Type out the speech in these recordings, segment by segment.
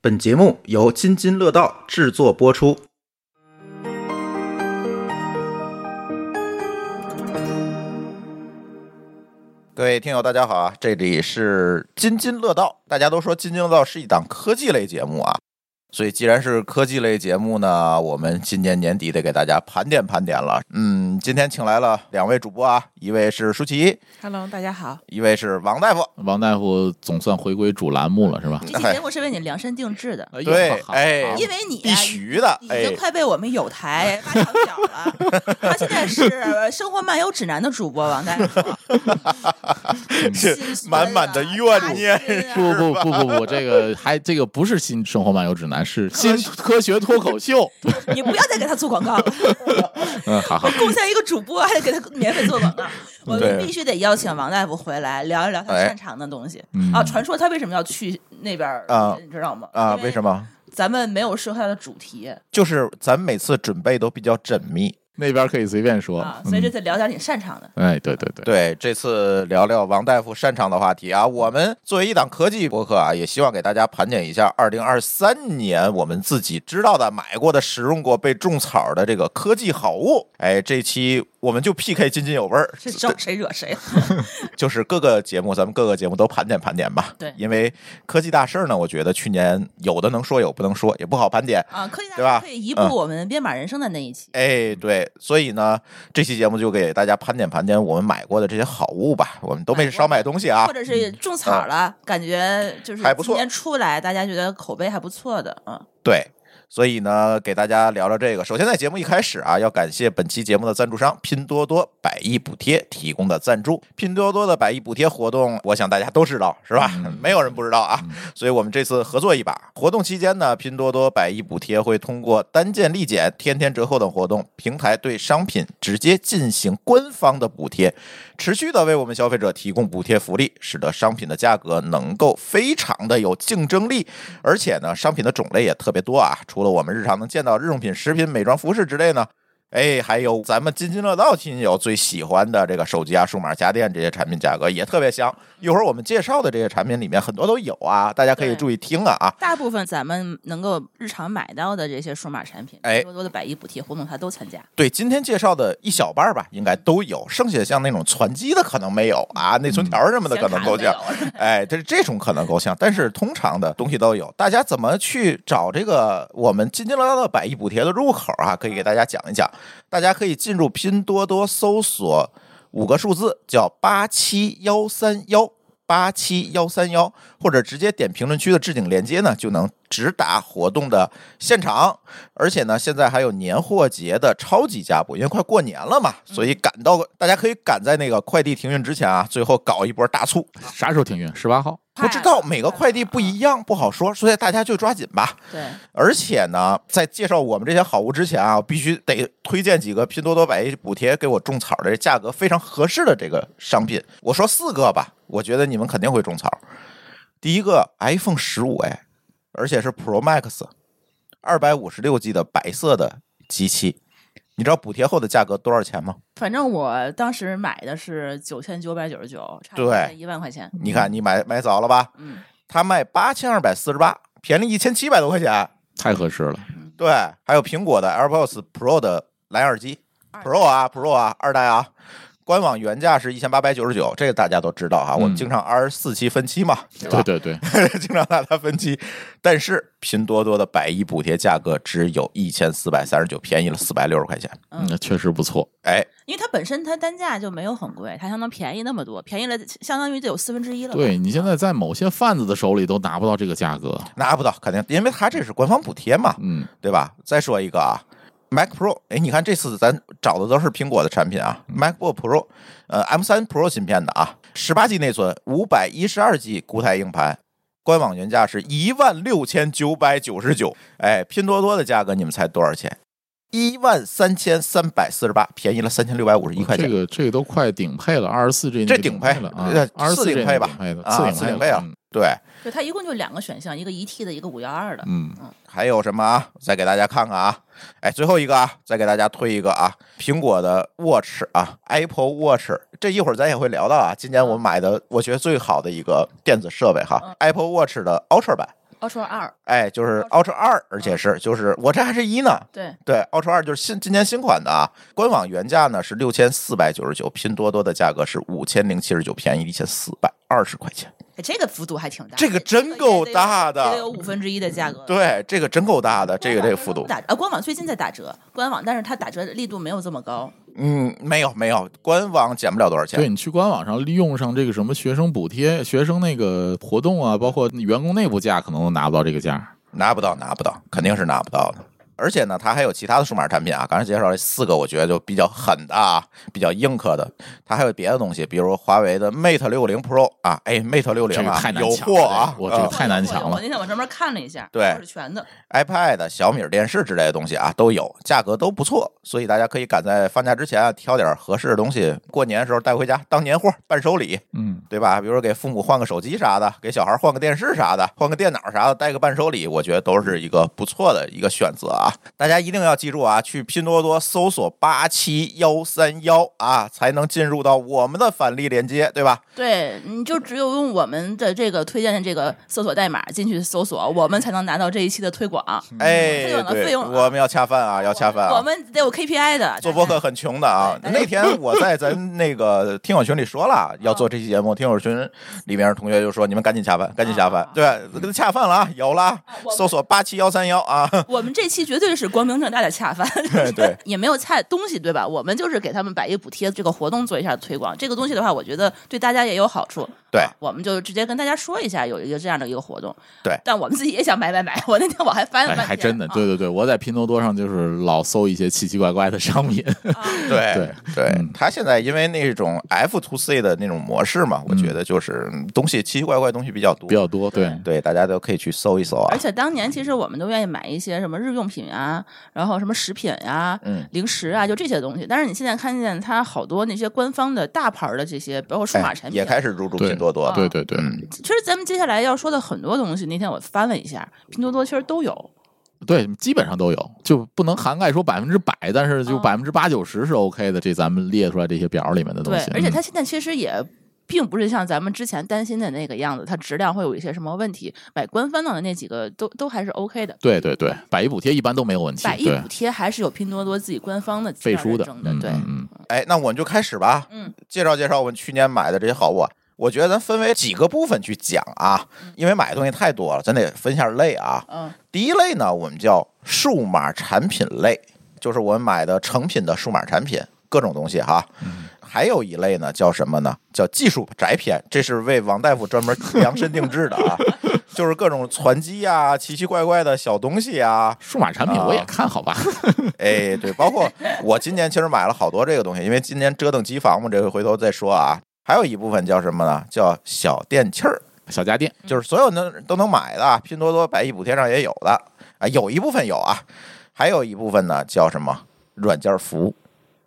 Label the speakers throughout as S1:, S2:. S1: 本节目由津津乐道制作播出。各位听友，大家好啊！这里是津津乐道。大家都说津津乐道是一档科技类节目啊，所以既然是科技类节目呢，我们今年年底得给大家盘点盘点了。嗯，今天请来了两位主播啊，一位是舒淇，
S2: Hello，大家好。
S1: 一位是王大夫。
S3: 王大夫总算回归主栏目了，是吧？
S2: 这期节目是为你量身定制的，
S3: 哎呦
S1: 对
S3: 好好
S1: 哎
S3: 好
S2: 因为你
S1: 必
S2: 啊
S1: 须的，
S2: 已
S1: 哎，
S2: 经快被我们有 台挖墙脚了。他现在是《生活漫游指南》的主播王大夫，
S1: 是
S2: 心酸
S1: 满满的怨念
S2: 啊 扎心啊
S3: 不不不不不，这个还这个不是新生活漫游指南，是新科学脱口秀。
S2: 你不要再给他做广告了。
S3: 嗯，好好，
S2: 贡献一个主播，还得给他免费做广告。我们
S1: 对
S2: 必须得邀请王大夫回来聊一聊他
S1: 哎嗯
S2: 擅长的东西啊。传说他为什么要去那边儿
S1: 啊
S2: 你知道吗？
S1: 啊，
S2: 因
S1: 为什？么？
S2: 咱们没有说他的主题
S1: 就是咱每次准备都比较缜密。
S3: 那边可以随便说
S2: 啊，。所
S1: 嗯
S2: 以这次聊点你擅长的。
S3: 嗯哎，对对对，
S1: 对，这次聊聊王大夫擅长的话题啊。我们作为一档科技博客啊，也希望给大家盘点一下二零二三年我们自己知道的、买过的、使用过、被种草的这个科技好物。哎，这期我们就 PK 津津有味儿，
S2: 这招谁惹谁了？
S1: 就是各个节目，咱们各个节目都盘点盘点吧。
S2: 对
S1: 因为科技大事儿呢，我觉得去年有的能说，有不能说，也不好盘点。
S2: 啊，科技大
S1: 对吧
S2: 学可以移步
S1: 嗯
S2: 我们编码人生的那一期。
S1: 哎，对，所以呢，这期节目就给大家盘点盘点我们买过的这些好物吧。我们都没少买东西啊
S2: 或，者是种草了，感觉就是
S1: 还不错
S2: 今年出来，大家觉得口碑还不错的，嗯，
S1: 对。所以呢，给大家聊聊这个。首先，在节目一开始啊，要感谢本期节目的赞助商拼多多百亿补贴提供的赞助。拼多多的百亿补贴活动，我想大家都知道是吧？没有人不知道啊。所以我们这次合作一把。活动期间呢，拼多多百亿补贴会通过单件立减、天天折扣等活动，平台对商品直接进行官方的补贴，持续的为我们消费者提供补贴福利，使得商品的价格能够非常的有竞争力。而且呢，商品的种类也特别多啊，除了我们日常能见到的日用品、食品、美妆、服饰之类呢。哎，还有咱们津津乐道亲友最喜欢的这个手机啊、数码家电这些产品，价格也特别香。一会儿我们介绍的这些产品里面很多都有啊，大家可以
S2: 对
S1: 注意听啊啊。
S2: 大部分咱们能够日常买到的这些数码产品，
S1: 哎
S2: 拼多多的百亿补贴活动它都参加。
S1: 对，今天介绍的一小半儿吧，应该都有，剩下像那种攒机的可能没有啊，内存条儿什么的
S2: 嗯
S1: 可能够呛。
S2: 像
S1: 哎，这这种可能够呛，但是通常的东西都有。大家怎么去找这个我们津津乐道的百亿补贴的入口啊？可以给大家讲一讲。大家可以进入拼多多搜索五个数字，叫八七幺三幺。八七幺三幺，或者直接点评论区的置顶链接呢，就能直达活动的现场。而且呢，现在还有年货节的超级加补，因为快过年了嘛，所以赶到大家可以赶在那个快递停运之前啊，最后搞一波大促。
S3: 啥时候停运？十八号。
S1: 不知道每个快递不一样，不好说，所以大家就抓紧吧。
S2: 对，
S1: 而且呢，在介绍我们这些好物之前啊，我必须得推荐几个拼多多百亿补贴给我种草的价格非常合适的这个商品。我说四个吧，我觉得你们肯定会种草。第一个 iPhone 十五哎，而且是 Pro Max，二百五十六 G 的白色的机器，你知道补贴后的价格多少钱吗？
S2: 反正我当时买的是九千九百九十九，差不多
S1: 对
S2: 一万块钱。
S1: 你看你买买早了吧？
S2: 嗯，
S1: 它卖八千二百四十八，便宜一千七百多块钱。
S3: 太合适了，
S1: 对，还有苹果的 AirPods Pro 的蓝牙耳机，Pro 啊，Pro 啊，二代啊。官网原价是一千八百九十九，这个大家都知道哈、我们经常二十四期分期嘛，对吧
S3: 对？对对，
S1: 经常拿它分期。但是拼多多的百亿补贴价格只有一千四百三十九，便宜了四百六十块钱。
S3: 那确实不错。
S1: 哎，
S2: 因为它本身它单价就没有很贵，它相当便宜那么多，便宜了相当于得有四分之一了吧。
S3: 对你现在在某些贩子的手里都拿不到这个价格。
S1: 拿不到，肯定，因为它这是官方补贴嘛，
S3: 嗯，
S1: 对吧？再说一个啊，Mac Pro，哎，你看这次咱找的都是苹果的产品啊，MacBook
S3: 嗯
S1: Pro，呃，M 3 Pro 芯片的啊，十八 G 内存，五百一十二 G 固态硬盘，官网原价是一万六千九百九十九，哎，拼多多的价格你们猜多少钱？一万三千三百四十八，便宜了三千六百五十一块钱。
S3: 这个这个都快顶配了，二十四 G
S1: 这
S3: 顶
S1: 顶配
S3: 了
S1: 呃
S3: 啊，二十
S1: 四
S3: 四 G
S1: 顶配吧
S3: 顶配的，嗯
S1: 啊
S3: 四
S1: 四
S3: 顶
S1: 顶配啊
S3: 了
S1: 对，
S2: 对，它一共就两个选项，一个一 T 的，一个五幺二的。
S3: 嗯，
S1: 还有什么啊？再给大家看看啊！哎，最后一个啊，再给大家推一个啊，苹果的 Watch 啊，Apple Watch，这一会儿咱也会聊到啊。今年我买的，我觉得最好的一个电子设备哈、a p p l e Watch 的 Ultra 版，
S2: Ultra 二，
S1: 哎，就是 Ultra 二，而且是就是我这还是一呢。
S2: 对，
S1: 对，Ultra 二就是新今年新款的啊，官网原价呢是六千四百九十九，拼多多的价格是五千零七十九，便宜一千四百二十块钱。
S2: 哎这个幅度还挺大的，
S1: 这个真够大的
S2: 这个有五分之一的价格。
S1: 对，这个真够大的，这个这个幅度
S2: 官网，打呃，官网最近在打折，官网，但是它打折力度没有这么高。
S1: 嗯，没有没有，官网减不了多少
S3: 对
S1: 钱。
S3: 你去官网上利用上这个什么学生补贴、学生那个活动啊，包括员工内部价，可能都拿不到这个价。
S1: 拿不到，拿不到，肯定是拿不到的。而且呢，它还有其他的数码产品啊，刚才介绍了四个，我觉得就比较狠的啊，比较硬核的。它还有别的东西，比如华为的 Mate 六零 Pro 啊，哎，Mate 六
S3: 这
S1: 零
S3: 个
S1: 啊
S3: 太，难
S1: 有
S3: 抢了哎
S1: 货啊，
S3: 我这个
S1: 嗯
S3: 太难抢了
S2: 我那天我专门看了一下，
S1: 对
S2: 都是全的。
S1: iPad、小米电视之类的东西啊都有，价格都不错，所以大家可以赶在放假之前啊挑点合适的东西，过年的时候带回家当年货、伴手礼，
S3: 嗯，
S1: 对吧？比如说给父母换个手机啥的，给小孩换个电视啥的，换个电脑啥的，带个伴手礼，我觉得都是一个不错的一个选择啊！大家一定要记住啊，去拼多多搜索八七幺三幺啊，才能进入到我们的返利链接，对吧？
S2: 对，你就只有用我们的这个推荐的这个搜索代码进去搜索，我们才能拿到这一期的推广。
S1: 哎
S2: 费用，了费
S1: 对，
S2: 用了
S1: 我们要恰饭啊，要恰饭啊！
S2: 我们得有 KPI 的。
S1: 做播客很穷的啊！
S2: 对对
S1: 那天我在咱那 个听友群里说了，
S2: 嗯
S1: 要做这期节目，听友群里面同学就说：“你们赶紧下饭，赶紧下饭
S2: 啊！”
S1: 对，给他恰饭了啊，有了
S2: 我，们
S1: 搜索八七幺三幺 啊！
S2: 我们这期绝对是光明正大的 恰饭，
S1: 对对，
S2: 也没有恰东西，对吧？我们就是给他们百亿补贴这个活动做一下推广。这个东西的话，我觉得对大家也有好处。
S1: 对
S2: 啊我们就直接跟大家说一下有一个这样的一个活动。
S1: 对
S2: 但我们自己也想买买买。我那天我还翻了半
S3: 哎，
S2: 天，
S3: 还真的，
S2: 啊
S3: 对对对，我在拼多多上就是老搜一些奇奇怪怪的商品。
S2: 啊
S1: 对
S3: 对
S1: 对
S3: 嗯，
S1: 他现在因为那种 F to C 的那种模式嘛，我觉得就是嗯东西奇奇怪怪的东西比较多
S3: 比，较 多，对，
S1: 对，大家都可以去搜一搜啊
S2: 而。且当年其实我们都愿意买一些什么日用品啊，然后什么食品啊、
S1: 嗯
S2: 零食啊，就这些东西。但是你现在看见它好多那些官方的大牌儿的这些，包括数
S1: 哎
S2: 码产品，
S1: 也开始入驻拼多多了，
S3: 对对对
S1: 嗯，
S2: 其实咱们接下来要说的很多东西，那天我翻了一下，拼多多其实都有。
S3: 对，基本上都有，就不能涵盖说百分之百，但是就
S2: 啊
S3: 百分之八九十是 OK 的。这咱们列出来这些表里面的东
S2: 对
S3: 西，，
S2: 而且
S3: 嗯
S2: 它现在其实也。并不是像咱们之前担心的那个样子，它质量会有一些什么问题。买官方的那几个都都还是 OK 的，
S3: 对对对，百亿补贴一般都没有问题，
S2: 百亿
S3: 对
S2: 补，贴还是有拼多多自己官方的资
S3: 废
S2: 料
S3: 书
S2: 认证的，
S3: 嗯
S2: 对，
S3: 嗯嗯
S1: 哎，那我们就开始吧。
S2: 嗯，
S1: 介绍介绍我们去年买的这些好货。我觉得咱分为几个部分去讲啊，因为买的东西太多了，咱得分一下类啊。
S2: 嗯，
S1: 第一类呢，我们叫数码产品类，就是我们买的成品的数码产品，各种东西哈。还有一类呢，叫什么呢？叫技术宅篇，这是为王大夫专门量身定制的啊，就是各种传机啊、奇奇怪怪的小东西啊，
S3: 数码产品我也看好吧，
S1: 哎，对，包括我今年其实买了好多这个东西，因为今年折腾机房嘛，这个回头再说啊。还有一部分叫什么呢？叫小电器儿，
S3: 小家电，
S2: 嗯
S1: 就是所有能都能买的啊，拼多多百亿补贴上也有的啊，有一部分有啊，还有一部分呢叫什么？软件服务，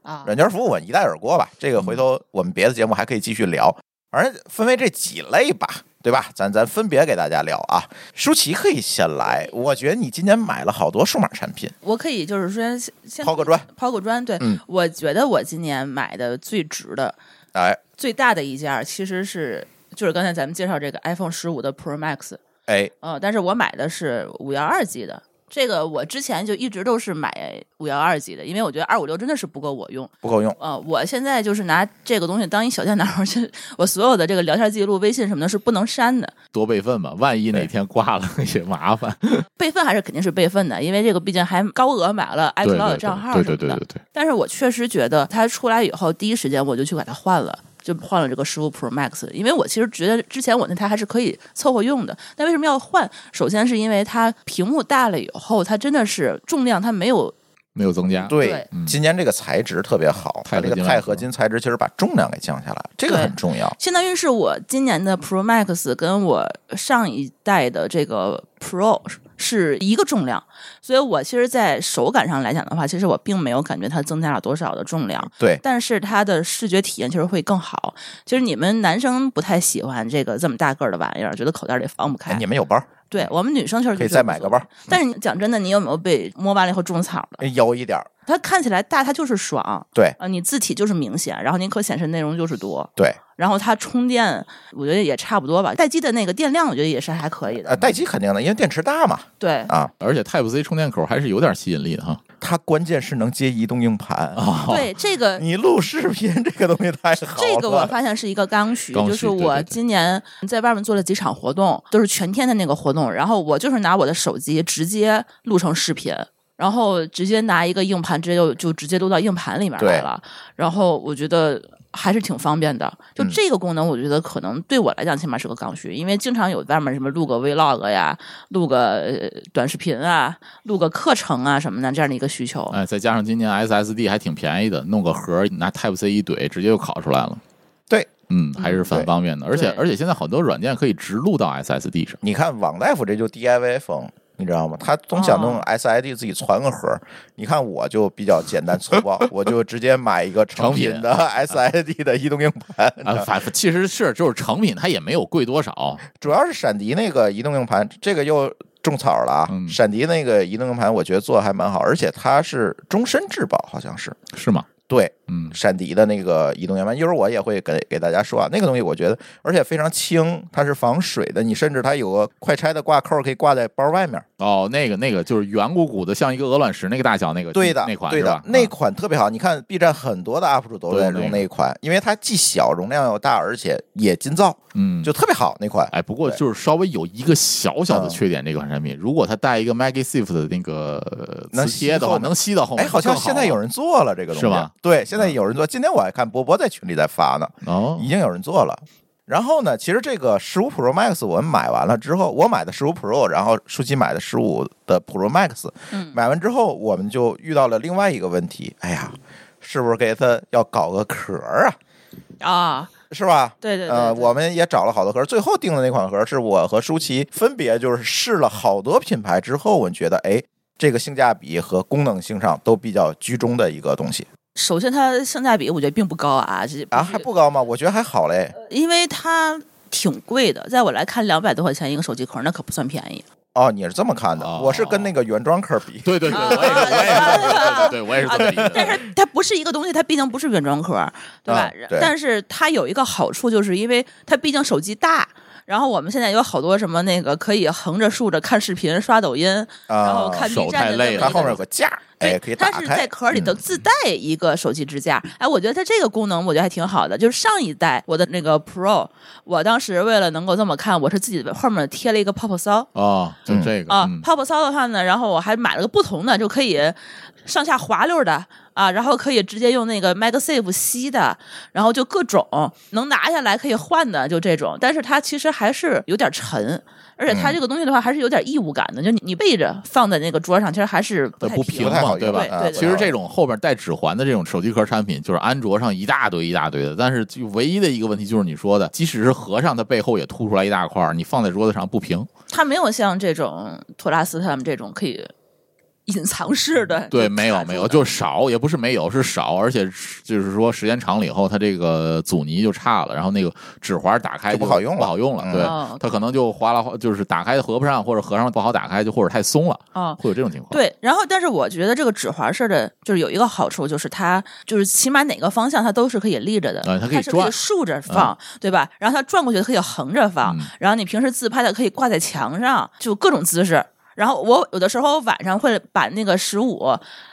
S2: 啊，嗯
S1: 软件服务我们一带而过吧，这个回头我们别的节目还可以继续聊。反正分为这几类吧，对吧？咱咱分别给大家聊啊。舒淇可以先来，我觉得你今年买了好多数码产品，
S2: 我可以就是说先先
S1: 抛个砖，
S2: 抛个砖。对，
S1: 嗯
S2: 我觉得我今年买的最值的、
S1: 哎
S2: 最大的一件儿其实是就是刚才咱们介绍这个 iPhone 十五的 Pro Max，
S1: 哎，
S2: 呃，但是我买的是五幺二 G 的。这个我之前就一直都是买五幺二 G 的，因为我觉得二五六真的是不够我用。
S1: 不够用。
S2: 呃，我现在就是拿这个东西当一小电脑儿， 就我所有的这个聊天记录、微信什么的是不能删的。
S3: 多备份吧，万一哪
S1: 对
S3: 天挂了 也麻烦。
S2: 备份还是肯定是备份的，因为这个毕竟还高额买了 iCloud
S3: 对对
S2: 的
S3: 对
S2: 账号
S3: 对
S2: 什么
S3: 对
S2: 的
S3: 对。对对，
S2: 但是我确实觉得它出来以后，第一时间我就去把它换了。就换了这个十五 Pro Max，因为我其实觉得之前我那台还是可以凑合用的，但为什么要换？首先是因为它屏幕大了以后，它真的是重量它没有
S3: 没有增加，
S1: 对
S2: 对，
S3: 嗯
S1: 今年这个材质特别好，它
S3: 钛合
S1: 这个
S3: 金啊
S1: 钛
S3: 来
S1: 合
S3: 说
S1: 金材质其实把重量给降下来，这个
S2: 对
S1: 很重要。
S2: 相当于是我今年的 Pro Max 跟我上一代的这个 Pro 是一个重量，所以我其实，在手感上来讲的话，其实我并没有感觉它增加了多少的重量，
S1: 对，
S2: 但是它的视觉体验其实会更好。就是你们男生不太喜欢这个这么大个儿的玩意儿，觉得口袋里放不开。
S1: 哎你们有包儿？
S2: 对我们女生确实
S1: 可以
S2: 觉
S1: 再
S2: 得无
S1: 买
S2: 所
S1: 个包
S2: 谓。但是你讲真的，你有没有被摸完了以后种草了？
S1: 哎有一点儿，
S2: 它看起来大，它就是爽。
S1: 对
S2: 呃，你字体就是明显，然后您可显示内容就是多，
S1: 对，
S2: 然后它充电，我觉得也差不多吧。待机的那个电量，我觉得也是还可以的。
S1: 呃，待机肯定的，因为电池大嘛，
S2: 对，
S1: 啊，
S3: 而且 Type C 充电口还是有点吸引力的哈。
S1: 它关键是能接移动硬盘。
S3: 啊，
S2: 对这个
S1: 哦你录视频这个东西太好了，
S2: 这个我发现是一个刚需，
S3: 刚需
S2: 就是
S3: 对
S2: 我
S3: 对对
S2: 今年在外面做了几场活动，都是全天的那个活动，然后我就是拿我的手机直接录成视频。然后直接拿一个硬盘，直接就就直接都到硬盘里面来了。然后我觉得还是挺方便的。
S3: 嗯
S2: 就这个功能，我觉得可能对我来讲起码是个刚需，因为经常有外面什么录个 vlog 呀，录个呃短视频啊，录个课程啊什么的这样的一个需求。
S1: 哦
S3: 哎，再加上今年 SSD 还挺便宜的，弄个盒儿拿 Type C 一怼，直接就拷出来了。
S1: 对，
S3: 嗯，还是
S1: 对
S3: 很方便的，而且
S2: 对
S3: 而且现在好多软件可以直录到 SSD 上。
S1: 你看王大夫这就 DIY 风，你知道吗？他总想弄
S2: 哦
S1: SID 自己攒个盒儿。你看我就比较简单粗暴，我就直接买一个成品的 SID 的移动硬盘。
S3: 啊，反其实是就是成品，它也没有贵多 少。
S1: 主要是闪迪那个移动硬盘，这个又种草了啊！
S3: 嗯
S1: 闪迪那个移动硬盘，我觉得做的还蛮好，而且它是终身质保，好像是。
S3: 是吗？
S1: 对，
S3: 嗯，
S1: 闪迪的那个移动圆盘，一会儿我也会给给大家说啊。那个东西我觉得，而且非常轻，它是防水的，你甚至它有个快拆的挂扣，可以挂在包外面。
S3: 哦，那个那个就是圆鼓鼓的，像一个鹅卵石那个大小那个，
S1: 对的，
S3: 那款
S1: 对
S3: 是
S1: 的
S3: 吧，
S1: 那
S3: 啊
S1: 款特别好。你看 B 站很多的 UP 主都在
S3: 对那
S1: 用
S3: 个
S1: 那一款，因为它既小，容量又大，而且也金造，
S3: 嗯，
S1: 就特别好那款。
S3: 哎，不过
S1: 对
S3: 就是稍微有一个小小的
S1: 嗯
S3: 缺点，这款产品如果它带一个 MagSafe 的那个呃
S1: 能
S3: 磁
S1: 吸
S3: 贴的话，
S1: 后面
S3: 能吸到后面
S1: 哎，
S3: 就
S1: 好
S3: 更好了，
S1: 像现在有人做了这个东西，啊
S3: 是吗？嗯
S1: 对，现在有人做。今天我还看波波在群里在发呢，
S3: 哦
S1: 已经有人做了。然后呢，其实这个十五 Pro Max 我们买完了之后，我买的十五 Pro，然后舒淇买的十五的 Pro Max，
S2: 嗯
S1: 买完之后我们就遇到了另外一个问题，哎呀，是不是给它要搞个壳儿啊？
S2: 啊，
S1: 是吧？
S2: 对对对
S1: 呃，
S2: 对
S1: 我们也找了好多盒，最后定的那款盒是我和舒淇分别就是试了好多品牌之后，我们觉得哎，这个性价比和功能性上都比较居中的一个东西
S2: 首先它的性价比我觉得并不高啊，这
S1: 啊，
S2: 是呃
S1: 还不高吗？我觉得还好嘞。
S2: 因为它挺贵的，在我来看，两百多块钱一个手机壳，那可不算便宜
S1: 哦，你是这么看的，
S3: 哦
S1: 我是跟那个原装壳比，
S3: 对对对，我也是，我也是，对对对，我也是这么理解的。
S2: 但是它不是一个东西，它毕竟不是原装壳，对吧？
S1: 啊对
S2: 但是它有一个好处，就是因为它毕竟手机大。然后我们现在有好多什么那个可以横着竖着看视频、刷抖音，然后
S1: 啊，
S2: 看
S3: 手
S2: B 站
S3: 太
S2: 的
S3: 累
S2: 那
S3: 了
S1: 它
S2: 么一
S1: 后面有
S2: 个。
S1: 个架，哎，
S2: 对，
S1: 可以打
S2: 它
S1: 开。
S2: 是在壳里头
S1: 嗯
S2: 自带一个手机支架，哎，我觉得它这个功能我觉得还挺好的。就是上一代我的那个 Pro，我当时为了能够这么看，我是自己后面贴了一个泡泡骚，
S3: 哦，就
S1: 嗯
S3: 这个
S2: 啊，
S3: 嗯
S2: 泡泡骚的话呢，然后我还买了个不同的，就可以上下滑溜的啊，然后可以直接用那个 MagSafe 吸的，然后就各种能拿下来可以换的，就这种。但是它其实还是有点沉，而且
S3: 嗯
S2: 它这个东西的话还是有点异物感的，就你你背着放在那个桌上，其实还是不
S3: 这
S2: 太
S3: 不
S1: 不
S3: 平
S1: 太
S3: 嘛，
S1: 好
S3: 对吧？
S2: 用对
S1: 啊
S2: 对
S1: 不
S2: 对
S3: 其
S1: 太
S3: 实
S1: 好
S3: 这种后边带指环的这种手机壳产品，就是安卓上一大堆一大堆的，但是就唯一的一个问题就是你说的，即使是合上，它背后也凸出来一大块儿，你放在桌子上不平。
S2: 它没有像这种托拉斯他们这种可以隐藏式的，
S3: 对，
S2: 就
S3: 没有
S2: 卡住
S3: 没有，
S2: 的
S3: 就少，也不是没有，是少，而且就是说时间长了以后，它这个阻尼就差了，然后那个指环打开
S1: 就不好用了
S3: 不好用了，
S1: 嗯
S2: 哦
S3: 对，它可能就哗啦哗，就是打开合不上，或者合上不好打开，就或者太松了，
S2: 啊。
S3: 会有这种情况。
S2: 对，然后但是我觉得这个指环式的就是有一个好处，就是它就是起码哪个方向它都是可以立着的，
S3: 啊它可以
S2: 是
S3: 转
S1: 嗯
S2: 竖着放，对吧？然后它转过去可以横着放，
S3: 嗯
S2: 然后你平时自拍的可以挂在墙上，就各种姿势。然后我有的时候晚上会把那个十五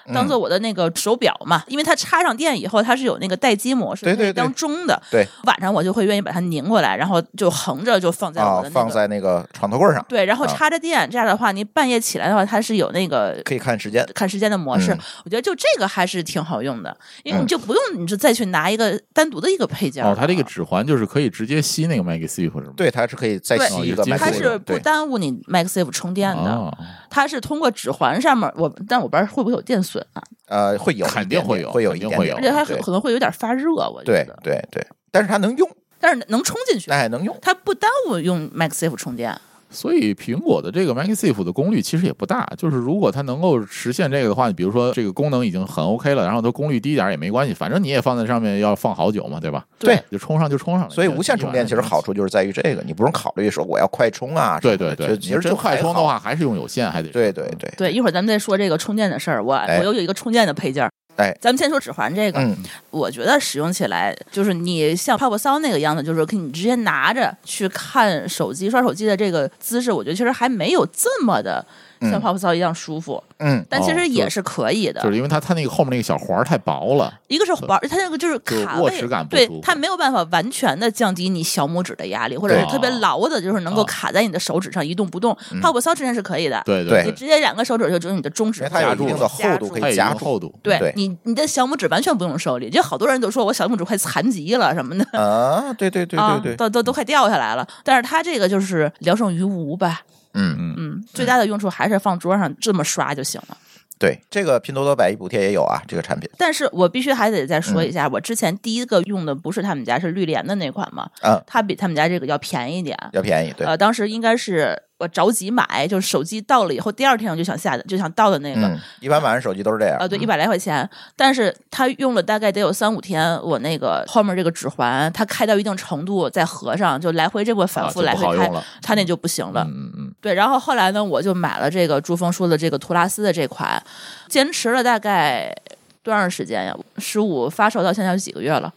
S1: 嗯
S2: 当做我的那个手表嘛，因为它插上电以后，它是有那个待机模式，
S1: 对对
S2: 可以当
S1: 对
S2: 钟的。
S1: 对
S2: 晚上我就会愿意把它拧过来，然后就横着就放在我
S1: 啊
S2: 的那个、
S1: 放在那个床头柜上，
S2: 对，然后
S1: 啊
S2: 插着电，这样的话，你半夜起来的话，它是有那个
S1: 可以看时间。
S2: 看时间的模式，
S1: 嗯
S2: 我觉得就这个还是挺好用的，因为
S1: 嗯
S2: 你就不用你就再去拿一个单独的一个配件了。
S3: 哦，它这个指环就是可以直接吸那个 MagSafe 是吗？
S1: 对，它是可以再
S2: 对
S1: 吸一个
S3: 哦也
S1: MagSafe 的，
S3: 金属
S2: 它
S3: 的
S2: 是不
S1: 对
S2: 耽误你 MagSafe 充电的，
S3: 哦
S2: 它是通过指环上面我，但我不知道会不会有电损啊，
S1: 呃会有一
S3: 肯
S1: 点
S3: 定会
S1: 点
S3: 有
S1: 会有
S3: 肯
S1: 一
S3: 定
S1: 点
S3: 会
S1: 点
S2: 而且它
S1: 哦对
S2: 可能会有点发热，我觉
S1: 对
S2: 得，
S1: 对对，但是它能用，哎
S2: 但是能充进去
S1: 那，还能用。
S2: 它不耽误用 MagSafe 充电。
S3: 所以苹果的这个 MagSafe 的功率其实也不大，就是如果它能够实现这个的话，你比如说这个功能已经很 OK 了，然后它功率低一点也没关系，反正你也放在上面要放好久嘛，对吧？
S1: 对，
S3: 就充上就充上了。
S1: 所以无线充电其实好处就是在于这个，你不用考虑说我要快充啊什
S3: 对
S1: 么
S3: 对
S1: 的。
S3: 对，
S1: 其
S3: 你
S1: 实
S3: 真
S1: 就
S3: 快
S1: 还
S3: 充的
S1: 好，
S3: 话，还是嗯用有线，还得
S1: 对对对，
S2: 对，一会儿咱们再说这个充电的事儿。我
S1: 哎
S2: 我又有一个充电的配件儿。
S1: 哎
S2: 咱们先说指环这个，
S1: 嗯，
S2: 我觉得使用起来就是你像泡泡骚那个样子，就是可以你直接拿着去看手机、刷手机的这个姿势，我觉得其实还没有这么的像
S1: 嗯
S2: 泡泡骚一样舒服，
S1: 嗯，
S2: 但其
S3: 哦
S2: 实也
S3: 就是
S2: 可以的。
S3: 就是因为它它那个后面那个小环儿太薄了，
S2: 一个是环儿，它那个就是
S3: 就是
S2: 卡
S3: 握
S2: 位，
S3: 持感不
S2: 对
S3: 舒服
S2: 它没有办法完全的降低你小拇指的压力，或者是
S3: 对
S2: 特别牢的，就是能够
S3: 啊
S2: 卡在你的手指上一动不动。泡泡骚之前是可以的，
S1: 哦
S3: 对
S1: 嗯对
S2: 你
S3: 对，
S2: 直接两个手指就只有你的中
S1: 因
S2: 指
S1: 为它有
S2: 夹
S1: 一
S2: 住
S1: 定
S2: 了
S1: 的厚度可以
S2: 夹住了
S3: 它有一
S1: 夹
S3: 个
S1: 住
S3: 厚度，
S2: 对
S1: 对
S2: 你，你的小拇指完全不用受力，就好多人都说我小拇指快残疾了什么的，
S1: 啊，对对对对
S2: 啊，
S1: 对，
S2: 都都都快掉下来了。但是它这个就是聊胜于无吧，
S1: 嗯嗯。
S2: 嗯，最大的用处还是放桌上这么刷就行了。
S1: 对，这个拼多多百亿补贴也有啊，这个产品
S2: 但是我必须还得再说
S3: 嗯
S2: 一下，我之前第一个用的不是他们家，是绿联的那款嘛，
S3: 啊
S1: 嗯
S2: 它比他们家这个要便宜一点。
S1: 要便宜，对，
S2: 呃，当时应该是我着急买，就是手机到了以后，第二天我就想下的，就想到的那个。
S1: 嗯，一般买完手机都是这样，
S2: 呃，对，
S1: 嗯
S2: 一百来块钱，但是它用了大概得有三五天，我那个后面这个指环它开到一定程度再合上，就来回这么反
S3: 啊
S2: 复
S3: 就
S2: 来
S3: 不好
S2: 回开，
S3: 用了，
S2: 它那就不行了。
S3: 嗯嗯嗯，
S2: 对，然后后来呢，我就买了这个珠峰说的这个图拉斯的这款，坚持了大概多长时间呀？十五发售到现在有几个月了？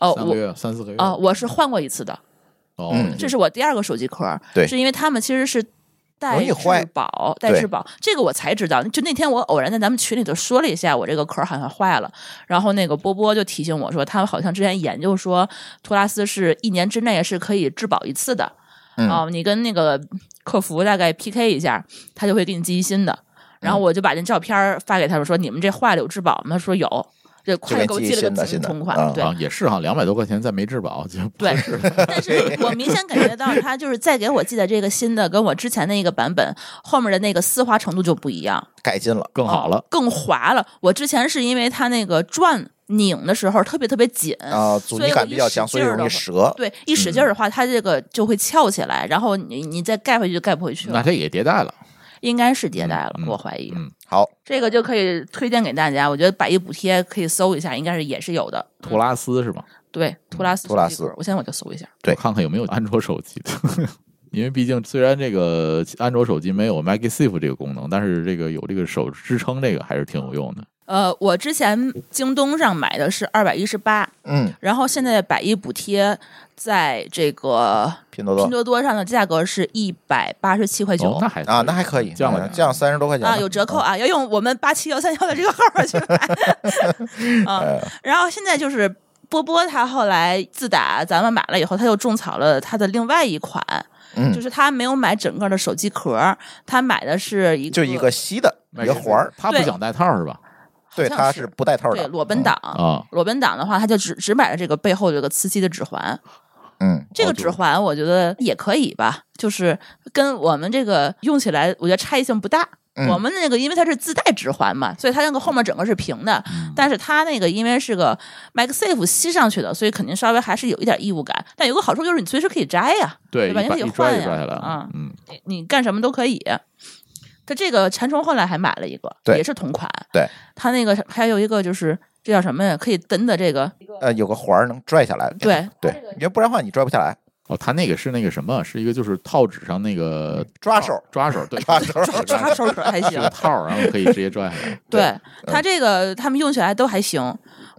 S2: 哦，
S3: 三个
S2: 我
S3: 月三四个月
S2: 啊、我是换过一次的，
S3: 哦
S1: 哦嗯，
S2: 这是我第二个手机壳儿，
S1: 对
S2: 是因为他们其实是。带
S1: 容易坏
S2: 质保，带
S1: 对
S2: 质保，这个我才知道。就那天我偶然在咱们群里头说了一下，我这个壳儿好像坏了，然后那个波波就提醒我说，他们好像之前研究说，托拉斯是一年之内是可以质保一次的，
S1: 嗯
S2: 啊、你跟那个客服大概 PK 一下，他就会给你寄一新的。然
S1: 嗯
S2: 后我就把那照片儿发给他们说，你们这坏了有质保吗？他说有，这
S1: 就
S2: 快
S1: 给
S2: 给我
S1: 寄
S2: 寄了
S1: 新
S2: 个
S1: 的
S2: 新
S1: 新的
S2: 同款，
S1: 啊
S2: 对。
S3: 啊也是哈，两百多块钱再没质保就
S2: 对，但是我明显感觉到他就是再给我寄的这个新的，跟我之前那个版本后面的那个丝滑程度就不一样，
S1: 改进了，
S3: 更好了
S2: 哦。更滑了。我之前是因为它那个转拧的时候特别特别紧，
S1: 啊，阻
S2: 嗯所以
S1: 尼
S2: 我
S1: 感
S2: 一
S1: 比较
S2: 使
S1: 强，所以
S2: 劲儿
S1: 容易
S2: 的
S1: 折，
S2: 对，一使劲儿的话，它这个就会翘起来，然后你你再盖回去就盖不回去
S3: 那
S2: 了，
S3: 这也迭代了，
S1: 嗯
S2: 应该是迭代了，
S3: 嗯嗯
S2: 我怀疑。
S3: 嗯
S1: 好，
S2: 这个就可以推荐给大家，我觉得百亿补贴可以搜一下，应该是也是有的。
S3: 图拉斯是吧？
S2: 对，图拉斯，
S1: 图拉斯
S2: 我现在我就搜一下。
S1: 对
S3: 我看看有没有安卓手机 的。因为毕竟虽然这个安卓手机没有 MagSafe 这个功能，但是这个有这个手支撑，这个还是挺有用的。哦
S2: 呃，我之前京东上买的是二百一十八，
S1: 嗯，
S2: 然后现在百亿补贴在这个
S1: 拼多多
S2: 拼多多上的价格是一百八十七块九、
S3: 哦，那还
S1: 啊，那还可以，
S3: 降了
S1: 嗯
S3: 点
S1: 降三十多块钱
S2: 啊，
S1: 呢
S2: 有折扣啊，要用我们八七幺三幺的这个号儿去
S1: 哎
S2: 买啊。然后现在就是波波，他后来自打咱们买了以后，他又种草了他的另外一款，
S1: 嗯
S2: 就是他没有买整个的手机壳儿，他买的是一个
S1: 就一个吸的一个环儿，
S3: 他不想带套是吧？
S1: 对，
S2: 像
S1: 它
S2: 是
S1: 是不带套
S2: 对
S1: 的，嗯哦
S2: 裸奔党。
S3: 啊，
S2: 裸奔党的话，他就只只买了这个背后这个磁吸的指环，
S1: 嗯，
S2: 这个
S3: 哦就
S2: 指环我觉得也可以吧，就是跟我们这个用起来，我觉得差异性不大。
S1: 嗯
S2: 我们那个因为它是自带指环嘛，所以它那个后面整个是平的，
S1: 嗯
S2: 但是它那个因为是个 MagSafe 吸上去的，所以肯定稍微还是有一点异物感。但有个好处就是你随时可以摘呀、
S3: 对，
S2: 对
S3: 一
S2: 吧你
S3: 掰
S2: 可以
S3: 一拽
S2: 换
S3: 就
S2: 呀
S3: 拽下来
S2: 啊
S3: 了。嗯，
S2: 你你干什么都可以。它这个馋虫后来还买了一个，
S1: 对
S2: 也是同款。
S1: 对，
S2: 它那个还有一个就是这叫什么呀？可以蹬的 这个，
S1: 呃，有个环儿能拽下来，
S2: 对
S1: 对，因为不然的话你拽不下来，
S3: 哦，他那个是那个什么，是一个就是套纸上那个
S1: 抓手
S3: 抓手，对，
S1: 抓手
S3: 抓手
S2: 抓手指还
S3: 是
S2: 行
S3: 个。 套儿，然后可以直接 拽下来。
S2: 对它这个，他们用起来都还行，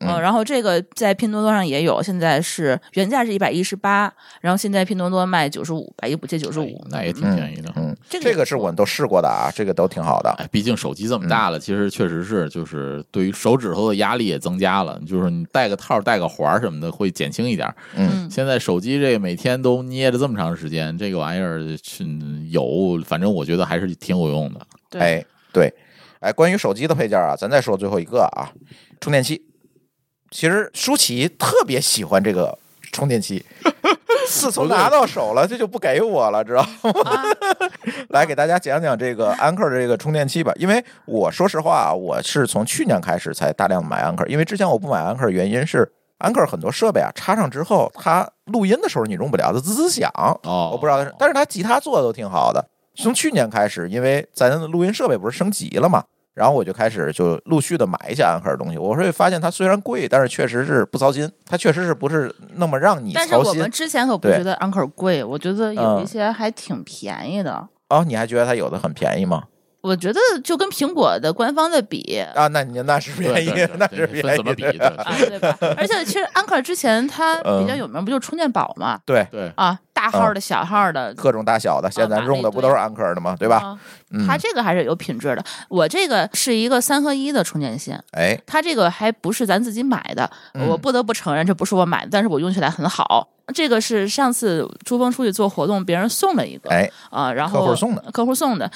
S2: 嗯、
S1: 嗯
S2: 然后这个在拼多多上也有，现在是原价是一百一十八，然后现在拼多多卖九十五，百亿补贴九十五，
S3: 哎那也挺
S1: 嗯
S3: 便宜的。
S1: 嗯，
S2: 这个
S1: 这个是我们都试过的啊，这个都挺好的，
S3: 哎，毕竟手机这
S1: 嗯
S3: 么大了，其实确实是就是对于手指头的压力也增加了，就是你带个套儿、带个环儿什么的会减轻一点儿。
S2: 嗯，
S3: 现在手机这个每天都捏着这么长时间，这个玩意儿是有，反正我觉得还是挺有用的。
S2: 对，
S1: 哎，对，哎，关于手机的配件啊，咱再说最后一个啊，充电器。其实舒淇特别喜欢这个充电器， 自从拿到手了，这就不给我了，知道吗？
S2: 啊
S1: 来给大家讲讲这个安克的这个充电器吧，因为我说实话啊，我是从去年开始才大量买安克，因为之前我不买安克，原因是 Anchor 很多设备啊，插上之后，它录音的时候你用不了，它滋滋响。
S3: 哦，
S1: 我不知道它是，但是它吉他做的都挺好的。从去年开始，因为咱的录音设备不是升级了嘛，然后我就开始就陆续的买一些安克的东西。我会发现它虽然贵，但是确实是不操心，它确实是不是那么让你
S2: 但是
S1: 操
S2: 我
S1: 心
S2: 们之前可不
S1: 对
S2: 觉得 Anchor 贵，我觉得有
S1: 嗯
S2: 一些还挺便宜的。
S1: 啊、你还觉得它有的很便宜吗？
S2: 我觉得就跟苹果的官方的比，
S1: 啊，那你那是便
S3: 对
S1: 宜
S3: 呃对 对，
S1: 那
S3: 对
S1: 是便
S3: 分
S1: 宜，
S3: 怎么比
S1: 对吧
S3: 对
S2: 啊，对吧？而且其实 Anchor 之前它
S1: 嗯
S2: 比较有名，不就是充电宝嘛？
S1: 对，
S3: 对，
S2: 啊，大号的、小号的，
S1: 各种大小的，现
S3: 哦
S1: 在
S2: 啊
S1: 咱用的不都是安克的吗？对吧？
S2: 啊？
S1: 嗯
S2: 它，这个还是有品质的。我这个是一个三合一的充电线，
S1: 哎，
S2: 它这个还不是咱自己买的，
S1: 嗯
S2: 我不得不承认这不是我买的，但是我用起来很好。这个是上次珠峰出去做活动，别人送了一个，
S1: 哎，
S2: 啊，然
S1: 客
S2: 后
S1: 户送的，嗯
S2: 客户送的，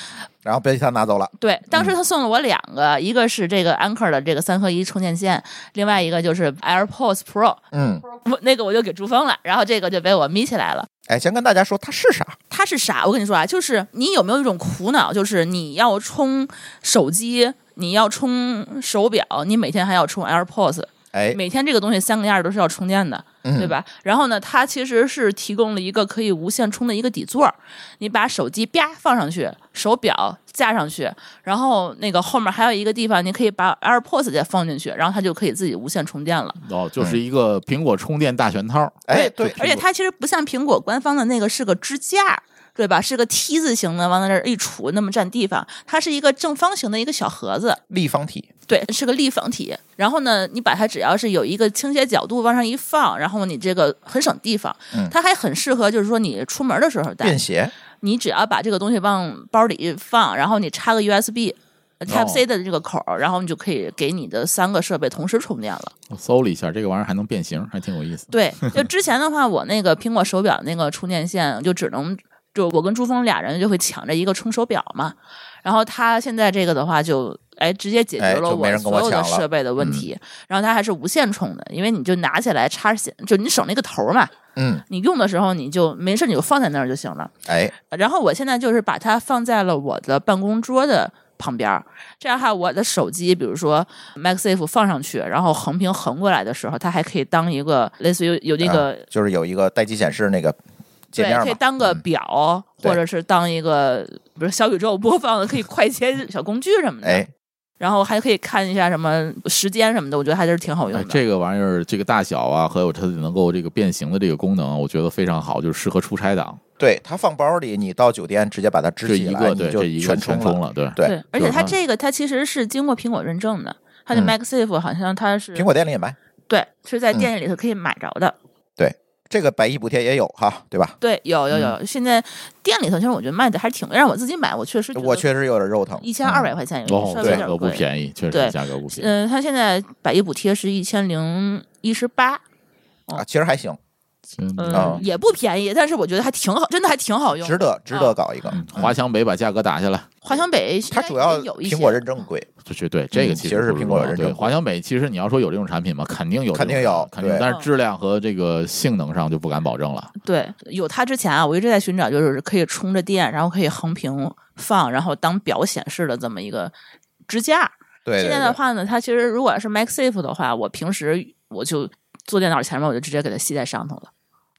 S1: 然后被他拿走了，
S2: 对，当时他送了我两个，一个是这个 Anchor 的这个三合一充电线，另外一个就是 AirPods Pro，
S1: 嗯，
S2: 我那个我就给珠峰了，然后这个就被我眯起来了。
S1: 哎，先跟大家说它是啥，
S2: 它是啥？我跟你说啊，就是你有没有一种苦恼，就是你要充手机，你要充手表，你每天还要充 AirPods，
S1: 哎，
S2: 每天这个东西三个样儿都是要充电的，
S1: 嗯
S2: 对吧？然后呢，它其实是提供了一个可以无线充的一个底座儿，你把手机啪放上去，手表架上去，然后那个后面还有一个地方，你可以把 AirPods 再放进去，然后它就可以自己无线充电了。
S3: 哦，就是一个苹果充电大全套，
S1: 哎，对，
S2: 而且它其实不像苹果官方的那个是个支架。对吧？是个 T 字形的，往那儿一杵，那么占地方。它是一个正方形的一个小盒子，
S1: 立方体，
S2: 对，是个立方体。然后呢，你把它只要是有一个倾斜角度往上一放，然后你这个很省地方，
S1: 嗯
S2: 它还很适合就是说你出门的时候带
S1: 便。携，
S2: 你只要把这个东西往包里一放，然后你插个 USB。Type C 的这个口儿，然后你就可以给你的三个设备同时充电了。
S3: 我搜了一下，这个玩意儿还能变形，还挺有意思。
S2: 对，就之前的话，我那个苹果手表那个充电线就只能就我跟朱峰俩人就会抢着一个充手表嘛。然后他现在这个的话就，哎直接解
S1: 哎
S2: 决了
S1: 就没
S2: 我
S1: 人跟我
S2: 所有的
S1: 抢了嗯
S2: 设备的问题。然后它还是无线充的，因为你就拿起来插线，就你省那个头儿嘛。
S1: 嗯，
S2: 你用的时候你就没事你就放在那儿就行了。
S1: 哎，
S2: 然后我现在就是把它放在了我的办公桌的旁边儿，这样的话，我的手机，比如说 MagSafe 放上去，然后横屏横过来的时候，它还可以当一个类似于有那个、
S1: 啊就是有一个待机显示那个界面
S2: 对，可以
S1: 嘛，
S2: 当个
S1: 嗯
S2: 表，
S1: 对
S2: 或者是当一个比如小宇宙播放的，可以快捷小工具什么的。
S1: 哎，
S2: 然后还可以看一下什么时间什么的，我觉得还是挺好用
S3: 哎，
S2: 的。
S3: 这个玩意儿，这个大小啊，还有它能够这个变形的这个功能，我觉得非常好，就是适合出差党。
S1: 对，它放包里，你到酒店直接把它支
S3: 这
S1: 起
S3: 一
S1: 来，
S3: 个
S1: 哎你
S3: 对，
S1: 就
S3: 这一个
S1: 全
S3: 全
S1: 充了。
S3: 了，对，
S1: 对
S2: 对，而且它
S3: 就是
S2: 这个它其实是经过苹果认证的，它的
S1: 嗯
S2: MagSafe 好像它是、
S1: 苹果店里也卖，
S2: 对是在
S1: 嗯
S2: 店里头可以买着的。
S1: 这个百亿补贴也有哈，对吧？
S2: 对，有有
S1: 嗯
S2: 有，现在店里头其实我觉得卖的还挺，让我自己买，我确实
S1: 我确实有点肉疼，
S2: 一千二百块钱，有
S3: 哦
S2: 稍，微有
S3: 价
S2: 点
S3: 格不
S2: 贵。
S3: 便宜，确实
S2: 对
S3: 价格不便宜。
S2: 嗯，它现在百亿补贴是一千零一十八，
S1: 嗯啊，其实还行，
S3: 嗯，
S1: 啊
S2: 嗯，也不便宜，但是我觉得还挺好，真的还挺好用
S1: 值
S2: 的。
S1: 得值得搞一个。
S3: 华强北把价格打下来，
S2: 华强北应
S1: 它
S2: 该
S1: 主要
S2: 也有一些
S1: 苹果认证贵，
S3: 这绝对这个
S1: 嗯
S3: 其
S1: 其实是
S3: 不
S1: 苹果
S3: 重要
S1: 认证
S3: 对
S1: 过
S3: 华强北，其实你要说有这种产品嘛，肯定有
S1: 肯
S3: 这种产
S1: 定
S3: 品，
S1: 有
S3: 肯定有
S1: 对，
S3: 但是质量和这个性能上就不敢保证了。
S2: 对有它之前啊，我一直在寻找，就是可以充着电，然后可以横屏放，然后当表显示的这么一个支架。
S1: 对
S2: 啊
S1: 对
S2: 现在的
S1: 对，
S2: 话呢，它其实如果是 MagSafe 的话，我平时我就坐电脑前面，我就直接给它吸在上头了。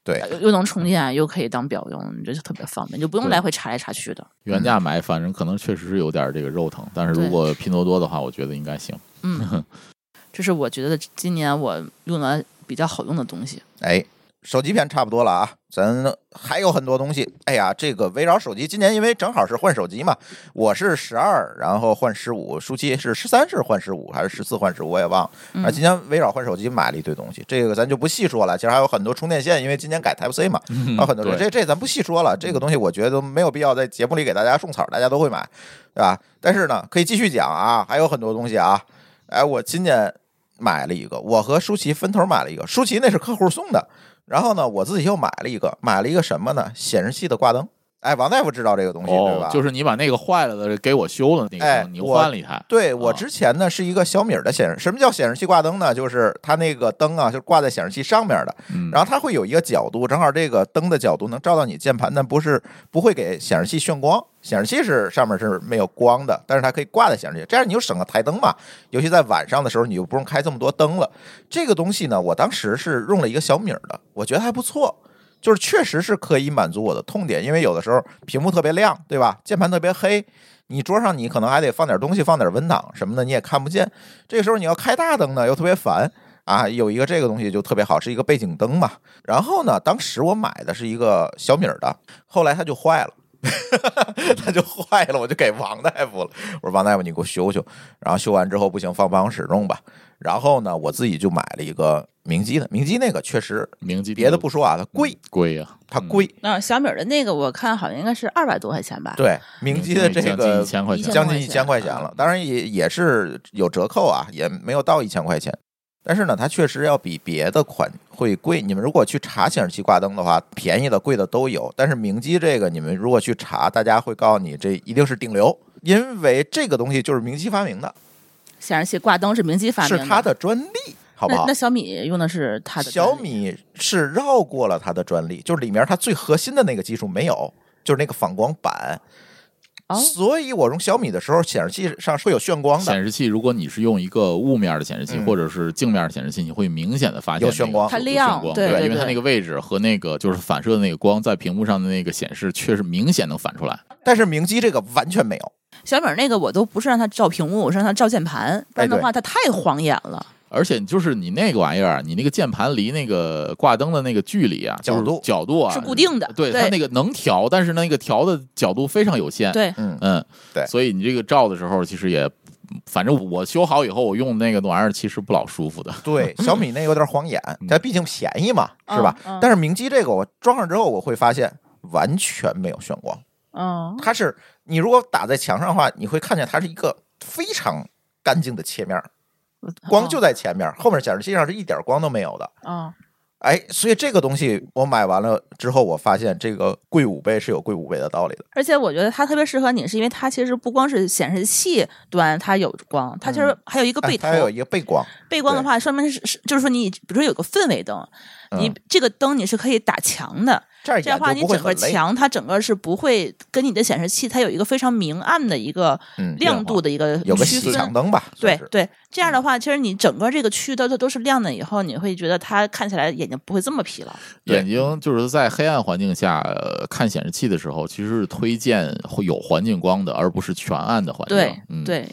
S1: 对
S2: 又又能充电，又可以当表用，你这就特别方便，就不用
S3: 对
S2: 来回查来查去的。
S1: 嗯
S3: 原价买，反正可能确实是有点这个肉疼，但是如
S2: 对
S3: 果拼多多的话，我觉得应该行。
S2: 嗯， 这是我觉得今年我用的比较好用的东西。
S1: 哎，手机篇差不多了啊，咱还有很多东西。哎呀，这个围绕手机，今年因为正好是换手机嘛，我是十二，然后换十五，舒淇是十三是换十五还是十四换十五，我也忘了。
S2: 嗯
S1: 啊，今年围绕换手机买了一堆东西，这个咱就不细说了。其实还有很多充电线，因为今年改 Type C 嘛，还有很多人
S3: 对
S1: 这这咱不细说了。这个东西我觉得没有必要在节目里给大家种草，大家都会买，对吧？但是呢，可以继续讲啊，还有很多东西啊。哎，我今年买了一个，我和舒淇分头买了一个，舒淇那是客户送的，然后呢，我自己又买了一个，买了一个什么呢？显示器的挂灯。哎，王大夫知道这个东西，对
S3: 哦
S1: 吧？，
S3: 就是你把那个坏了的给我修了，那个、
S1: 哎
S3: 你
S1: 我
S3: 换了一台，
S1: 对我
S3: 啊
S1: 之前呢是一个小米儿的显示，什么叫显示器挂灯呢？就是它那个灯啊，就是挂在显示器上面的，
S3: 嗯，
S1: 然后它会有一个角度，正好这个灯的角度能照到你键盘，但不是不会给显示器眩光。显示器是上面是没有光的，但是它可以挂在显示器，这样你就省了台灯嘛。尤其在晚上的时候，你就不用开这么多灯了。这个东西呢，我当时是用了一个小米儿的，我觉得还不错。就是确实是可以满足我的痛点，因为有的时候屏幕特别亮，对吧？键盘特别黑，你桌上你可能还得放点东西，放点文档什么的，你也看不见。这个时候你要开大灯呢，又特别烦啊。有一个这个东西就特别好，是一个背景灯嘛。然后呢，当时我买的是一个小米儿的，后来它就坏了。 它就坏了，我就给王大夫了。我说王大夫，你给我修修。然后修完之后不行，放办公室用吧。然后呢，我自己就买了一个明基的，明基那个确实
S3: 明基嗯
S1: 别的不说啊，它贵，
S3: 贵呀、
S1: 它贵。
S3: 嗯
S2: 那小米儿的那个我看好像应该是二百多块钱吧？
S1: 对，明基的这
S3: 将近
S1: 个
S3: 一千块钱，
S1: 将近一
S2: 一
S1: 千
S2: 千
S1: 块
S2: 块
S1: 钱
S2: 钱嗯
S1: 了，当然也也是有折扣啊，也没有到一千块钱。但是呢，它确实要比别的款会贵。你们如果去查显示器挂灯的话，便宜的、贵的都有。但是明基这个，你们如果去查，大家会告诉你这一定是顶流，因为这个东西就是明基发明的，
S2: 显示器挂灯是明基发明
S1: 是它的专利，好不
S2: 那
S1: 好
S2: 那？小米用的是它的
S1: 小
S2: 专利
S1: 米是绕过了它的专利，就是里面它最核心的那个技术没有，就是那个反光板。
S2: 哦，
S1: 所以我用小米的时候，显示器上是会有眩光的，
S3: 显示器，如果你是用一个雾面的显示器、
S1: 嗯
S3: 或者是镜面的显示器，你会明显的发现
S1: 有眩光
S3: 那个有
S2: 它亮
S3: 眩光
S2: 对对
S3: 因为它
S2: 对
S3: 那个位置和那个就是反射的那个光在屏幕上的那个显示，确实明显能反出来。
S1: 但是明基这个完全没有。
S2: 小米儿那个我都不是让它照屏幕，我是让它照键盘，不然的
S1: 哎对
S2: 话它太晃眼了。
S3: 而且就是你那个玩意儿啊，你那个键盘离那个挂灯的那个距离啊，就是
S1: 角度
S3: 角度啊
S2: 是固定的
S3: 对
S2: 对
S3: 它那个能调，但是那个调的角度非常有限。，
S2: 对，
S1: 嗯，
S3: 嗯，
S1: 对
S3: 所以你这个照的时候，其实也，反正我修好以后，我用那个玩意儿其实不老舒服的。
S1: 对， 小米那有点晃眼，它毕竟便宜嘛，
S2: 嗯
S1: 是吧？
S2: 嗯
S1: 但是明基这个我装上之后，我会发现完全没有眩光，
S2: 嗯，
S1: 它是你如果打在墙上的话，你会看见它是一个非常干净的切面儿，
S2: 嗯
S1: 光就在前面儿，后面显示器上是一点光都没有的。
S2: 啊，
S1: 哎，所以这个东西我买完了之后，我发现这个贵五倍是有贵五倍的道理的。
S2: 而且我觉得它特别适合你，是因为它其实不光是显示器端它有光，它其实还有一个
S1: 哎
S2: 背头。
S1: 它有一个背光，
S2: 背光的话，说明是是就是说你比如说有个氛围灯，
S1: 嗯
S2: 你这个灯你是可以打墙的，
S1: 这样
S2: 这
S1: 眼
S2: 样的话
S1: 睛
S2: 你
S1: 不会
S2: 整
S1: 很
S2: 个
S1: 累。
S2: 墙它整个是不会跟你的显示器它有一个非常明暗的一个
S1: 嗯
S2: 亮度的一个
S1: 有个
S2: 区
S1: 细
S2: 分。
S1: 墙灯吧？算
S2: 对
S1: 是嗯
S2: 对，这样的话，其实你整个这个区都都都是亮的，以后你会觉得它看起来眼睛不会这么疲劳。
S1: 对
S3: 眼睛就是在黑暗环境下、呃看显示器的时候，其实是推荐会有环境光的，而不是全暗的环境。
S2: 对、
S3: 嗯、
S2: 对，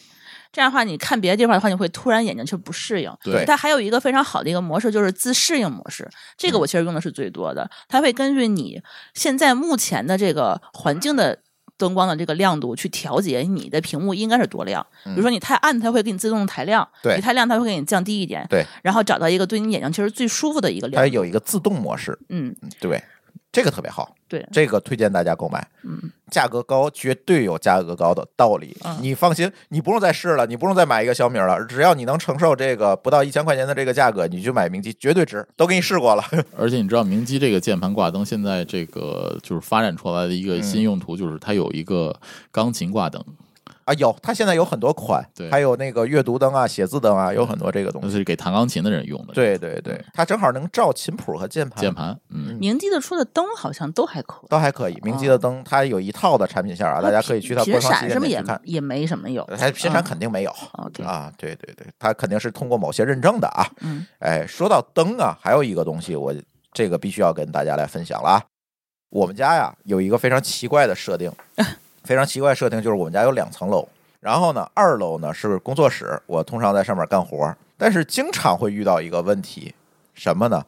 S2: 这样的话，你看别的地方的话，你会突然眼睛就不适应。
S3: 对
S2: 它还有一个非常好的一个模式，就是自适应模式。这
S1: 嗯
S2: 个我其实用的是最多的，它会根据你现在目前的这个环境的。灯光的这个亮度去调节你的屏幕应该是多亮，比如说你太暗，它会给你自动抬亮；
S1: 嗯对
S2: 你太亮，它会给你降低一点。
S1: 对，
S2: 然后找到一个对你眼睛其实最舒服的一个亮
S1: 它
S2: 度。
S1: 有一个自动模式，
S2: 嗯，
S1: 对，这个特别好，
S2: 对，
S1: 这个推荐大家购买。嗯，价格高，绝对有价格高的道理。
S2: 嗯
S1: 你放心，你不用再试了，你不用再买一个小米了，只要你能承受这个不到一千块钱的这个价格，你去买明基绝对值，都给你试过了。
S3: 而且你知道，明基这个键盘挂灯现在这个就是发展出来的一
S1: 嗯
S3: 个新用途，就是它有一个钢琴挂灯，
S1: 啊，有，它现在有很多款，
S3: 对嗯
S1: 还有那个阅读灯啊、写字灯啊，有很多这个东
S3: 那
S1: 西。
S3: 是给弹钢琴的人用的。，
S1: 对对对，它正好能照琴谱和键盘，
S3: 嗯键盘，嗯，
S2: 明基的出的灯好像都还可以。
S1: 都还可以。明基的灯，它有一套的产品线啊，大家可以去它官
S2: 频
S1: 方旗
S2: 闪
S1: 舰
S2: 什么
S1: 店
S2: 也
S1: 去看。
S2: 也没什么有，
S1: 它频闪
S2: 嗯
S1: 肯定没有，
S2: OK
S1: 啊，对对对，它肯定是通过某些认证的啊。
S2: 嗯，
S1: 哎，说到灯啊，还有一个东西，我这个必须要跟大家来分享了啊。我们家呀有一个非常奇怪的设 定，非常奇怪的设定就是我们家有两层楼，然后呢，二楼呢是工作室，我通常在上面干活，但是经常会遇到一个问题，什么呢？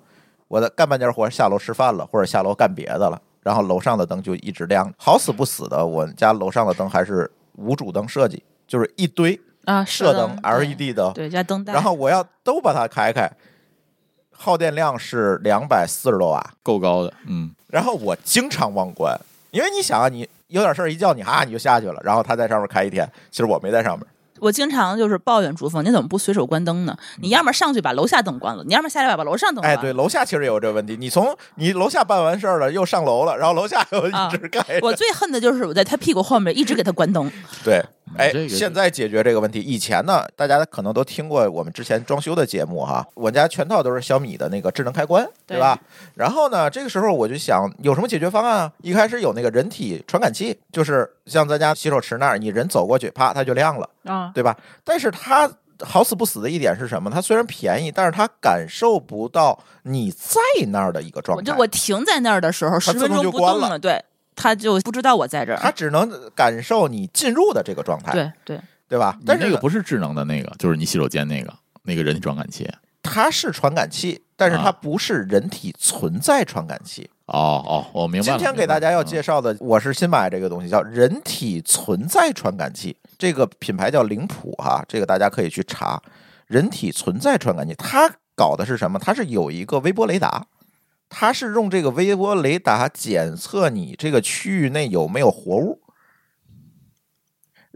S1: 我的干半截活下楼吃饭了，或者下楼干别的了，然后楼上的灯就一直亮，好死不死的，我们家楼上的灯还是无主灯设计，就是一堆
S2: 啊，
S1: 射
S2: 射
S1: 灯、
S2: 对
S1: LED 灯，
S2: 对加灯带，
S1: E 然后我要都把它开开，耗电量是两百四十多瓦，
S3: 够高的，嗯，
S1: 然后我经常忘关，啊因为你想啊，你有点事儿一叫你哈、你就下去了，然后他在上面开一天，其实我没在上面，
S2: 我经常就是抱怨朱峰，你怎么不随手关灯呢？你要么上去把楼下灯关了，你要么下来把楼上灯
S1: 嗯
S2: 关
S1: 哎，
S2: 了。
S1: 对，楼下其实也有这个问题。你从你楼下办完事儿了，又上楼了，然后楼下又一直盖着。
S2: 啊我最恨的就是我在他屁股后面一直给他 关灯，
S1: 对，哎，
S3: 嗯这个
S1: 现在解决这个问题。以前呢，大家可能都听过我们之前装修的节目哈，我家全套都是小米的那个智能开关，
S2: 对
S1: 吧？然后呢，这个时候我就想有什么解决方案啊？一开始有那个人体传感器，就是像咱家洗手池那儿，你人走过去，啪，它就亮了。
S2: 啊，
S1: 对吧？但是它好死不死的一点是什么？它虽然便宜，但是它感受不到你在那儿的一个状
S2: 我
S1: 态
S2: 就，我停在那儿的时候，十
S1: 自动
S2: 分钟
S1: 就
S2: 不
S1: 关
S2: 动
S1: 了
S2: 了，对，他就不知道我在这
S1: 它
S2: 儿，
S1: 只能感受你进入的这个状态，
S2: 对 对，
S1: 对吧
S3: 你？
S1: 但是
S3: 那个
S1: 呢
S3: 不是智能的那个，就是你洗手间那个那个人体传感器。
S1: 它是传感器，但是
S3: 啊
S1: 它不是人体存在传感器。
S3: 哦哦，我明白
S1: 今
S3: 了。
S1: 天给
S3: 明
S1: 大
S3: 白了
S1: 家要
S3: 嗯
S1: 介绍的，我是新买这个东西，叫人体存在传感器，这个品牌叫灵谱哈，这个大家可以去查。人体存在传感器，它搞的是什么？它是有一个微波雷达，它是用这个微波雷达检测你这个区域内有没有活物。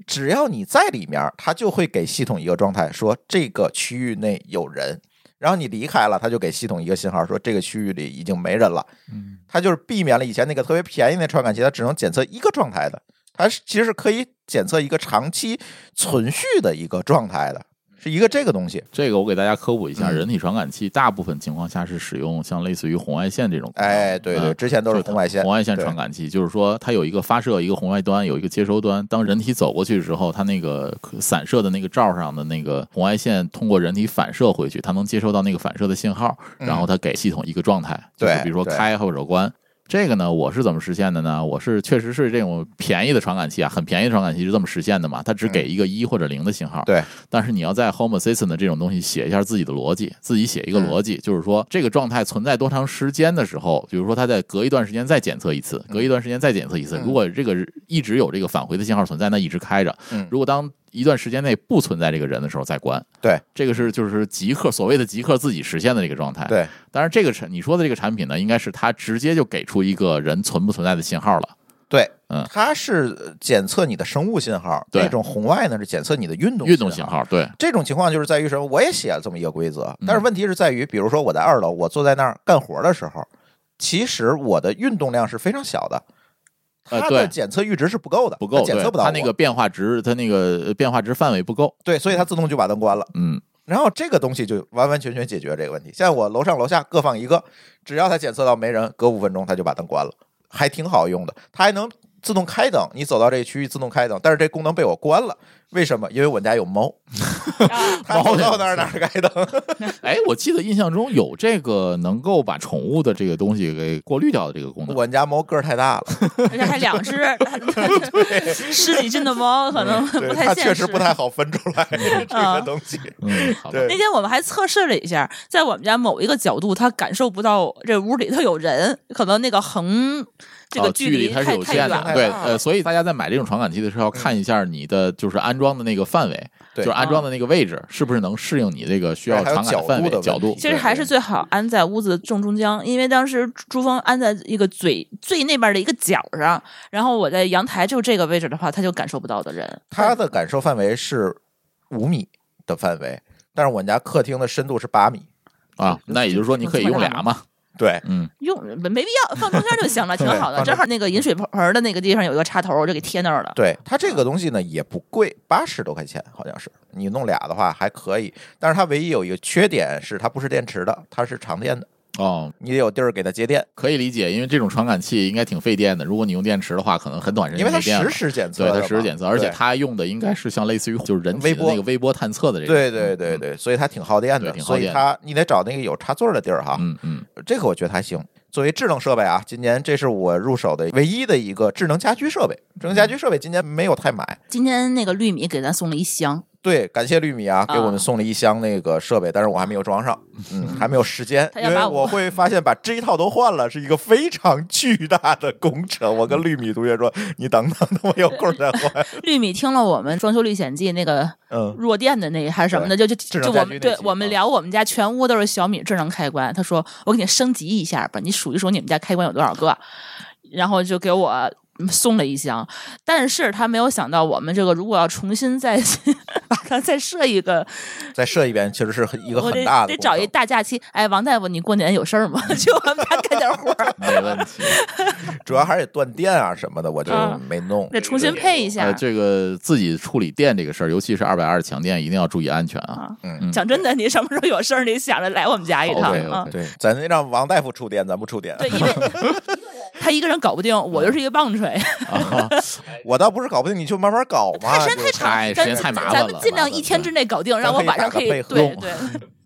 S1: 只要你在里面，它就会给系统一个状态，说这个区域内有人。然后你离开了，它就给系统一个信号，说这个区域里已经没人了。
S3: 嗯，
S1: 它就是避免了以前那个特别便宜的传感器，它只能检测一个状态的，它是其实是可以检测一个长期存续的一个状态的，是一个这个东西。
S3: 这个我给大家科普一下，
S1: 嗯
S3: 人体传感器大部分情况下是使用像类似于红外线这种功能。
S1: 哎，对对，
S3: 嗯
S1: 之前都是红外线，
S3: 红外线
S1: 对
S3: 传感器，就是说它有一个发射，一个红外端，有一个接收端。当人体走过去的时候，它那个散射的那个罩上的那个红外线通过人体反射回去，它能接收到那个反射的信号，
S1: 嗯
S3: 然后它给系统一个状态，
S1: 对
S3: 就是比如说
S1: 对
S3: 开或者关。这个呢，我是怎么实现的呢？我是确实是这种便宜的传感器啊，很便宜的传感器是这么实现的嘛？它只给一个一或者零的信号，
S1: 对，
S3: 但是你要在 Home Assistant 的这种东西写一下自己的逻辑，自己写一个
S1: 嗯
S3: 逻辑，就是说这个状态存在多长时间的时候，比如说它在隔一段时间再检测一次，隔一段时间再检测一次。
S1: 嗯
S3: 如果这个一直有这个返回的信号存在，那一直开着
S1: 嗯；
S3: 如果当一段时间内不存在这个人的时候再关。
S1: 对，
S3: 这个是就是极客所谓的极客自己实现的这个状态。
S1: 对，
S3: 当然这个产你说的这个产品呢，应该是它直接就给出一个人存不存在的信号了。
S1: 对，
S3: 嗯
S1: 它是检测你的生物信号，
S3: 对
S1: 那种红外呢是检测你的运动
S3: 运动
S1: 信
S3: 信。号，对，
S1: 这种情况就是在于什么？我也写了这么一个规则，
S3: 嗯
S1: 但是问题是在于，比如说我在二楼，我坐在那儿干活的时候，其实我的运动量是非常小的，
S3: 呃
S1: 它
S3: 对
S1: 的检测阈值是不够的，
S3: 不
S1: 它
S3: 够，
S1: 检测
S3: 对
S1: 不到
S3: 它
S1: 我
S3: 那个变化值，它那个呃变化值范围不够。
S1: 对，所以它自动就把灯关了。
S3: 嗯，
S1: 然后这个东西就完完全全解决这个问题。现在我楼上楼下各放一个，只要它检测到没人，隔五分钟它就把灯关了，还挺好用的。它还能自动开灯，你走到这个区域自动开灯，但是这功能被我关了，为什么？因为我家有猫，它
S3: 猫
S1: 走
S3: 也
S1: 到那儿哪儿开灯。
S3: 哎，我记得印象中有这个能够把宠物的这个东西给过滤掉的这个功能。
S1: 我们家猫个儿太大了，
S2: 而且还两只 十几斤的猫，可能
S1: 对
S2: 不
S1: 它
S2: 太现实。
S1: 确实不太好分出来 这个
S2: 啊
S1: 东西。
S3: 嗯，好吧
S1: 对
S2: 那天我们还测试了一下，在我们家某一个角度，他感受不到这屋里头有人，可能那个横这
S3: 哦
S2: 个
S3: 距
S2: 离
S3: 它
S2: 太、
S3: 是有
S2: 太远
S3: 限的，
S2: 了。
S3: 对，
S2: 啊
S3: 呃，所以大家在买这种传感器的时候，要看一下你的就是安装的那个范围，
S1: 嗯对
S3: 就是
S2: 啊
S3: 安装的那个位置是不是能适应你这个需要
S1: 对还有
S3: 传感的范围
S1: 角度的
S3: 角度
S1: 问。题
S2: 其实还是最好安在屋子正中央，因为当时珠峰安在一个最最那边的一个角上，然后我在阳台就这个位置的话，他就感受不到的人。
S1: 它的感受范围是五米的范围，但是我们家客厅的深度是八米。
S3: 啊，那也就是说你可以用俩嘛，
S1: 对，
S3: 嗯，
S2: 用没没必要放中间就 行了，挺好的。
S1: 对
S2: 正好那个饮水盆儿的那个地方有一个插头，我就给贴那儿了。
S1: 对它这个东西呢也不贵，八十多块钱好像是。你弄俩的话还可以，但是它唯一有一个缺点是它不是电池的，它是长电的，
S3: 哦，
S1: 你得有地儿给它接电，
S3: 可以理解，因为这种传感器应该挺费电的，如果你用电池的话，可能很短时
S1: 因
S3: 间
S1: 为它
S3: 没电了
S1: 实。时检测
S3: 对，
S1: 的嘛，
S3: 它实时检测，而且
S1: 对
S3: 它用的应该是像类似于就是人体
S1: 微
S3: 的
S1: 波
S3: 那个微波探测的这种。嗯
S1: 对对对对，所以它挺耗电的，
S3: 对挺耗
S1: 所以
S3: 电
S1: 它你得找那个有插座的地儿哈。
S3: 嗯嗯，
S1: 这个我觉得还行。作为智能设备啊，今年这是我入手的唯一的一个智能家居设备。智能家
S3: 嗯
S1: 居设备今年没有太买，
S2: 今天那个绿米给咱送了一箱，
S1: 对，感谢绿米啊，给我们送了一箱那个设备，但是我还没有装上，嗯，还没有时间，
S2: 他
S1: 因
S2: 要
S1: 为
S2: 把我
S1: 我会发现把这一套都换了是一个非常巨大的工程。我跟绿米同学说，你等等，等我有空再换。
S2: 绿米听了我们《装修历险记》那个
S1: 嗯，
S2: 弱电的那还是什么的，就就
S1: 智
S2: 就
S1: 能家
S2: 我
S1: 居那
S2: 们对
S1: 集
S2: 我们
S1: 啊
S2: 聊我们家全屋都是小米智能开关，他说我给你升级一下吧，你数一数你们家开关有多少个，然后就给我嗯送了一箱，但是他没有想到我们这个如果要重新再 把它再设一个，
S1: 再设一遍，其实是很一个
S2: 我
S1: 很
S2: 得
S1: 大的
S2: 得
S1: 过
S2: 找一
S1: 程
S2: 大假期。哎，王大夫，你过年有事儿吗？ 去我们家干点活儿，
S3: 没问 题。呃
S1: 主要还是得断电啊什么的，我就
S2: 嗯
S1: 没弄。
S2: 得重新配一下
S3: 呃，。这个自己处理电这个事儿，尤其是二百二强电，一定要注意安全 啊。
S2: 讲真的，你什么时候有事儿，你想着来我们家一趟
S3: 对
S2: 啊？
S1: 嗯对，咱让王大夫触电，咱不触电。
S2: 对，因为 他一个人搞不定，我就是一个棒槌。
S1: 我倒不是搞不定，你就慢慢搞嘛。
S2: 他时间
S1: 就
S2: 太
S1: 是
S2: 长，
S3: 太
S2: 咱
S3: 时间太麻烦
S2: 咱
S3: 了
S2: 们尽量
S3: 麻烦
S2: 一天之内搞定，让
S1: 咱
S2: 我
S1: 可以
S2: 晚上
S1: 打个
S2: 可以
S1: 备
S2: 对
S1: 用
S2: 对，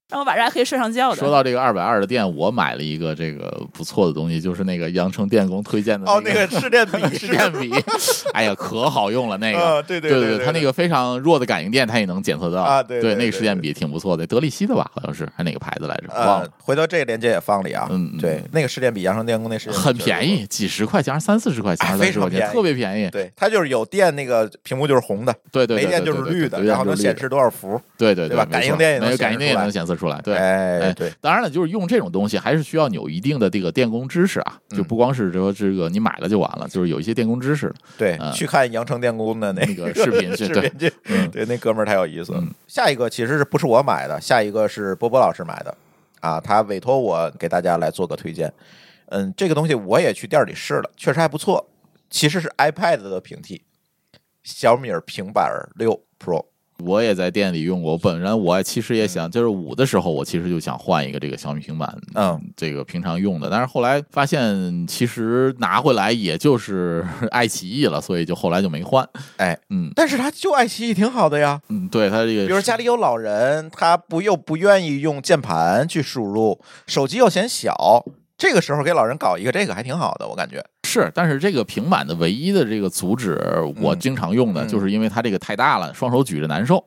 S2: 让我晚上还可以睡上觉的。
S3: 说到这个二百二的电，我买了一个这个不错的东西，就是那个阳城电工推荐的
S1: 哦，那
S3: 那
S1: 个试 电笔是
S3: 是电笔， 哎呀，可好用了那个。
S1: 啊对对
S3: 对
S1: 对对对
S3: 它那个非常弱的感应电，它也能检测到
S1: 啊对对
S3: 那
S1: 对
S3: 个
S1: 对
S3: 实验笔挺不错的，德利希的吧，好像是，还哪个牌子来着？忘
S1: 呃
S3: 了。，
S1: 回头这链接也放里啊。
S3: 嗯嗯
S1: 对，那个试电笔，扬声电工那试电笔
S3: 很
S1: 就是
S3: 便宜，几十块钱，三四十块钱，
S1: 哎
S3: 三
S1: 非
S3: 十
S1: 常
S3: 块
S1: 便
S3: 钱，
S1: 宜
S3: 特别便宜。
S1: 对，它就是有电，那个屏幕就是红的，
S3: 对对，对
S1: 没电就是绿的，然后能显，示多少伏。
S3: 对对对对对对对对
S1: 对吧
S3: 没
S1: 感应
S3: 错
S1: 电也能
S3: 没有
S1: 显
S3: 感
S1: 示
S3: 应电也
S1: 出来
S3: 能显示出来。对，
S1: 哎，
S3: 哎
S1: 对，
S3: 当然了，就是用这种东西还是需要有一定的这个电工知识啊，就
S1: 嗯
S3: 不光是说这个你买了就完了，就是有一些电工知识的。
S1: 对，
S3: 嗯
S1: 去看阳城电工的那
S3: 那个视频去
S1: 视
S3: 对
S1: 频去，
S3: 嗯
S1: 对，那哥们儿太有意思了
S3: 嗯。
S1: 下一个其实是不是我买的？下一个是波波老师买的啊，他委托我给大家来做个推荐。嗯，这个东西我也去店儿里试了，确实还不错。其实是 iPad 的平替，小米儿平板儿六 Pro。
S3: 我也在店里用过，我本人我其实也想，就是五的时候，我其实就想换一个这个小米平板，
S1: 嗯，
S3: 这个平常用的，但是后来发现其实拿回来也就是 爱奇艺了，所以就后来就没换。
S1: 哎，
S3: 嗯
S1: 但是他就爱奇艺挺好的呀。
S3: 嗯，对它这个，
S1: 比如家里有老人，他不又不愿意用键盘去输入，手机又嫌小，这个时候给老人搞一个这个还挺好的，我感觉。
S3: 是，但是这个平板的唯一的这个阻止我
S1: 嗯
S3: 经常用的，
S1: 嗯
S3: 就是因为它这个太大了，双手举着难受，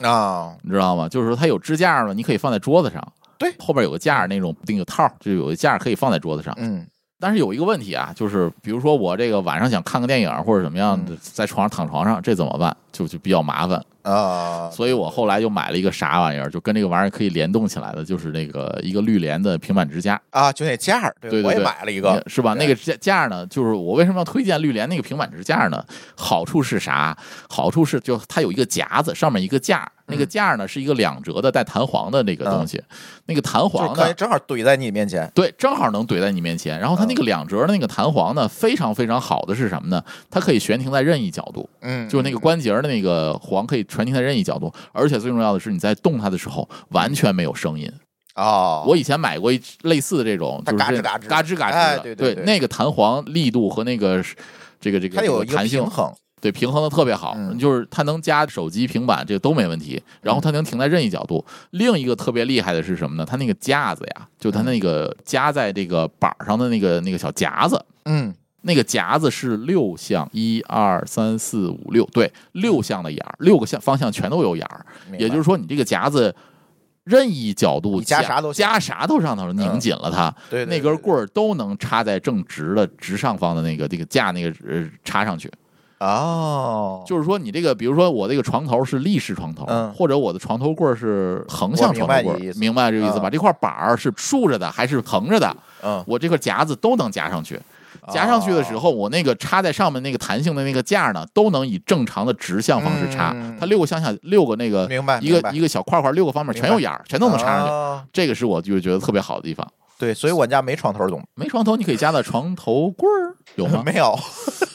S1: 啊、
S3: 你知道吗？就是说它有支架嘛，你可以放在桌子上。
S1: 对
S3: 后边有个架儿，那种那个套儿，就是有个架儿可以放在桌子上。
S1: 嗯，
S3: 但是有一个问题啊，就是比如说我这个晚上想看个电影或者怎么样
S1: 嗯
S3: 的，在床上躺床上，这怎么办？就就比较麻烦。
S1: 啊，
S3: 所以我后来就买了一个啥玩意儿，就跟这个玩意儿可以联动起来的，就是那个一个绿联的平板支架，
S1: 啊，就那架儿，对
S3: 对对
S1: 我也
S3: 对
S1: 买了一个，
S3: 是吧？
S1: 对
S3: 那个支架架呢，就是我为什么要推荐绿联那个平板支架呢？好处是啥？好处是就它有一个夹子，上面一个架，那
S1: 嗯
S3: 个架呢是一个两折的带弹簧的那个东西，那个弹
S1: 就是
S3: 簧
S1: 可以
S3: 呢。
S1: 正好怼在你面前，
S3: 对，正好能怼在你面前。然后它那个
S1: 嗯
S3: 两折的那个弹簧呢，非常非常好的是什么呢？它可以悬停在任意角度，
S1: 嗯，
S3: 就是那个关节儿的那个簧可以传停在任意角度，而且最重要的是，你在动它的时候完全没有声音。
S1: 哦，
S3: 我以前买过一类似的这种，
S1: 它
S3: 就是
S1: 嘎吱嘎吱
S3: 这嘎吱嘎吱
S1: 哎
S3: 的
S1: 对对
S3: 对
S1: 对
S3: 那个弹簧力度和那个是这个这个
S1: 它有
S3: 这
S1: 一
S3: 个
S1: 个
S3: 弹
S1: 平
S3: 性，
S1: 衡，
S3: 对平衡的特别好，
S1: 嗯
S3: 就是它能加手机、平板这个都没问题，然后它能停在任意角度。另一个特别厉害的是什么呢？它那个架子呀，就它那个夹在这个板儿上的那个那个小夹子，
S1: 嗯，
S3: 那个夹子是六项，一二三四五六，对，六项的眼儿，六个项方向全都有眼儿。
S1: 明
S3: 也
S1: 白
S3: 就是说，你这个夹子任意角度
S1: 你加啥都行嗯
S3: 夹啥都上头拧紧了它，
S1: 对
S3: 那根棍儿都能插在正直的直上方的那个这个架那个呃插上去。
S1: 儿哦，
S3: 就是说，你这个比如说我这个床头是立式床头，
S1: 嗯
S3: 或者我的床头柜儿是横向床头柜
S1: 我明白你意
S3: 儿，
S1: 思
S3: 明白这个意思吧？
S1: 嗯
S3: 这块板儿是竖着的还是横着的？
S1: 嗯，
S3: 我这块夹子都能夹上去。夹上去的时
S1: 哦
S3: 候，我那个插在上面那个弹性的那个架呢，都能以正常的直向方式插
S1: 嗯。
S3: 它六个向下，六个那个
S1: 明白
S3: 一个
S1: 明白
S3: 一个小块块，六个方面全有眼儿，全都能插上去。
S1: 哦
S3: 这个是我就觉得特别好的地方。
S1: 对，所以我家没床头总
S3: 没床头，你可以加到床头柜儿，有吗？
S1: 没有，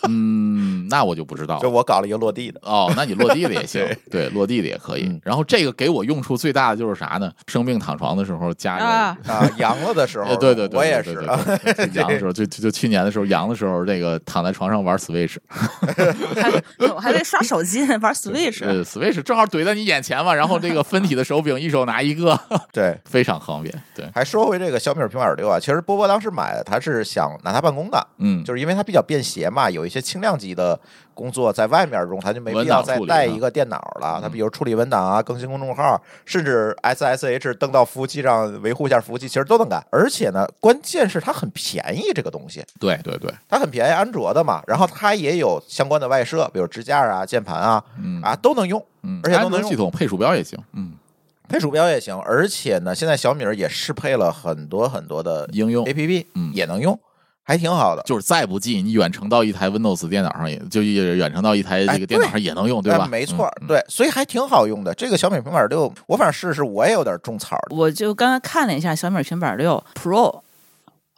S3: 嗯，那我就不知道了
S1: 就。我搞了一个落地的，
S3: 哦，那你落地的也行
S1: 对，
S3: 对，落地的也可以
S1: 嗯。
S3: 然后这个给我用处最大的就是啥呢？生病躺床的时候加个
S2: 啊，
S1: 啊，阳了的时候
S3: 呃，，对对对，
S1: 我也
S3: 对
S1: 是
S3: 对
S1: 啊，
S3: 对 对阳的时候，就就就去年的时候，阳的时候，这个躺在床上玩 Switch，
S2: 还我还得刷手机 呢玩 Switch，
S3: 呃，Switch 正好怼在你眼前嘛，然后这个分体的手柄一手拿一个，
S1: 对。
S3: 非常方便。对，
S1: 还说回这个小米儿平板儿六啊，其实波波当时买的，他是想拿它办公的，
S3: 嗯，
S1: 就是因为它比较便携嘛，有一些轻量级的工作在外面用，它就没必要再带一个电脑
S3: 嗯
S1: 了。它比如处理文档啊、更新公众号，甚至 SSH 登到服务器上维护一下服务器，其实都能干。而且呢，关键是它很便宜，这个东西
S3: 对对对，
S1: 它很便宜，安卓的嘛。然后它也有相关的外设，比如支架啊、键盘啊
S3: 嗯
S1: 啊都能用，
S3: 嗯，
S1: 而且都能
S3: 安卓
S1: 用
S3: 系统配鼠标也行，嗯，
S1: 配鼠标也行。而且呢，现在小米儿也适配了很多很多的
S3: 应用
S1: APP，
S3: 嗯
S1: 也能用。还挺好的。
S3: 就是再不济，你远程到一台 Windows 电脑上也，就也远程到一台这个电脑上也能用，对吧？
S1: 哎没错儿，
S3: 嗯嗯
S1: 对，所以还挺好用的。这个小米平板六，我反正试试，我也有点种草 儿。
S2: 我就刚刚看了一下小米平板六 Pro，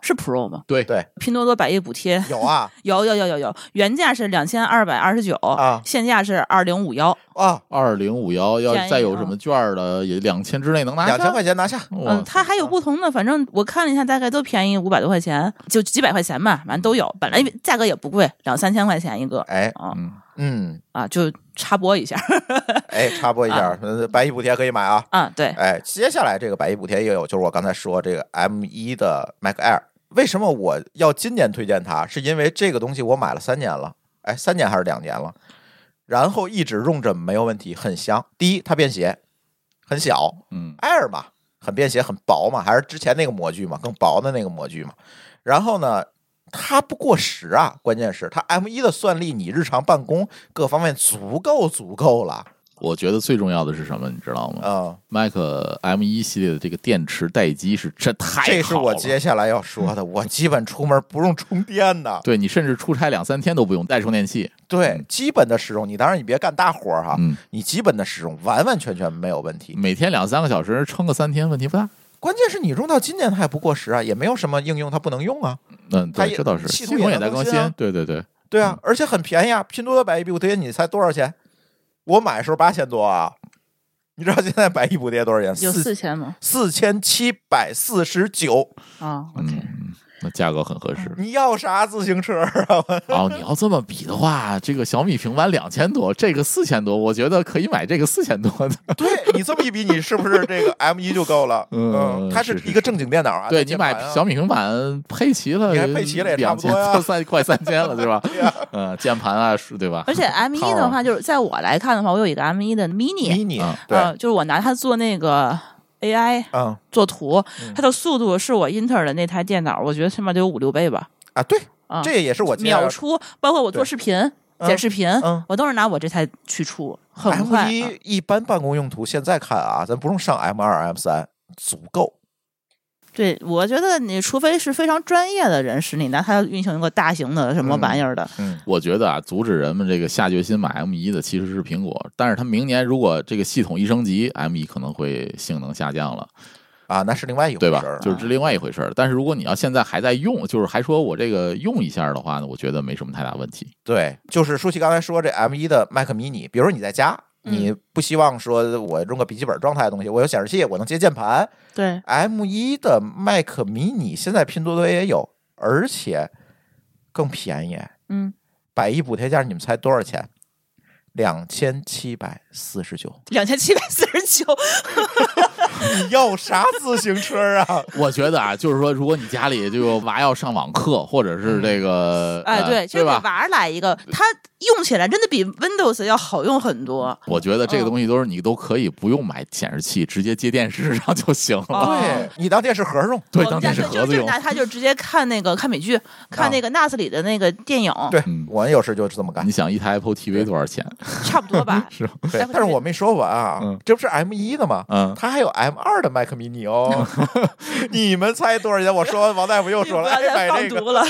S2: 是 Pro 吗？
S3: 对
S1: 对
S2: 拼多多百亿补贴
S1: 有啊
S2: 有有有有有，原价是两千二百二十九
S1: 啊
S2: 现价是二零五幺。
S1: 啊，
S3: 二零五幺要
S2: 便宜
S3: 再有
S2: 啊
S3: 什么券儿的，也两千之内能拿下。
S1: 两千块钱拿下，
S3: 哇，
S2: 嗯，它还有不同的，反正我看了一下，大概都便宜五百多块钱，就几百块钱吧，反正都有。本来价格也不贵，两三千块钱一个
S1: 哎，
S2: 啊
S3: 嗯，
S1: 嗯，
S2: 啊，就插播一下
S1: 哎，插播一
S3: 啊
S1: 下，呃百亿补贴可以买啊。
S2: 啊， 对，
S1: 哎，接下来这个百亿补贴也有，就是我刚才说这个 M 一的 Mac Air，为什么我要今年推荐它？是因为这个东西我买了三年了，哎，三年还是两年了，然后一直用着没有问题，很香。第一，它便携，很小，
S3: 嗯
S1: Air 嘛，很便携，很薄嘛，还是之前那个模具嘛，更薄的那个模具嘛。然后呢，它不过时啊，关键是它 M 一的算力，你日常办公各方面足够足够了。
S3: 我觉得最重要的是什么，你知道吗
S1: 嗯，
S3: ？Mac M 一系列的这个电池待机是这太
S1: 这是
S3: 好
S1: 我
S3: 了
S1: 接下来要说的。我基本出门不用充电的，
S3: 对你甚至出差两三天都不用带充电器。
S1: 对，基本的使用，你当然你别干大活儿哈，
S3: 嗯，
S1: 你基本的使用完完全全没有问题。
S3: 每天两三个小时撑个三天问题不大。
S1: 关键是你用到今年它也不过时啊，也没有什么应用它不能用啊。
S3: 嗯，
S1: 它
S3: 对，
S1: 也
S3: 这倒是
S1: 系
S3: 系
S1: 统
S3: 统
S1: 也
S3: 也
S1: 能
S3: 在
S1: 更
S3: 更
S1: 新
S3: 新
S1: 啊，
S3: 对对嗯对，
S1: 对啊，而且很便宜啊，拼多多百亿补贴你才多少钱？我买的时候八千多啊，你知道现在百亿补贴多少钱？
S2: 有
S1: 四
S2: 四千吗？
S1: 四千七百四十九。
S2: 啊，OK、o 嗯 k
S3: 嗯，那价格很合适。
S1: 你要啥自行车啊？
S3: 哦，你要这么比的话，这个小米平板两千多，这个四千多，我觉得可以买这个四千多的。
S1: 对你这么一比，你是不是这个 M 一就够了？
S3: 嗯
S1: 它
S3: 是是
S1: 一个正经电脑啊。
S3: 对
S1: 带
S3: 你
S1: 键
S3: 买
S1: 盘啊
S3: 小米平板配齐了，
S1: 你还配齐了也差
S3: 两
S1: 不
S3: 千
S1: 多呀
S3: 三快三千了，对 吧？ 嗯，键盘啊，是对吧？
S2: 而且 M 一
S3: 套啊
S2: 的话，就是在我来看的话，我有一个 M 一的 mini，
S1: mini
S3: 啊
S1: 嗯对，
S2: 呃，就是我拿它做那个 AI
S1: 嗯
S2: 做图，它的速度是我英特尔的那台电脑，我觉得起码得有五六倍吧，
S1: 啊对，
S2: 啊，
S1: 这也是我今天
S2: 秒出，包括我做
S1: 对
S2: 视频、
S1: 嗯
S2: 剪视频
S1: 嗯，
S2: 我都是拿我这台去出，很
S1: M
S2: 快。
S3: 啊
S1: 一一般办公用途，现在看啊，咱不用上 M 二 M 三，足够。
S2: 对，我觉得你除非是非常专业的人士，你拿它运行一个大型的什么玩意儿的，
S1: 嗯，
S3: 我觉得啊，阻止人们这个下决心买 M 一的其实是苹果，但是它明年如果这个系统一升级，M 一可能会性能下降了，
S1: 啊，那是另外一回
S3: 对
S1: 事
S3: 吧
S1: 儿？了。
S3: 就是这另外一回事儿。但是如果你要现在还在用，就是还说我这个用一下的话呢，我觉得没什么太大问题。
S1: 对，就是舒淇刚才说这 M 一的 Mac mini，比如说你在家，
S2: 嗯
S1: 你不希望说我用个笔记本状态的东西，我有显示器，我能接键盘。
S2: 对，
S1: M 一的 Mac mini 现在拼多多也有，而且更便宜，
S2: 嗯，
S1: 百亿补贴价，你们猜多少钱？两千七百四十九。
S2: 两千七百四十九，
S1: 你要啥自行车啊？
S3: 我觉得啊，就是说，如果你家里这个娃要上网课，或者是这个，
S2: 嗯哎，
S1: 啊
S3: 呃
S2: 对，其实
S3: 对
S2: 给
S3: 吧？
S2: 娃儿来一个，它用起来真的比 Windows 要好用 很多。
S3: 我觉得这个
S2: 嗯
S3: 东西都是你都可以不用买显示器，直接接电视上就行了。
S2: 哦
S1: 对你当电视盒用。啊
S3: 对，
S2: 我
S3: 当
S2: 们家
S3: 电视
S2: 就
S3: 盒
S2: 就
S3: 子
S2: 是
S3: 用。
S2: 拿它就直接看那个看美剧，看那个 NAS 里的那个电影，
S1: 对
S3: 嗯，
S1: 我有时就是这么干
S3: 你。想一台 Apple TV 多少钱？。
S2: 差不多吧
S3: 是吧？
S1: 对，但是我没说完啊
S3: 嗯，
S1: 这不是 M 一的吗？
S3: 嗯，
S1: 它还有 M 二的 Mac mini 哦，你们猜多少钱？我说完，王大夫又
S2: 你不
S1: 说了，
S2: 要
S1: 哎，
S2: 再
S1: 买这
S2: 放
S1: 个
S2: 毒了，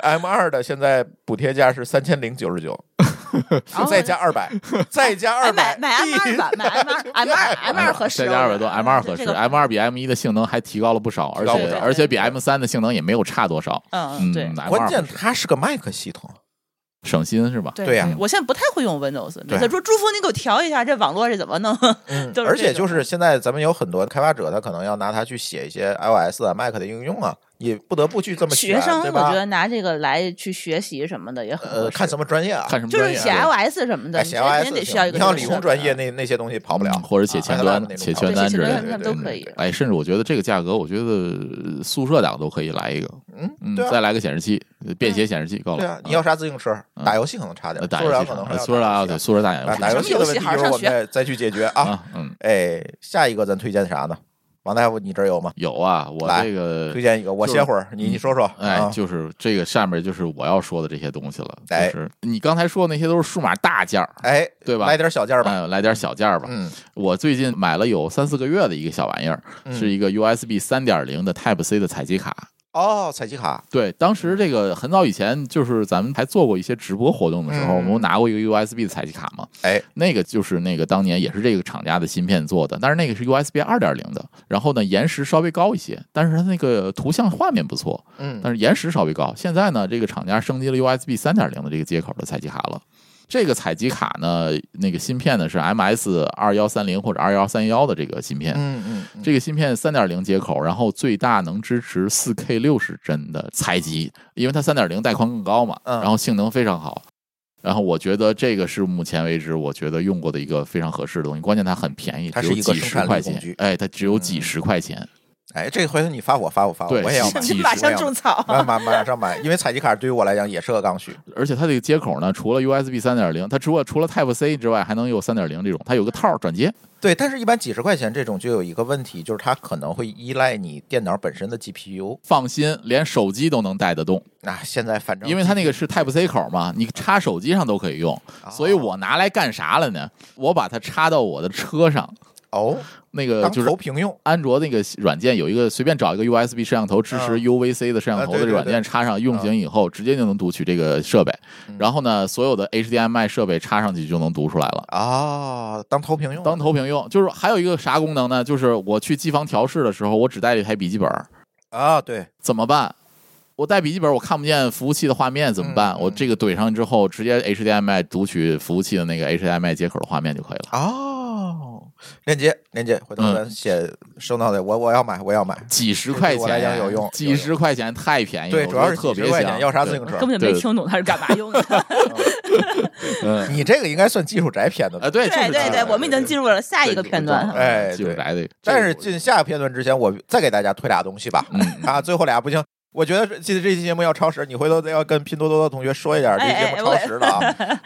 S1: M 二的现在补贴价是三千零九十九，再加二 百，再加
S2: 哦哎
S1: 二
S2: 买
S1: 百，
S2: 买 M 二吧， 买 M 二 M 二 M 二合适，嗯
S3: 再加二百多，M 二合适
S2: 这个
S1: 哎
S3: ，M 二比 M 一的性能还提高了不少，而
S1: 提高不
S3: 且
S1: 少
S3: 而且比 M 三的性能也没有差多少。
S2: 嗯，
S3: 嗯，
S2: 对
S3: M
S1: 关键
S3: 二
S1: 它是个 Mac 系统，
S3: 省心是吧？
S1: 对呀
S2: 我现在不太会用 Windows，
S1: 对
S2: 每次说朱峰，你给我调一下这网络这怎么弄？
S1: 嗯
S2: 就是
S1: 而且
S2: 这种
S1: 就是现在咱们有很多开发者，他可能要拿它去写一些 iOS 啊、Mac 的应用啊，也不得不去 这么
S2: 学
S1: 选，
S2: 生我
S1: 对吧
S2: 觉？得拿这个来去学习什么的也很合
S1: 呃，
S2: 适
S1: 看什么专业啊？
S3: 看什么
S2: 就
S3: 专
S2: 是
S3: 业啊？
S2: 写 iOS 什么的，
S1: 哎
S2: 你
S1: 写
S2: 这肯
S1: iOS 的
S2: 定得
S1: 行
S2: 需要一个
S1: 你像
S2: 这
S1: 理
S2: 个
S1: 工
S2: 设
S1: 专
S2: 备
S1: 业那那些东西跑不了
S3: 嗯，或者写前端
S1: iPad 那、种
S3: 写前端之类
S2: 对写前端
S3: 的
S2: 他。们
S1: 对
S2: 都
S1: 对
S2: 可以。
S3: 哎，甚至我觉得这个价格，我觉得呃宿舍党都可以来一个，
S1: 嗯，
S3: 嗯
S1: 对，啊
S3: 再。来个显示器，呃便携显示器够
S1: 对
S3: 了
S1: 啊。，你要啥自行车？
S3: 嗯
S1: 打游戏可能差点
S3: 呃，打
S1: 苏
S3: 游
S1: 然
S3: 戏
S1: 可能
S3: 上，
S1: 还
S3: 呃
S1: 要
S3: 宿舍党
S1: 打
S3: 啊
S1: 游戏啊打游
S3: 对，宿舍党也有
S1: 戏的问题一
S2: 什么
S1: 会
S2: 游戏
S1: 儿我们
S2: 还是上
S1: 再
S2: 学
S1: 再去解决啊。
S3: 啊，嗯，
S1: 哎，下一个咱推荐啥呢？王大夫，你这儿有吗？
S3: 有啊，我
S1: 来
S3: 这个
S1: 推荐一个，我
S3: 就是
S1: 歇会儿，你你说说。
S3: 哎，
S1: 啊
S3: 就是这个上面就是我要说的这些东西了，
S1: 哎
S3: 就是你刚才说的那些都是数码大件儿，
S1: 哎，
S3: 对吧
S1: 来点小件儿吧。
S3: 哎，来点小件儿吧。
S1: 嗯
S3: 我最近买了有三四个月的一个小玩意儿，
S1: 嗯
S3: 是一个 USB 三点零的 Type C 的采集卡。
S1: 哦，采集卡，
S3: 对，当时这个很早以前，就是咱们还做过一些直播活动的时候，
S1: 嗯
S3: 我们拿过一个 USB 的采集卡嘛，
S1: 哎，
S3: 那个就是那个当年也是这个厂家的芯片做的，但是那个是 USB 二点零的，然后呢延时稍微高一些，但是它那个图像画面不错，
S1: 嗯，
S3: 但是延时稍微高。现在呢，这个厂家升级了 USB 三点零的这个接口的采集卡了。这个采集卡呢，那个芯片呢是 MS 二幺三零或者二幺三幺的这个芯片，
S1: 嗯嗯嗯，
S3: 这个芯片三点零接口，然后最大能支持四 K 六十帧的采集，因为它三点零带宽更高嘛，
S1: 嗯
S3: 然后性能非常好。然后我觉得这个是目前为止我觉得用过的一个非常合适的东西，关键它很便宜，
S1: 它
S3: 只
S1: 是
S3: 有
S1: 一个
S3: 几
S1: 生
S3: 十
S1: 产力
S3: 块
S1: 工
S3: 钱
S1: 具，嗯
S3: 哎，它只有几十块钱，
S1: 哎，这回头你发我发我发我，
S3: 对
S1: 我 也要买
S3: 是，
S2: 你马上种草，
S3: 啊
S1: 马马马上买，因为采集卡对于我来讲也是个刚需。
S3: 而且它这个接口呢，除了 USB 三点零，它除了除了 Type C 之外，还能有三点零这种，它有个套儿转接，
S1: 对，但是一般几十块钱这种就有一个问题，就是它可能会依赖你电脑本身的 GPU。
S3: 放心，连手机都能带得动。
S1: 那、现在反正
S3: 因为它那个是 Type C 口嘛，你插手机上都可以用，
S1: 哦
S3: 所以我拿来干啥了呢？我把它插到我的车上，
S1: 哦，
S3: 那个
S1: 当
S3: 呃就是
S1: 投屏用，
S3: 安卓那个软件有一个随便找一个 USB 摄像头支
S1: 嗯
S3: 持 UVC 的摄像头
S1: 啊对
S3: 的
S1: 对
S3: 软件
S1: 对嗯
S3: 插上运行以后，直接就能读取这个设备。然后呢，所有的 HDMI 设备插上去就能读出来了。
S1: 哦，当投屏用，
S3: 当投屏用，就是还有一个啥功能呢？就是我去机房调试的时候，我只带了一台笔记本，
S1: 啊，对，
S3: 怎么办？我带笔记本，我看不见服务器的画面怎么办？
S1: 嗯嗯
S3: 我这个怼上之后，直接 HDMI 读取服务器的那个 HDMI 接口的画面就可以了。
S1: 哦，链接链接，回头
S3: 嗯
S1: 咱写收到的，我我要买，我要买。
S3: 几十块
S1: 对我来
S3: 钱
S1: 讲有用
S3: 几十块钱太便宜
S1: 对，
S3: 了，哎我
S1: 主要
S3: 觉
S1: 是
S3: 得特
S1: 几
S3: 别
S1: 十块钱，
S3: 香
S1: 要啥自
S3: 对
S1: 行
S2: 根
S1: 车？
S2: 本就没听懂它是干嘛用的。
S3: 嗯，
S1: 你这个应该算技术宅片的
S3: 啊，， 对，就是
S2: 对对
S3: 这
S2: 对，
S3: 样
S2: 我们已经进入了下一个片段。
S1: 哎
S3: 技术宅的。
S1: 但是进下个片段之前，我再给大家推俩东西吧。啊，最后俩不行，我觉得这记得这期节目要超时，你回头再要跟拼多多的同学说一下，这期节目超时了啊。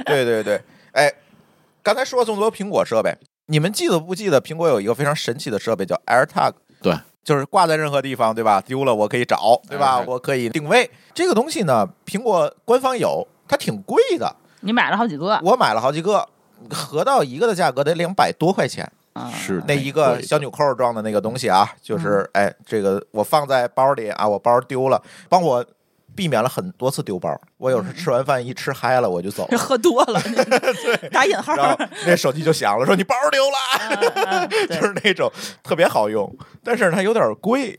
S1: 对对对，哎，刚才说了这么多苹果设备，你们记得不记得苹果有一个非常神奇的设备叫 AirTag？
S3: 对。
S1: 就是挂在任何地方，对吧？丢了我可以找，对吧？
S3: AirTag
S1: 我可以定位。这个东西呢，苹果官方有，它挺贵的，
S2: 你买了好几啊个，
S1: 我买了好几个，合到一个的价格得两百多块钱。
S2: 嗯
S3: 是
S1: 那一个小纽扣状的那个东西啊，就是哎，这个我放在包里啊，我包丢了，帮我避免了很多次丢包。我有时吃完饭一吃嗨了，我就走
S2: 是
S1: 了。
S2: 喝多了，打引号。
S1: 然后那手机就响了，说你包丢了，
S2: 嗯嗯
S1: 就
S2: 对
S1: 是那种特别好用，但是它有点贵，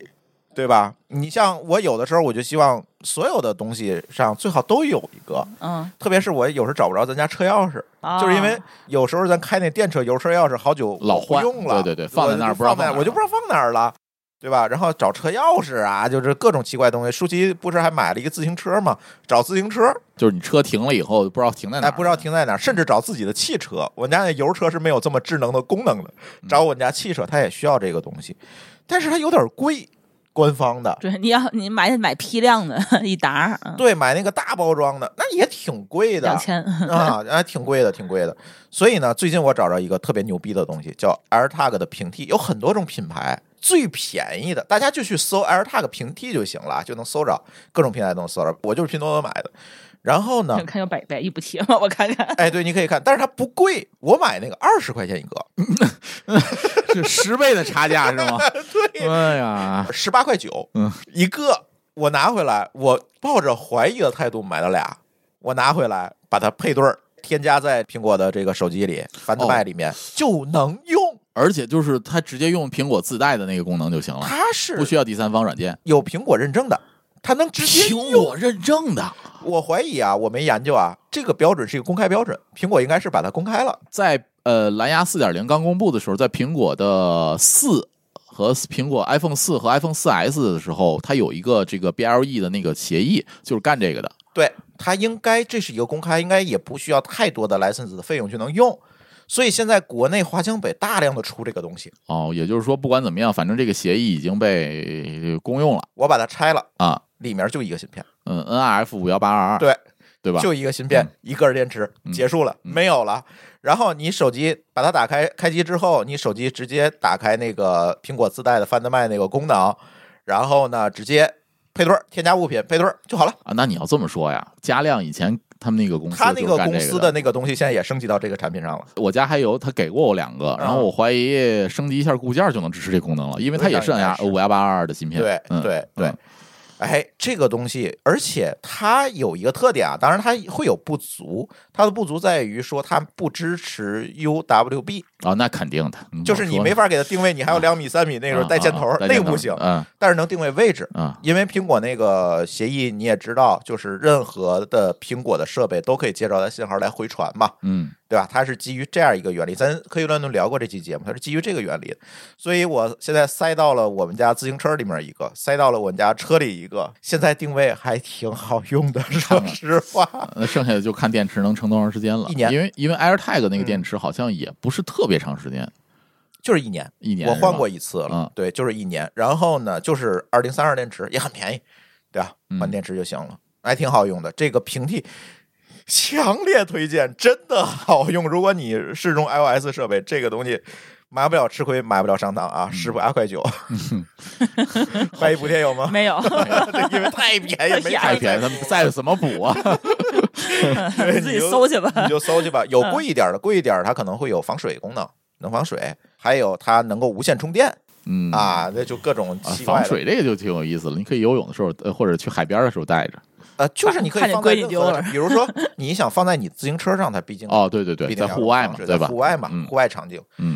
S1: 对吧？你像我有的时候，我就希望所有的东西上最好都有一个，
S2: 嗯，
S1: 特别是我有时找不着咱家车钥匙，
S2: 啊
S1: 就是因为有时候咱开那电车油车钥匙好久
S3: 老
S1: 我不
S3: 换
S1: 用了，
S3: 对对对
S1: 我
S3: 放在
S1: 就
S3: 那儿
S1: 就
S3: 不知道
S1: 放在
S3: 放哪儿
S1: 我就
S3: 了
S1: 不知道放哪儿了，对吧？然后找车钥匙啊，就是各种奇怪东西。舒淇不是还买了一个自行车嘛？找自行车，
S3: 就是你车停了以后，不知道停在哪
S1: 哎，
S3: 儿，
S1: 不知道停在哪儿，甚至找自己的汽车。我们家那油车是没有这么智能的功能的，
S3: 嗯
S1: 找我们家汽车，它也需要这个东西，但是它有点贵，官方的。
S2: 对，你要你买买批量的 一沓，嗯
S1: 对，买那个大包装的，那也挺贵的，
S2: 两千。，
S1: 啊，还挺贵的，挺贵的。所以呢，最近我找着一个特别牛逼的东西，叫 AirTag 的平替，有很多种品牌，最便宜的大家就去搜 AirTag 平替就行了，就能搜着，各种平台都能搜着。我就是拼多多买的。然后呢
S2: 看有百百亿补贴吗？我看看，
S1: 哎，对，你可以看，但是它不贵，我买那个二十块钱一个，
S3: 是十倍的差价是 吗？对，哎呀，
S1: 十八块九
S3: 嗯
S1: 一个，我拿回来，我抱着怀疑的态度买了俩，我拿回来把它配对儿。添加在苹果的这个手机里，反
S3: 哦
S1: 特卖里面、就能用，
S3: 而且就是它直接用苹果自带的那个功能就行了，
S1: 它是
S3: 不需要第三方软件。
S1: 有苹果认证的，它能直接
S3: 苹
S1: 用。
S3: 果认证的，
S1: 我怀疑啊，我没研究啊，这个标准是一个公开标准，苹果应该是把它公开了。
S3: 在呃蓝牙四点零刚公布的时候，在苹果的四和苹果 iPhone 四和 iPhone 四 S 的时候，它有一个这个 BLE 的那个协议，就是干这个的。
S1: 对，它应该这是一个公开，应该也不需要太多的 license 的费用就能用。所以现在国内华强北大量的出这个东西，
S3: 哦，也就是说，不管怎么样，反正这个协议已经被呃公用了
S1: 我把它拆了，
S3: 啊。
S1: 里面就一个芯片，
S3: 嗯，NRF 五幺八二二，
S1: 对
S3: 对吧？嗯
S1: 就一个芯片，一个电池，结束了，没有了。然后你手机把它打开，开机之后，你手机直接打开那个苹果自带的 Find My 那个功能，然后呢，直接配对儿，添加物品配对儿就好了。
S3: 啊，那你要这么说呀，佳亮以前他们那个公司
S1: 他那
S3: 就是
S1: 个
S3: 干
S1: 公
S3: 这
S1: 司
S3: 的
S1: 的，那个东西现在也升级到这个产品上了，
S3: 我家还有他给过我两个，然后
S1: 嗯
S3: 我怀疑升级一下固件就能支持这功能了，因为它也是
S1: 我想应该
S3: NR
S1: 是
S3: 五幺八二二的芯片。
S1: 对
S3: 嗯
S1: 对对
S3: 嗯
S1: 哎，这个东西，而且它有一个特点啊，当然它会有不足，它的不足在于说它不支持 UWB，
S3: 啊，那肯定的，嗯
S1: 就是你没，法给它定位，你还有两米、三米那
S3: 那
S1: 时候带箭头，那个不行，
S3: 嗯
S1: 但是能定位位置。
S3: 啊
S1: 因为苹果那个协议你也知道，就是任何的苹果的设备都可以接着它信号来回传嘛，
S3: 嗯
S1: 对吧？它是基于这样一个原理，咱科技乱炖聊过这期节目，它是基于这个原理的。所以我现在塞到了我们家自行车里面一个，塞到了我们家车里一个，现在定位还挺好用的，说 实话。
S3: 那剩下的就看电池能撑多长时间了。
S1: 一年嗯
S3: 因为因为 AirTag 那个电池好像也不是特别长时间，
S1: 就是一年，
S3: 一年
S1: 我
S3: 是吧
S1: 换过一次了
S3: 嗯，
S1: 对，就是一年。然后呢，就是二零三二电池也很便宜，对吧？
S3: 嗯
S1: 换电池就行了，还挺好用的。这个平替强烈推荐，真的好用。如果你是用 iOS 设备，这个东西。买不了吃亏，买不了上当
S3: 嗯
S1: 啊！十八块 九，百亿补贴有吗？
S2: 没有，
S1: 这因为太便宜，没
S2: 太
S3: 太便宜，他们再怎么 补啊？
S1: 对
S2: 自
S1: 哎你
S2: 己
S1: 就
S2: 搜去嗯吧。
S1: 你就搜去吧。有贵一点的，贵一点儿它可能会有防水功能，能防水，还有它能够无线充电
S3: 嗯。
S1: 啊，那就各种
S3: 啊
S1: 奇怪
S3: 防
S1: 的。
S3: 水这个就挺有意思了，你可以游泳的时候，呃，或者去海边的时候带着。
S1: 呃，就是你可以放在任何
S2: 看见闺女丢
S1: 的，
S2: 了
S1: 比如说你想放在你自行车上，它毕竟
S3: 哦，对对
S1: 毕
S3: 对，
S1: 竟
S3: 在
S1: 嗯要
S3: 户外嘛，
S1: 防水
S3: 对
S1: 在
S3: 吧？
S1: 户外嘛，
S3: 嗯
S1: 户外场景，
S3: 嗯，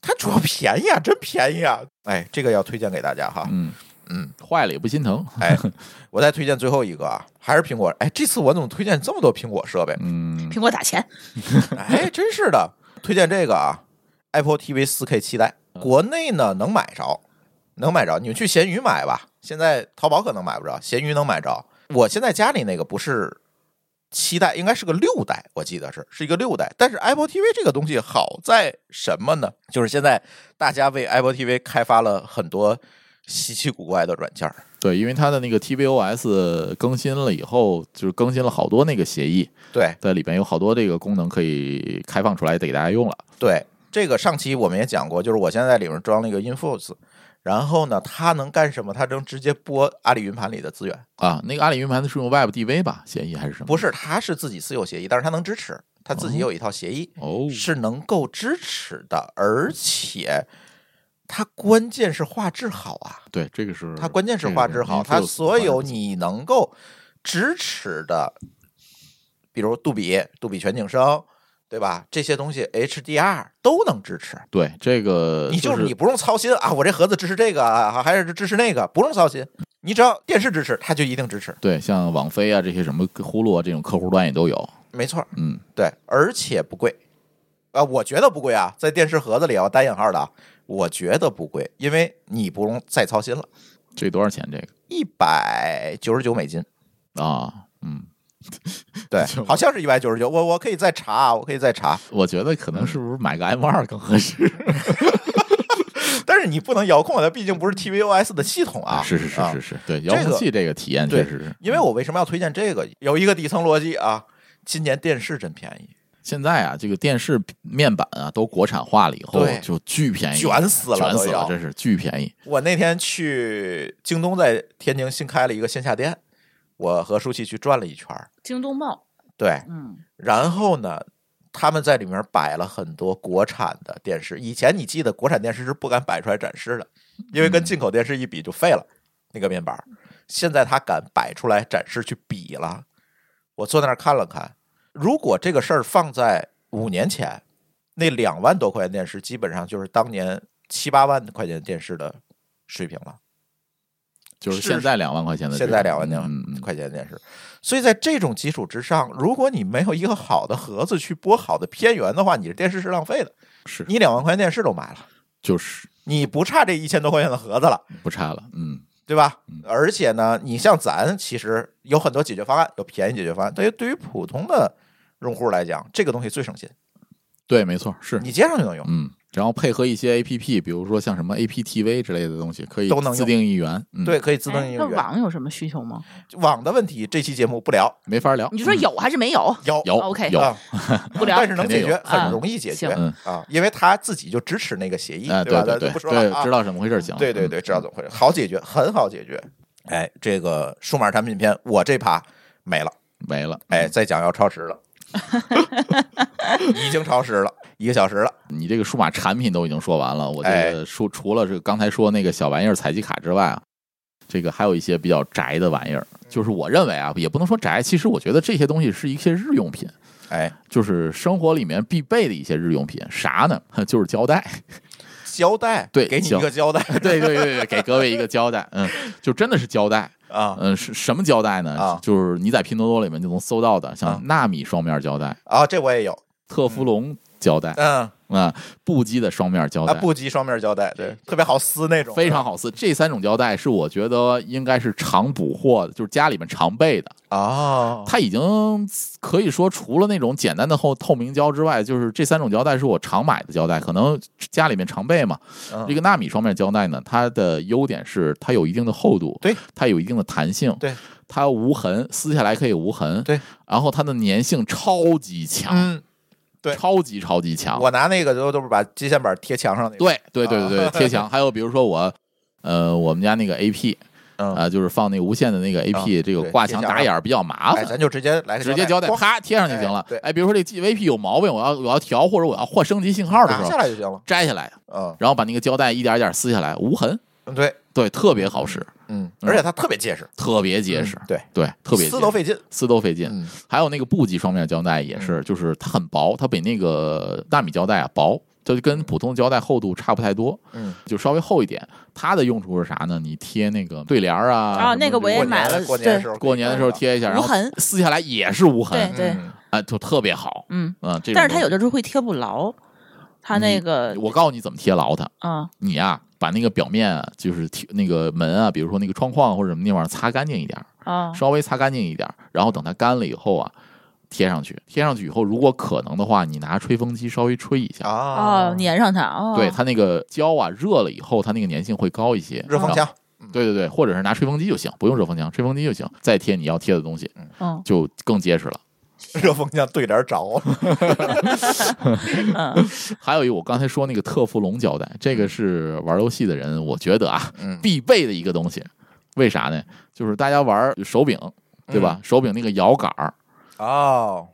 S1: 它主要便宜啊，真便宜啊！哎，这个要推荐给大家哈。
S3: 嗯
S1: 嗯，
S3: 坏了也不心疼。
S1: 哎，我再推荐最后一个啊，还是苹果。哎，这次我怎么推荐这么多苹果设备？
S3: 嗯，
S2: 苹果打钱，
S1: 哎，真是的，推荐这个啊，Apple TV 4K 期待，国内呢能买着，能买着，你们去闲鱼买吧。现在淘宝可能买不着，闲鱼能买着。我现在家里那个不是七代，应该是个六代，我记得是是一个六代。但是 Apple TV 这个东西好在什么呢？就是现在大家为 Apple TV 开发了很多稀奇古怪的软件儿。
S3: 对，因为它的那个 TVOS 更新了以后，就是更新了好多那个协议，
S1: 对
S3: 在里边有好多这个功能可以开放出来给大家用了。
S1: 对，这个上期我们也讲过，就是我现在在里面装了一个 Infos，然后呢，它能干什么？它能直接播阿里云盘里的资源。
S3: 啊，那个阿里云盘的是用 WebDV 吧，协议还是什么？
S1: 不是，它是自己私有协议，但是它能支持，它自己有一套协议、
S3: 哦，
S1: 是能够支持的，而且它关键是画质好啊，
S3: 对，这个是
S1: 它关键是画质好，它所有你能够支持的，比如杜比、杜比全景声，对吧？这些东西 HDR 都能支持。
S3: 对这个
S1: 你呃就是是你不用操心啊，我这盒子支持这个啊，还是支持那个，不用操心。你只要电视支持，它就一定支持，
S3: 对，像网飞啊这些什么呼噜啊这种客户端也都有。
S1: 没错儿。
S3: 嗯，
S1: 对，而且不贵啊，我觉得不贵啊，在电视盒子里啊，单引号的，啊，我觉得不贵，因为你不用再操心了，
S3: 这多少钱这个
S1: 一百九十九美金，
S3: 啊？嗯，
S1: 对，好像是一百九十九，我我可以再查啊，我可以再查，
S3: 我觉得可能
S1: 嗯
S3: 是不是买个 M 二更合适？
S1: 但是你不能遥控啊，它毕竟不是 TVOS 的系统啊，
S3: 是是是
S1: 啊
S3: 是是，对
S1: 这
S3: 遥
S1: 个
S3: 控器这个体验
S1: 对
S3: 确实是。
S1: 因为我为什么要推荐这个？有一个底层逻辑啊，今年电视真便宜，
S3: 现在啊，这个电视面板啊都国产化了以后
S1: 对，
S3: 就巨便宜，
S1: 卷死了
S3: 卷
S1: 都
S3: 死
S1: 要
S3: 了，真是巨便宜。
S1: 我那天去京东在天津新开了一个线下店，我和舒淇去转了一圈儿，
S2: 京东茂，
S1: 对，
S2: 嗯，
S1: 然后呢，他们在里面摆了很多国产的电视。以前你记得国产电视是不敢摆出来展示的，因为跟进口电视一比就废了、那个面板儿。现在他敢摆出来展示去比了。我坐在那儿看了看，如果这个事儿放在五年前，那两万多块钱电视基本上就是当年七八万块钱电视的水平了。
S3: 就是
S1: 是
S3: 现在两万块钱的这
S1: 现
S3: 个，
S1: 在两万
S3: 嗯嗯
S1: 零
S3: 嗯
S1: 块钱的电视，所以在这种基础之上，如果你没有一个好的盒子去播好的片源的话，你的电视是浪费的。
S3: 是
S1: 你两万块钱电视都买了，
S3: 就是
S1: 你不差这一千多块钱的盒子了，
S3: 不差了，嗯，
S1: 对吧
S3: 嗯？
S1: 而且呢，你像咱其实有很多解决方案，有便宜解决方案。对于对于普通的用户来讲，这个东西最省心，
S3: 对，没错，是，
S1: 你接上就能用。
S3: 嗯，然后配合一些 A P P，比如说像什么 A P T V 之类的东西，可以
S1: 都能用
S3: 自定义源，嗯，，
S1: 对，可以自动应
S2: 哎那
S1: 用源。
S2: 网有什么需求吗？
S1: 网的问题，这期节目不聊，
S3: 没法聊，嗯
S2: 你就说有还是没有？
S1: 有
S3: 有
S2: OK
S3: 有，
S1: 啊，
S2: 不聊
S1: 但是能解
S3: 肯定
S1: 决
S3: 有，
S1: 很
S2: 啊
S1: 容易解决
S3: 行
S1: 啊，因为他自己就支持那个协议，吧？
S3: 哎，对
S1: 咱
S3: 对
S1: 就不说了
S3: 对，
S1: 啊
S3: 知。道怎么回事行，
S1: 对对
S3: 嗯
S1: 对，知道怎么回事，好解决，很好解决。哎，这个数码产品篇，我这趴没了。
S3: 嗯没了，
S1: 哎，再讲要超时了，已经超时了，一个小时了。
S3: 你这个数码产品都已经说完了，我觉
S1: 哎
S3: 得除除了这个刚才说那个小玩意儿采集卡之外啊，这个还有一些比较宅的玩意儿，就是
S1: 嗯
S3: 我认为啊，也不能说宅，其实我觉得这些东西是一些日用品，
S1: 哎，
S3: 就是生活里面必备的一些日用品。啥呢？ 就是胶带。
S1: 胶带，
S3: 对
S1: 给你一
S3: 行
S1: 个胶带
S3: 对对对 对，给各位一个交代，嗯，就真的是胶带。
S1: 啊
S3: 嗯，是什么胶带呢？
S1: 啊
S3: 就是你在拼多多里面就能搜到的，
S1: 啊
S3: 像纳米双面胶带、
S1: 啊，这我也有，
S3: 特氟龙胶带
S1: 嗯，
S3: 啊、布基的双面胶带，
S1: 啊，不及双面胶带，对，特别好撕那种，
S3: 非常好撕。这三种胶带是我觉得应该是常补货的，就是家里面常备的。
S1: 啊，
S3: 它已经可以说除了那种简单的厚透明胶之外，就是这三种胶带是我常买的胶带，可能家里面常备嘛。
S1: 嗯
S3: 这个纳米双面胶带呢，它的优点是它有一定的厚度，
S1: 对，
S3: 它有一定的弹性，
S1: 对，
S3: 它无痕，撕下来可以无痕，
S1: 对，
S3: 然后它的粘性超级强，
S1: 嗯，对
S3: 超级超级强，
S1: 我拿那个都都是把接线板贴墙上那个，
S3: 对对
S1: 啊
S3: 对 对对，贴墙。还有比如说我，呃，我们家那个 A P
S1: 嗯
S3: 啊，就是放那个无线的那个 A
S1: 啊
S3: P，这个
S1: 对
S3: 挂
S1: 贴
S3: 墙
S1: 墙
S3: 打眼儿比较麻
S1: 哎，
S3: 烦。
S1: 咱就直接来个
S3: 直接胶带
S1: 光
S3: 啪贴上就行了
S1: 哎对。
S3: 哎，比如说这 GVP 有毛病，我要我要调或者我要换升级信号的时
S1: 拿下
S3: 候，
S1: 来就行了，
S3: 摘下来，
S1: 嗯
S3: 然后把那个胶带一点一点撕下来，无痕，
S1: 嗯，对，
S3: 对，特别好使，
S1: 嗯，
S3: 嗯
S1: 而且它特别结实，嗯
S3: 特别结实，
S1: 对，
S3: 对，特别结
S1: 撕都
S3: 实，
S1: 费劲，
S3: 撕都费劲。
S1: 嗯
S3: 还有那个布基双面胶带也是，就是它很薄，它比那个纳米胶带啊薄，它就跟普通胶带厚度差不太多，
S1: 嗯，
S3: 就稍微厚一点。它的用处是啥呢？你贴那个对联儿啊，
S2: 啊
S3: 什么
S2: 那个我也
S1: 过
S3: 这
S1: 年
S3: 种
S2: 买了
S1: 过年的
S2: 对
S1: 时候可以
S3: 过年的时候
S1: 用到，
S3: 贴一啊下，然
S2: 无
S3: 后
S2: 痕
S3: 撕下来也是无痕
S2: 对，对
S1: 嗯
S3: 哎，就特别好，
S2: 嗯，
S3: 嗯，这种
S2: 但是它有的
S3: 东
S2: 时候会贴不牢，它
S3: 你
S2: 那个
S3: 西，我告诉你怎么贴牢它，
S2: 啊，
S3: 你呀、把那个表面啊就是贴那个门啊，比如说那个窗框啊或者什么地方擦干净一点儿，
S2: 啊，
S3: 稍微擦干净一点儿，然后等它干了以后啊，贴上去，贴上去以后，如果可能的话，你拿吹风机稍微吹一下。
S1: 啊
S2: 哦，，粘上它，哦，
S3: 对它那个胶啊，热了以后，它那个粘性会高一些。
S1: 热风
S3: 然后，
S1: 枪，
S3: 对对对，或者是拿吹风机就行，不用热风枪，吹风机就行。再贴你要贴的东西，
S2: 嗯
S3: 就更结实了。
S1: 热风枪对联着，
S2: 嗯，
S3: 还有一，我刚才说那个特氟龙胶带，这个是玩游戏的人，我觉得啊，
S1: 嗯
S3: 必备的一个东西。为啥呢？就是大家玩手柄，对吧？
S1: 嗯
S3: 手柄那个摇杆儿，
S1: 哦，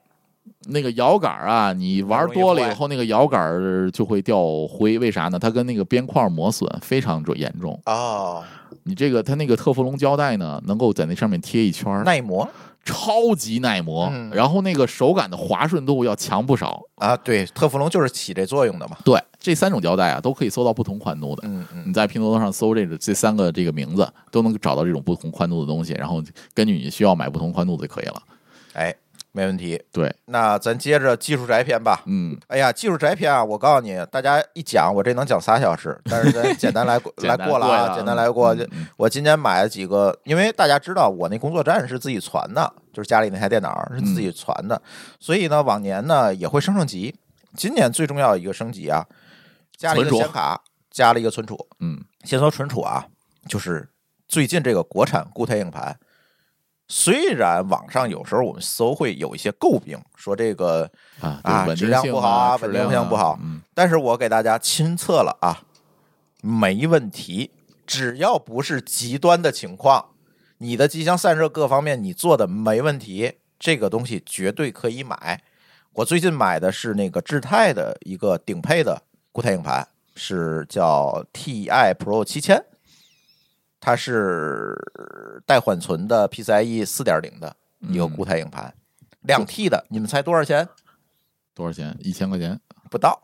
S3: 那个摇杆儿啊，你玩多了以后，那个摇杆儿就会掉灰。为啥呢？它跟那个边框磨损非常严重。
S1: 哦，
S3: 你这个它那个特氟龙胶带呢，能够在那上面贴一圈儿，
S1: 耐磨
S3: 超级耐磨。
S1: 嗯
S3: 然后那个手感的滑顺度要强不少。
S1: 啊，对，特氟龙就是起这作用的嘛，
S3: 对，这三种胶带啊，都可以搜到不同宽度的。
S1: 嗯嗯
S3: 你在拼多多上搜这个这三个这个名字，都能找到这种不同宽度的东西，然后根据你需要买不同宽度就可以了。
S1: 哎，没问题。
S3: 对，
S1: 那咱接着技术宅篇吧。
S3: 嗯，
S1: 哎呀，技术宅篇啊！我告诉你，大家一讲我这能讲仨小时，但是 咱简单来过
S3: 简
S1: 来
S3: 单
S1: 过了
S3: 过
S1: 啊，
S3: 了
S1: 简单来过。
S3: 嗯
S1: 就
S3: 嗯
S1: 我今年买了几个，因为大家知道我那工作站是自己传的，就是家里那台电脑是自
S3: 嗯
S1: 己传的，所以呢，往年呢也会升升级。今年最重要的一个升级啊，加了一个
S3: 存储
S1: 显卡，加了一个存储。
S3: 嗯，
S1: 先说存储啊，就是最近这个国产固态硬盘，虽然网上有时候我们搜会有一些诟病，说这个，
S3: 啊
S1: 啊
S3: 对稳
S1: 质
S3: 定
S1: 量
S3: 性
S1: 不好啊
S3: 质
S1: 稳定
S3: 量
S1: 性
S3: 啊
S1: 不好
S3: 嗯，
S1: 但是我给大家亲测了啊，没问题，只要不是极端的情况，你的机箱散热各方面你做的没问题，这个东西绝对可以买。我最近买的是那个智泰的一个顶配的固态硬盘，是叫 TI Pro 七千，它是带缓存的 PCIe E 四点零的一个固态硬盘，两 T 的，你们猜多少钱？
S3: 多少钱？一千块钱？
S1: 不到，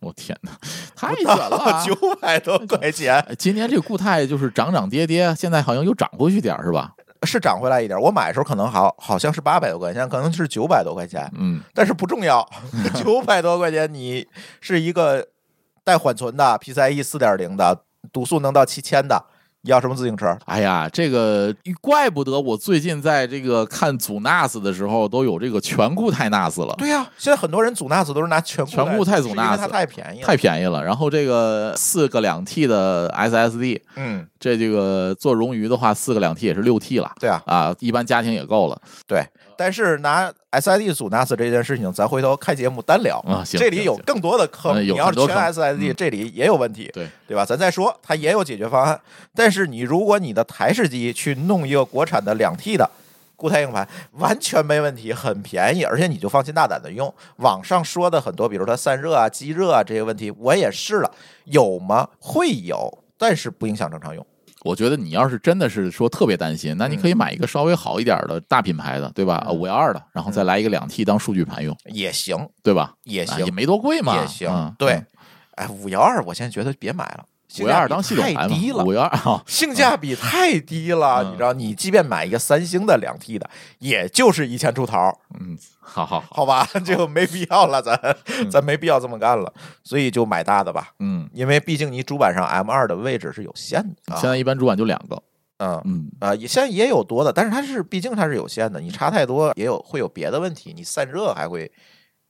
S3: 我天哪，太远了 啊、
S1: 九百多块钱，
S3: 哎今年这个固态就是涨涨跌跌，现在好像又涨回去点儿是吧？
S1: 是涨回来一点。我买的时候可能好好像是八百多块钱，可能是九百多块钱，
S3: 嗯，
S1: 但是不重 要。九百多块钱，你是一个带缓存的 PCIe E 四点零的，读速能到七千的，你要什么自行车？
S3: 哎呀，这个怪不得我最近在这个看组 NAS 的时候都有这个全固态 NAS 了。
S1: 对呀、现在很多人组 NAS 都是拿全
S3: 全固态组
S1: 是因为
S3: NAS
S1: 它太便宜了。
S3: 太便宜了，然后这个四个两 T 的 SSD，
S1: 嗯，
S3: 这这个做冗余的话，四个两 T 也是六 T 了
S1: 对啊，
S3: 啊，一般家庭也够了
S1: 对。但是拿 SID 组 NAS 这件事情，咱回头开节目单聊。
S3: 啊。行，
S1: 这里
S3: 行
S1: 有
S3: 行
S1: 更多的坑，
S3: 嗯有
S1: 你要
S3: 很
S1: 是
S3: 多
S1: 全
S3: 坑
S1: SSD，、
S3: 嗯
S1: 这里也有问题。
S3: 对
S1: 对吧？咱再说，它也有解决方案。但是你如果你的台式机去弄一个国产的两 T 的固态硬盘，完全没问题，很便宜，而且你就放心大胆的用。网上说的很多，比如它散热啊、积热啊这些问题，我也试了，有吗？会有，但是不影响正常用。
S3: 我觉得你要是真的是说特别担心，那你可以买一个稍微好一点的大品牌的，对吧？五幺二的，然后再来一个两 T 当数据盘用，
S1: 也行，
S3: 对吧？
S1: 也
S3: 啊
S1: 行
S3: 也，没多贵嘛，
S1: 也行
S3: 嗯，
S1: 对。哎，五幺二，我现在觉得别买了，性
S3: 五幺
S1: 价
S3: 二
S1: 比
S3: 当系统
S1: 太
S3: 盘
S1: 低
S3: 嘛，
S1: 了
S3: 五，幺二啊
S1: 性价比太低了，
S3: 嗯
S1: 你知道，你即便买一个三星的两 T 的，也就是一千出头，
S3: 嗯， 好好好，
S1: 好吧，就没必要了，咱
S3: 嗯
S1: 咱没必要这么干了，所以就买大的吧，
S3: 嗯，
S1: 因为毕竟你主板上 M 二的位置是有限的，
S3: 现
S1: 啊，
S3: 在一般主板就两个，
S1: 嗯。
S3: 嗯，
S1: 啊，也现在也有多的，但是它是毕竟它是有限的，你插太多也有会有别的问题，你散热还会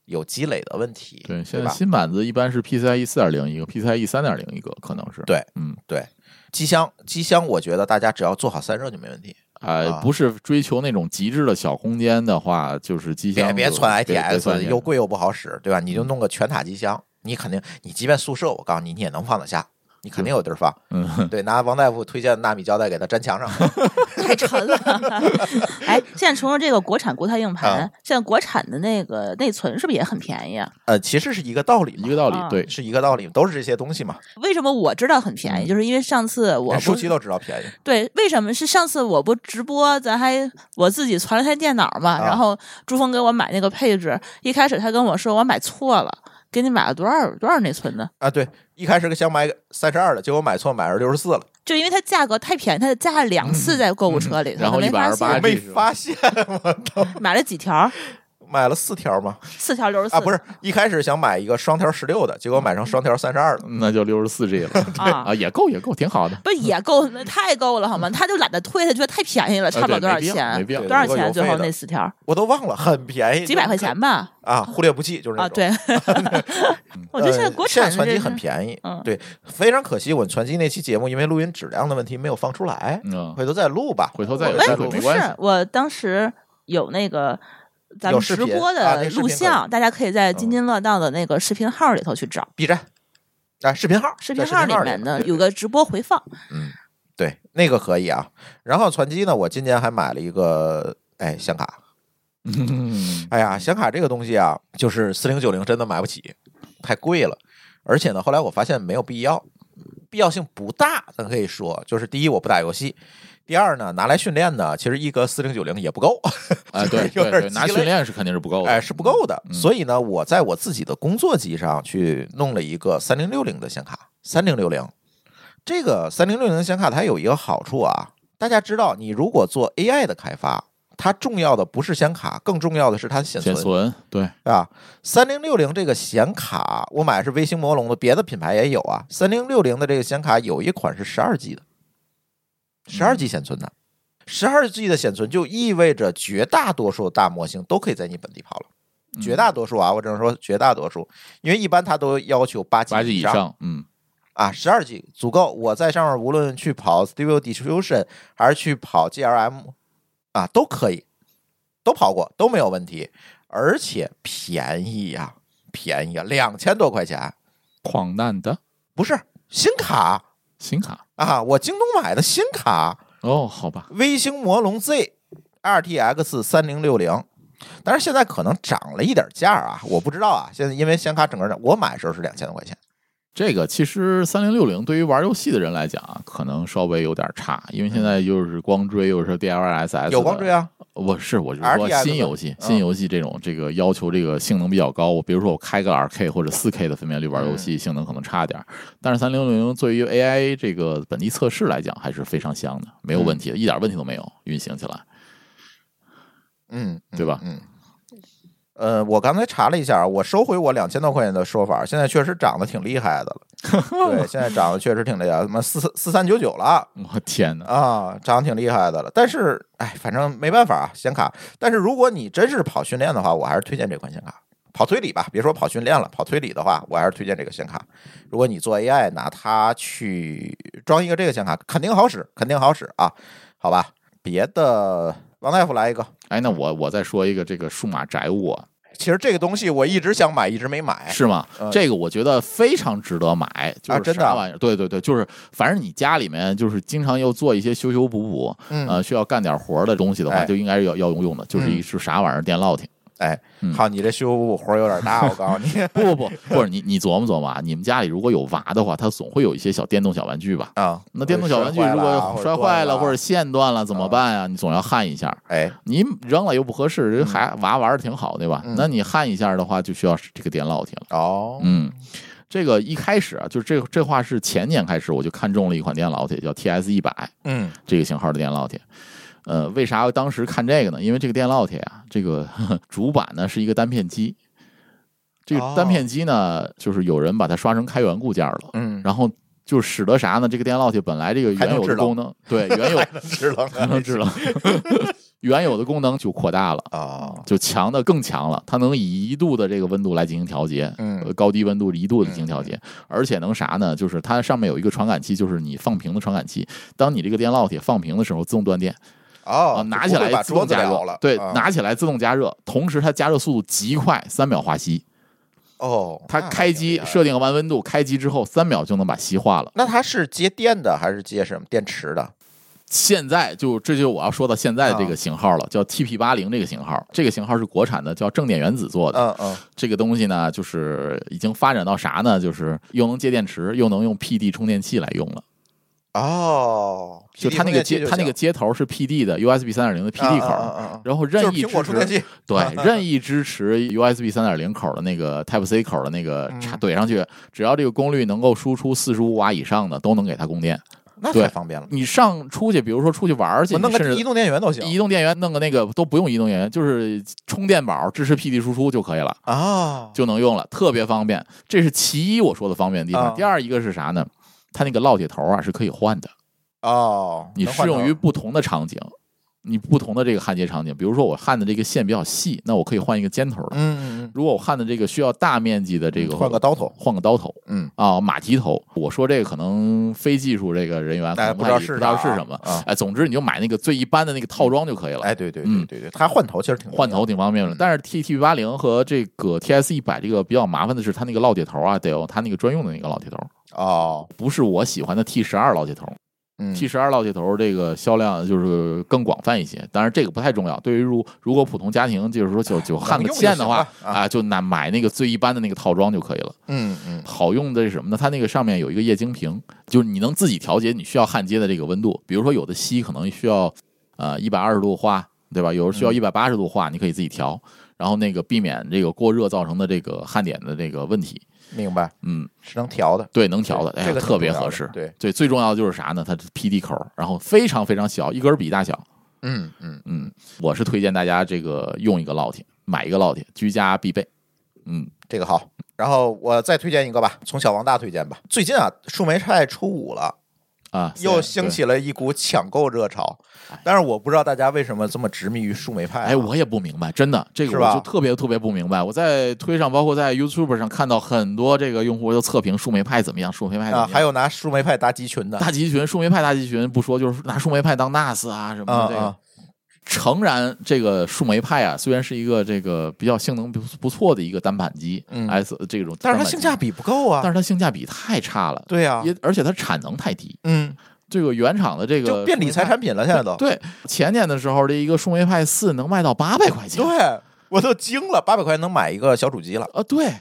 S1: 有积累的问题，
S3: 对，现在
S1: 吧？
S3: 新板子一般是 PCIe E 四点零一个，PCIe E 三点零一个，可能是
S1: 对，
S3: 嗯，
S1: 对，机箱机箱，我觉得大家只要做好散热就没问题。
S3: 呃
S1: 啊，
S3: 不是追求那种极致的小空间的话，就是机箱
S1: 别
S3: 子
S1: 别传
S3: 别别窜嗯
S1: ITX，又贵又不好使，对吧？你就弄个全塔机箱，你肯定，你即便宿舍，我告诉你，你也能放得下，你肯定有地儿放。
S3: 嗯，
S1: 对，拿王大夫推荐的纳米胶带给它粘墙上，
S2: 太沉了。 哎，现在除了这个国产固态硬盘，
S1: 啊
S2: 现在国产的那个内存是不是也很便宜啊？
S1: 呃，其实是一个道理嘛，
S3: 一个道理
S2: 啊，
S3: 对，
S1: 是一个道理，都是这些东西嘛，
S2: 为什么我知道很
S3: 嗯
S2: 便宜？就是因为上
S3: 哎
S2: 次我
S1: 连
S2: 不
S1: 书
S2: 是
S1: 籍都知道便宜。
S2: 对，为什么是上次我不直播，咱还我自己传了台电脑嘛，
S1: 啊
S2: 然后朱峰给我买那个配置，一开始他跟我说我买错了，给你买了多少多少内存呢？
S1: 啊，对，一开始想买三十二的，结果买错，买了六十四了，
S2: 就因为它价格太便宜，它加了两
S1: 嗯
S2: 次在购物车里头，
S3: 然后
S2: 没发
S3: 128
S1: 我
S2: 现
S1: 没
S3: 这是
S1: 发现，我都
S2: 买了几条，
S1: 买了四条嘛。
S2: 四条六十四
S1: 啊，不是，一开始想买一个双条十六的，结果买成双条三十二的。
S3: 那就六十四 G 了
S2: 啊
S3: 啊，。也够也够，挺好 的，
S2: 不是也够，那太够了好吗？他就懒得退，他觉得太便宜了，差不了多少
S3: 啊对没
S2: 钱，
S3: 必要没必
S2: 多
S3: 要
S1: 嗯呃
S2: 少
S1: 对
S2: 钱？
S1: 有
S2: 最
S1: 费
S2: 后
S1: 的
S2: 那四条
S1: 我都忘了，很便宜，
S2: 几百块钱吧？
S1: 啊，忽略不计就是那
S2: 啊，
S1: 种。
S2: 对， 我觉得现在
S1: 呃
S2: 国
S1: 现
S2: 产
S1: 在
S2: 的
S1: 传
S2: 这
S1: 奇
S2: 是
S1: 很便宜，
S2: 嗯
S1: 对，非常可惜，我们传奇那期节目因为录音质量的问题没有放出来，
S3: 嗯，
S1: 回头再录吧。
S3: 回头再有
S1: 我
S3: 机
S1: 也
S3: 会
S1: 不
S3: 没
S2: 哎不
S3: 关
S2: 是
S3: 系，，
S2: 我当时有那个咱
S1: 有
S2: 们
S1: 视
S2: 直
S1: 频
S2: 播
S1: 啊那
S2: 的
S1: 视频
S2: 录
S1: 可以
S2: 像，大家可以在
S1: 嗯
S2: 津津乐道的那个视频号里头去找，
S1: B 站啊，视频号，
S2: 视
S1: 在
S2: 频
S1: 频号
S2: 里面的有个直播回放，
S1: 对那个可以啊。然后传奇呢，我今年还买了一个哎显卡，
S3: 嗯
S1: 哎呀，显卡这个东西啊，就是四零九零真的买不起，太贵了。而且呢，后来我发现没有必要，必要性不大。咱可以说，就是第一，我不打游戏；第二呢，拿来训练呢，其实一个四零九零也不够，
S3: 哎，对
S1: 有
S3: 对
S1: 点
S3: 对，拿
S1: 鸡肋
S3: 训练是肯定是不够的，
S1: 哎，是不够的。
S3: 嗯
S1: 所以呢，我在我自己的工作机上去弄了一个三零六零的显卡，三零六零。这个三零六零显卡它有一个好处啊，大家知道，你如果做 AI 的开发，它重要的不是显卡，更重要的是它的显
S3: 显
S1: 存。
S3: 存，对，
S1: 啊，三零六零这个显卡，我买的是微星魔龙的，别的品牌也有啊。三零六零的这个显卡有一款是十二 G 的，十二 G 显存的，十二 G 的显存就意味着绝大多数大模型都可以在你本地跑了。
S3: 嗯
S1: 绝大多数啊，我只能说绝大多数，因为一般它都要求八 G
S3: 八 G 以
S1: 以上
S3: 上，嗯，
S1: 啊，十二 G 足够。我在上面无论去跑 Stable Diffusion 还是去跑 GLM 啊，都可以，都跑过，都没有问题，而且便宜呀、便宜啊，两千多块钱，
S3: 矿难的
S1: 不是新卡
S3: 新卡，
S1: 啊，我京东买的新卡，
S3: 哦，好吧，
S1: 微星魔龙 Z RTX 三零六零。但是现在可能涨了一点价啊，我不知道啊。现在因为显卡整个的，我买的时候是两千多块钱。
S3: 这个其实三零六零对于玩游戏的人来讲啊，可能稍微有点差，因为现在又是光追，又是 DLSS，
S1: 有光追
S3: 啊，
S1: 啊，
S3: 我是我是
S1: RTX
S3: 说
S1: 的
S3: 新游戏
S1: 嗯，
S3: 新游戏这种这个要求这个性能比较高，我比如说我开个2 K 或者4 K 的分辨率玩游
S1: 嗯
S3: 戏，性能可能差点儿，但是三零六零对于 AI 这个本地测试来讲还是非常香的，没有问题的，一点问题都没有，运行起来，
S1: 嗯，
S3: 对吧？
S1: 嗯，呃，我刚才查了一下，我收回我两千多块钱的说法，现在确实涨得挺厉害的了。对，现在涨得确实挺厉害，什么四四三九九了
S3: 我天哪，
S1: 啊，涨得挺厉害的了。但是，哎，反正没办法啊，显卡。但是如果你真是跑训练的话，我还是推荐这款显卡。跑推理吧，别说跑训练了，跑推理的话，我还是推荐这个显卡。如果你做 AI，拿它去装一个这个显卡，肯定好使，肯定好使啊，好吧？别的，王大夫来一个。
S3: 哎，那我我再说一个这个数码宅物啊，
S1: 其实这个东西我一直想买，一直没买。
S3: 是吗
S1: 呃？
S3: 这个我觉得非常值得买，就
S1: 啊
S3: 是
S1: 真的
S3: 啥玩意儿？对对对，就是反正你家里面就是经常要做一些修修补补，
S1: 嗯
S3: 呃，需要干点活儿的东西的话，
S1: 哎
S3: 就应该要要用用的，就是一是啥玩意儿电烙铁。
S1: 哎
S3: 嗯，
S1: 好，你这修复部活儿有点大，我告诉 你
S3: 不不不，不是你你琢磨琢磨啊，你们家里如果有娃的话，他总会有一些小电动小玩具吧？
S1: 啊。
S3: 那电动小玩具如果摔坏了或者线断了怎么办啊？你总要焊一下，
S1: 哎，
S3: 你扔了又不合适，人还娃玩的挺好，对吧？
S1: 嗯
S3: 那你焊一下的话，就需要这个电烙铁了。
S1: 哦，
S3: 嗯，这个一开始啊，就是这这话是前年开始我就看中了一款电烙铁，叫 TS 一百
S1: 嗯
S3: 这个型号的电烙铁。呃，为啥当时看这个呢？因为这个电烙铁啊，这个呵呵主板呢是一个单片机，这
S1: 哦
S3: 个单片机呢，就是有人把它刷成开源固件了，
S1: 嗯，
S3: 然后就使得啥呢？这个电烙铁本来这个
S1: 还能
S3: 原有的
S1: 制冷
S3: 功能，对 原有
S1: 是了
S3: 还能制冷， 原有的功能就扩大了。
S1: 哦，
S3: 就强的更强了，它能以一度的这个温度来进行调节，
S1: 嗯
S3: 呃高低温度一度的进行调节，而且能啥呢？就是它上面有一个传感器，就是你放平的传感器。当你这个电烙铁放平的时候，自动断电啊、
S1: 哦，
S3: 拿起
S1: 就不会
S3: 来
S1: 把
S3: 自
S1: 桌
S3: 动
S1: 子
S3: 加
S1: 了
S3: 热
S1: 了，，
S3: 对，
S1: 啊
S3: 拿起来自动加热，同时它加热速度极快，三秒化锡。
S1: 哦，
S3: 它
S1: 那挺
S3: 开
S1: 厉
S3: 机
S1: 害
S3: 设定完温度，开机之后三秒就能把锡化了。
S1: 那它是接电的还是接什么电池的？
S3: 现在就这就我要说到现在
S1: 啊
S3: 这个型号了，叫 TP 八零这个型号，这个型号是国产的，叫正电原子做的。
S1: 嗯嗯，
S3: 这个东西呢，就是已经发展到啥呢？就是又能接电池，又能用 PD 充电器来用了。
S1: 哦，
S3: 就它那个接，它那个接头是 PD 的 USB 三点零
S1: 啊嗯
S3: 的 PD 口，
S1: 口，
S3: 然后任
S1: 就是
S3: 意
S1: 苹
S3: 支
S1: 果充电
S3: 持
S1: 器，啊
S3: 对任意支持 USB 三点零口的那个 Type C 口的那个插
S1: 嗯
S3: 怼上去，只要这个功率能够输出四十五瓦以上的，都能给它供电。
S1: 那
S3: 对
S1: 太方便了。
S3: 你上出去，比如说出去玩儿去，
S1: 我
S3: 你
S1: 弄
S3: 甚
S1: 个
S3: 至
S1: 移动电源都行
S3: 移动电源弄个那个都不用移动电源，就是充电宝支持 PD 输出就可以了。
S1: 啊，
S3: 就能用了，特别方便。这是其一，我说的方便的地方。
S1: 啊
S3: 第二一个是啥呢？它那个烙铁头啊是可以换的，
S1: 哦，
S3: 你
S1: 能
S3: 适
S1: 换
S3: 用于
S1: 头
S3: 不同的场景，你不同的这个焊接场景。比如说我焊的这个线比较细，那我可以换一个尖头的；
S1: 嗯嗯
S3: 如果我焊的这个需要大面积的这个，
S1: 换个刀头，
S3: 换个刀头
S1: 嗯，
S3: 啊，马蹄头。我说这个可能非技术这个人啊员可
S1: 哎
S3: 能
S1: 不知道
S3: 太
S1: 是
S3: 不知道
S1: 啥
S3: 是
S1: 啊
S3: 什么
S1: 啊。
S3: 哎，总之你就买那个最一般的那个套装就可以了。
S1: 哎，对对
S3: 嗯
S1: 对对对，它换头其实挺
S3: 换头挺方便的
S1: 嗯。
S3: 但是 T T 八零和这个 T S 一百这个比较麻烦的是，它那个烙铁头啊，得有它那个专用的那个烙铁头，
S1: 哦，
S3: 不是我喜欢的 T 十二烙铁头。
S1: 嗯
S3: T 十二烙铁头这个销量就是更广泛一些，当然这个不太重要。对于如如果普通家庭就是说就就焊个线的话
S1: 能用就行了啊
S3: 啊，就拿买那个最一般的那个套装就可以了。
S1: 嗯嗯
S3: 好用的是什么呢？它那个上面有一个液晶屏，就是你能自己调节你需要焊接的这个温度。比如说有的锡可能需要呃一百二十度化，对吧？
S1: 嗯
S3: 有的需要一百八十度化，你可以自己调，然后那个避免这个过热造成的这个焊点的这个问题。
S1: 明白，
S3: 嗯，
S1: 是能调的，
S3: 对，能调的，
S1: 对
S3: 哎
S1: 这
S3: 呀，
S1: 个
S3: 特别
S1: 挺重要
S3: 合
S1: 的
S3: 适。
S1: 对
S3: 对，最重要的就是啥呢？它是 PD 口，然后非常非常小，一根笔大小。
S1: 嗯嗯，
S3: 嗯，我是推荐大家这个用一个烙铁，买一个烙铁，居家必备。嗯，
S1: 这个好。然后我再推荐一个吧，从小往大推荐吧。最近啊，树莓派出五了，
S3: 啊，
S1: 又
S3: 是
S1: 兴。起了一股抢购热潮。但是我不知道大家为什么这么执迷于树莓派、啊。
S3: 哎，我也不明白，真的，这个
S1: 是
S3: 我
S1: 吧
S3: 就特别特别不明白。我在推上，包括在 YouTube 上看到很多这个用户就测评树莓派怎么样，树莓派怎
S1: 啊，
S3: 么样。
S1: 还有拿树莓派搭集群的
S3: 大集群，树莓派大集群不说，就是拿树莓派当 NAS 啊什么
S1: 啊
S3: 的。这个
S1: 啊，
S3: 诚然，这个树莓派啊，虽然是一个这个比较性能不不错的一个单板机、
S1: 嗯
S3: S 这种，
S1: 但是它性价，比不够啊。
S3: 但是它性价比太差了，
S1: 对啊，
S3: 也而且它产能太低。
S1: 嗯，
S3: 这个原厂的这个
S1: 就变理财
S3: 树莓派
S1: 产品了，现在都
S3: 对，前年的时候，这一个树莓派四能卖到八百块 钱，
S1: 对，我都惊了，八百块钱能买一个小主机了。
S3: 啊，对。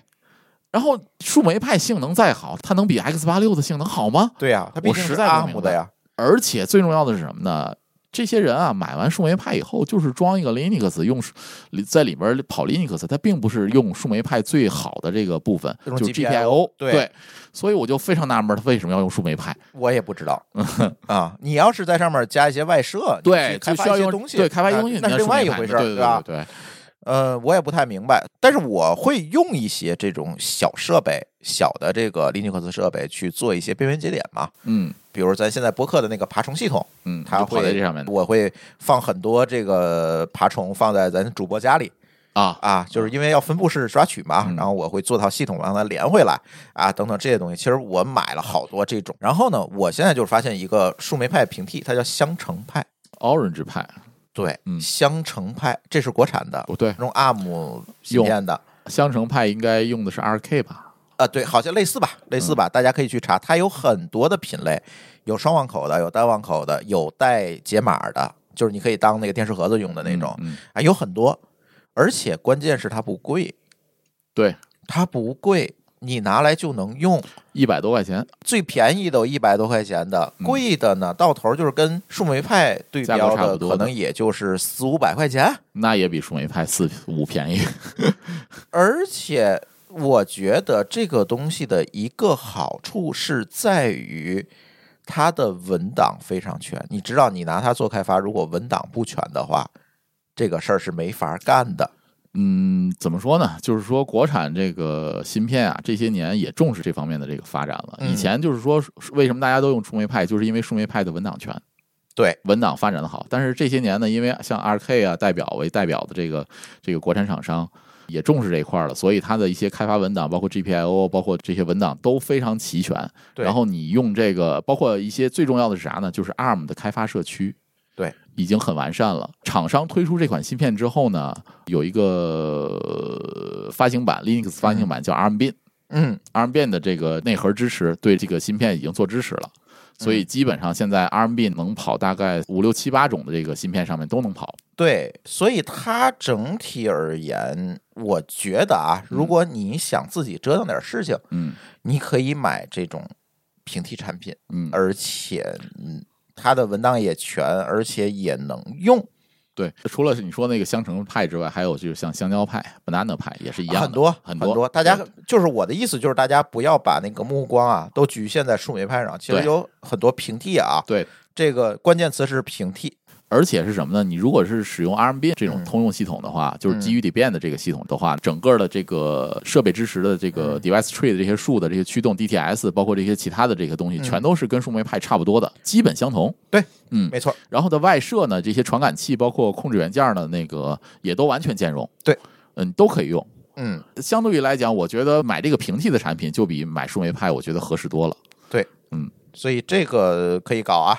S3: 然后树莓派性能再好，它能比 X 八六的性能好吗？
S1: 对呀，它毕
S3: 我
S1: 竟
S3: 实
S1: 是
S3: 在不
S1: 阿
S3: 明
S1: 姆的
S3: 白
S1: 呀。
S3: 而且最重要的是什么呢？这些人啊，买完树莓派以后，就是装一个 Linux，用树里在里边跑 Linux，它并不是用树莓派最好的这个部分，
S1: 用
S3: 就是
S1: GPIO
S3: 对
S1: 对
S3: 所以我就非常纳闷，他为什么要用树莓派？
S1: 我也不知道 啊。你要是在上面加一些外设，你去
S3: 对，
S1: 开
S3: 啊就
S1: 发
S3: 需要
S1: 一些
S3: 用
S1: 东西，
S3: 对，开发一些
S1: 啊
S3: 东西，
S1: 那
S3: 你
S1: 是
S3: 要
S1: 另外一
S3: 树
S1: 个回
S3: 莓派
S1: 事
S3: 对
S1: 儿，
S3: 对对
S1: 吧？
S3: 对对
S1: 呃，我也不太明白，但是我会用一些这种小设备、小的这个 Linux 设备去做一些边缘节点嘛。
S3: 嗯
S1: 比如咱现在播客的那个爬虫系统，
S3: 嗯，
S1: 它
S3: 就跑
S1: 会
S3: 在这上面的
S1: 我会放很多这个爬虫放在咱主播家里，
S3: 啊，
S1: 啊，就是因为要分布式抓取嘛，
S3: 嗯
S1: 然后我会做套系统让它连回来啊，等等这些东西。其实我买了好多这种，然后呢，我现在就是发现一个树莓派平替，它叫香橙派，
S3: Orange 派
S1: 对，
S3: 嗯
S1: 香橙派，这是国产的，
S3: 不对，
S1: 用 ARM 芯
S3: 用
S1: 片的。
S3: 香橙派应该用的是 RK 吧？
S1: 啊，对，好像类似吧，类
S3: 嗯
S1: 似吧，大家可以去查，它有很多的品类，有双网口的，有单网口的，有带解码的，就是你可以当那个电视盒子用的那种，
S3: 嗯嗯
S1: 啊，有很多。而且关键是它不贵，
S3: 对，
S1: 它不贵，你拿来就能用。
S3: 一百多块钱，
S1: 最便宜的有一百多块钱的，
S3: 嗯
S1: 贵的呢，到头就是跟树莓派对
S3: 价格
S1: 标
S3: 差不
S1: 的，
S3: 多
S1: 可
S3: 的
S1: 能也就是四五百块钱。
S3: 那也比树莓派四五便宜。
S1: 而且我觉得这个东西的一个好处是在于它的文档非常全。你知道，你拿它做开发，如果文档不全的话，这个事儿是没法干的。
S3: 嗯，怎么说呢？就是说，国产这个芯片啊，这些年也重视这方面的这个发展了。
S1: 嗯
S3: 以前就是说，为什么大家都用树莓派，就是因为树莓派的文档全，
S1: 对，
S3: 文档发展的好。但是这些年呢，因为像 RK 啊代表为代表的这个这个国产厂商也重视这一块儿了，所以它的一些开发文档，包括 GPIO，包括这些文档都非常齐全。
S1: 对
S3: 然后你用这个，包括一些最重要的是啥呢？就是 ARM 的开发社区。
S1: 对，
S3: 已经很完善了。厂商推出这款芯片之后呢，有一个呃发行版 Linux 发行版叫 ARM Bin。
S1: 嗯，
S3: ARM Bin 的这个内核支持对这个芯片已经做支持了，
S1: 嗯
S3: 所以基本上现在 ARM Bin 能跑大概五六七八种的这个芯片上面都能跑。
S1: 对，所以它整体而言，我觉得啊，如果你想自己折腾点事情，
S3: 嗯
S1: 你可以买这种平替产品，
S3: 嗯，
S1: 而且嗯，它的文档也全，而且也能用。
S3: 对，除了是你说那个香橙派之外，还有就是像香蕉派、banana 派也是一样的，
S1: 很多
S3: 很
S1: 多
S3: 多
S1: 大家
S3: 对
S1: 就是我的意思就是大家不要把那个目光啊都局限在树莓派上，其实
S3: 对
S1: 有很多平替啊。
S3: 对
S1: 这个关键词是平替，
S3: 而且是什么呢？你如果是使用 ARM bin 这
S1: 嗯
S3: 种通用系统的话，就是基于 Debian 的这个系统的话，整个的这个设备支持的这
S1: 嗯
S3: 个 device tree 的这些树的这些驱动 DTS，包括这些其他的这个
S1: 嗯
S3: 东西，全都是跟树莓派差不多的，基本相同。
S1: 对，
S3: 嗯
S1: 没错，
S3: 然后的外设呢，这些传感器包括控制元件呢，那个也都完全兼容。
S1: 对，
S3: 嗯，都可以用。
S1: 嗯，
S3: 相对于来讲，我觉得买这个平替的产品就比买树莓派，我觉得合适多了。
S1: 所以这个可以搞啊，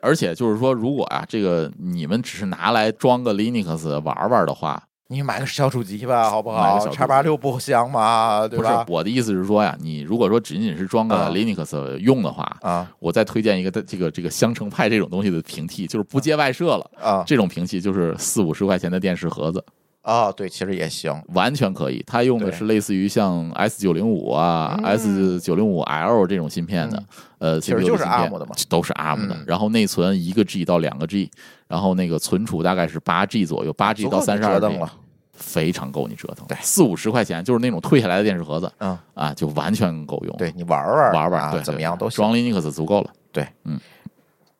S3: 而且就是说，如果啊，这个你们只是拿来装个 Linux 玩玩的话，
S1: 你买个小主机吧，好不
S3: 买个
S1: 好
S3: 小主机
S1: 叉八六不香吗？对
S3: 不是
S1: 吧？
S3: 我的意思是说呀，你如果说仅仅是装个
S1: 啊
S3: Linux 用的话，
S1: 啊
S3: 我再推荐一个这个这个香橙派这种东西的平替，就是不接外设了。
S1: 啊
S3: 这种平替就是四五十块钱的电视盒子，
S1: 啊，对，其实也行，
S3: 完全可以。它用的
S1: 对嗯
S3: 是类似于像 S 九零五啊、S 九零五 L 这种芯片的，呃，
S1: 其实
S3: CPU
S1: 就是
S3: 芯片
S1: ARM 的嘛，
S3: 都是 ARM 的
S1: 嗯。
S3: 然后内存一个 G 到两个 G，然后那个存储大概是八 G 左右，八 G
S1: 足
S3: 到
S1: 够你
S3: 三十二
S1: 折
S3: G
S1: 腾了。
S3: 非常够你折腾。对，四五十块钱就是那种退下来的电视盒子，
S1: 嗯
S3: 啊，就完全够用。
S1: 对你玩玩
S3: 玩
S1: 啊
S3: 玩，对，
S1: 怎么
S3: 对
S1: 样都行。
S3: 装 Linux 足够了。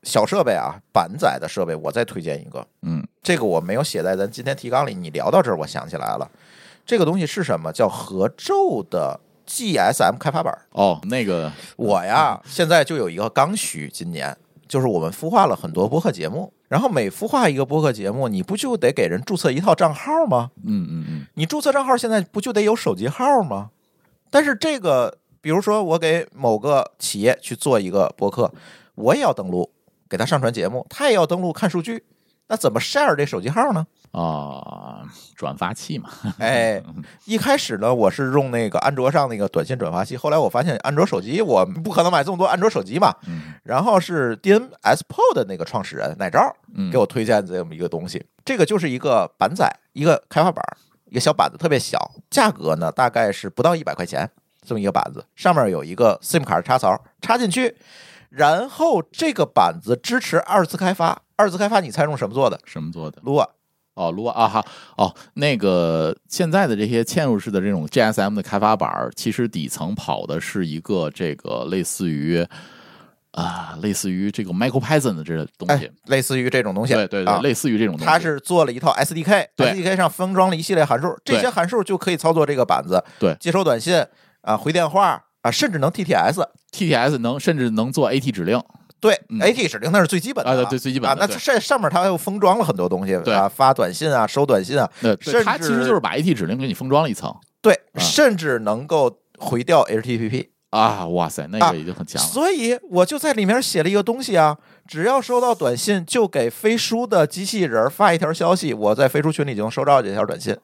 S1: 小设备啊，板载的设备，我再推荐一个，
S3: 嗯，
S1: 这个我没有写在咱今天提纲里，你聊到这儿，我想起来了，这个东西是什么？叫合奏的 GSM 开发板。
S3: 哦，那个
S1: 我呀，
S3: 嗯
S1: 现在就有一个刚需，今年就是我们孵化了很多播客节目，然后每孵化一个播客节目，你不就得给人注册一套账号吗？
S3: 嗯嗯嗯，
S1: 你注册账号现在不就得有手机号吗？但是这个，比如说我给某个企业去做一个博客，我也要登录给他上传节目，他也要登录看数据，那怎么 share 这手机号呢？
S3: 啊，转发器嘛，
S1: 哎，一开始呢，我是用那个安卓上那个短信转发器，后来我发现安卓手机我不可能买这么多安卓手机嘛，
S3: 嗯
S1: 然后是 DNS Pod 的那个创始人奶罩
S3: 嗯，
S1: 给我推荐这么一个东西，这个就是一个板载，一个开发板，一个小板子，特别小，价格呢大概是不到一百块钱，这么一个板子，上面有一个 SIM 卡插槽，插进去，然后这个板子支持二次开发，二次开发你猜用什么做的？
S3: 什么做的？
S1: 撸啊，
S3: 哦，撸啊哈，哦，那个现在的这些嵌入式的这种 GSM 的开发板儿，其实底层跑的是一个这个类似于。啊，类似于这个 Michael Python 的这个东西
S1: 哎，，类似于这种东西，
S3: 对对对，
S1: 啊
S3: 类似于这种东西，
S1: 它是做了一套 SDK，SDK
S3: 对
S1: 上封装了一系列函数，这
S3: 对
S1: 些函数就可以操作这个板子，
S3: 对
S1: 接收短信啊，回电话啊，甚至能 TTS。
S3: TTS 能甚至能做 AT 指令，
S1: 对、
S3: 嗯
S1: a t 指令那是最基本的、
S3: 啊对最最基本的
S1: 啊。那
S3: 对
S1: 这上面它又封装了很多东西，
S3: 对
S1: 啊，发短信啊，收短信啊，
S3: 呃，
S1: 甚
S3: 对它其
S1: 至
S3: 实就是把 AT 指令给你封装了一层
S1: 对，
S3: 啊
S1: 甚至能够回调 HTTP。
S3: 啊，哇塞，那
S1: 啊
S3: 个已经很强了。
S1: 所以我就在里面写了一个东西啊，只要收到短信，就给飞书的机器人发一条消息，我在飞书群里就能收到这条短信。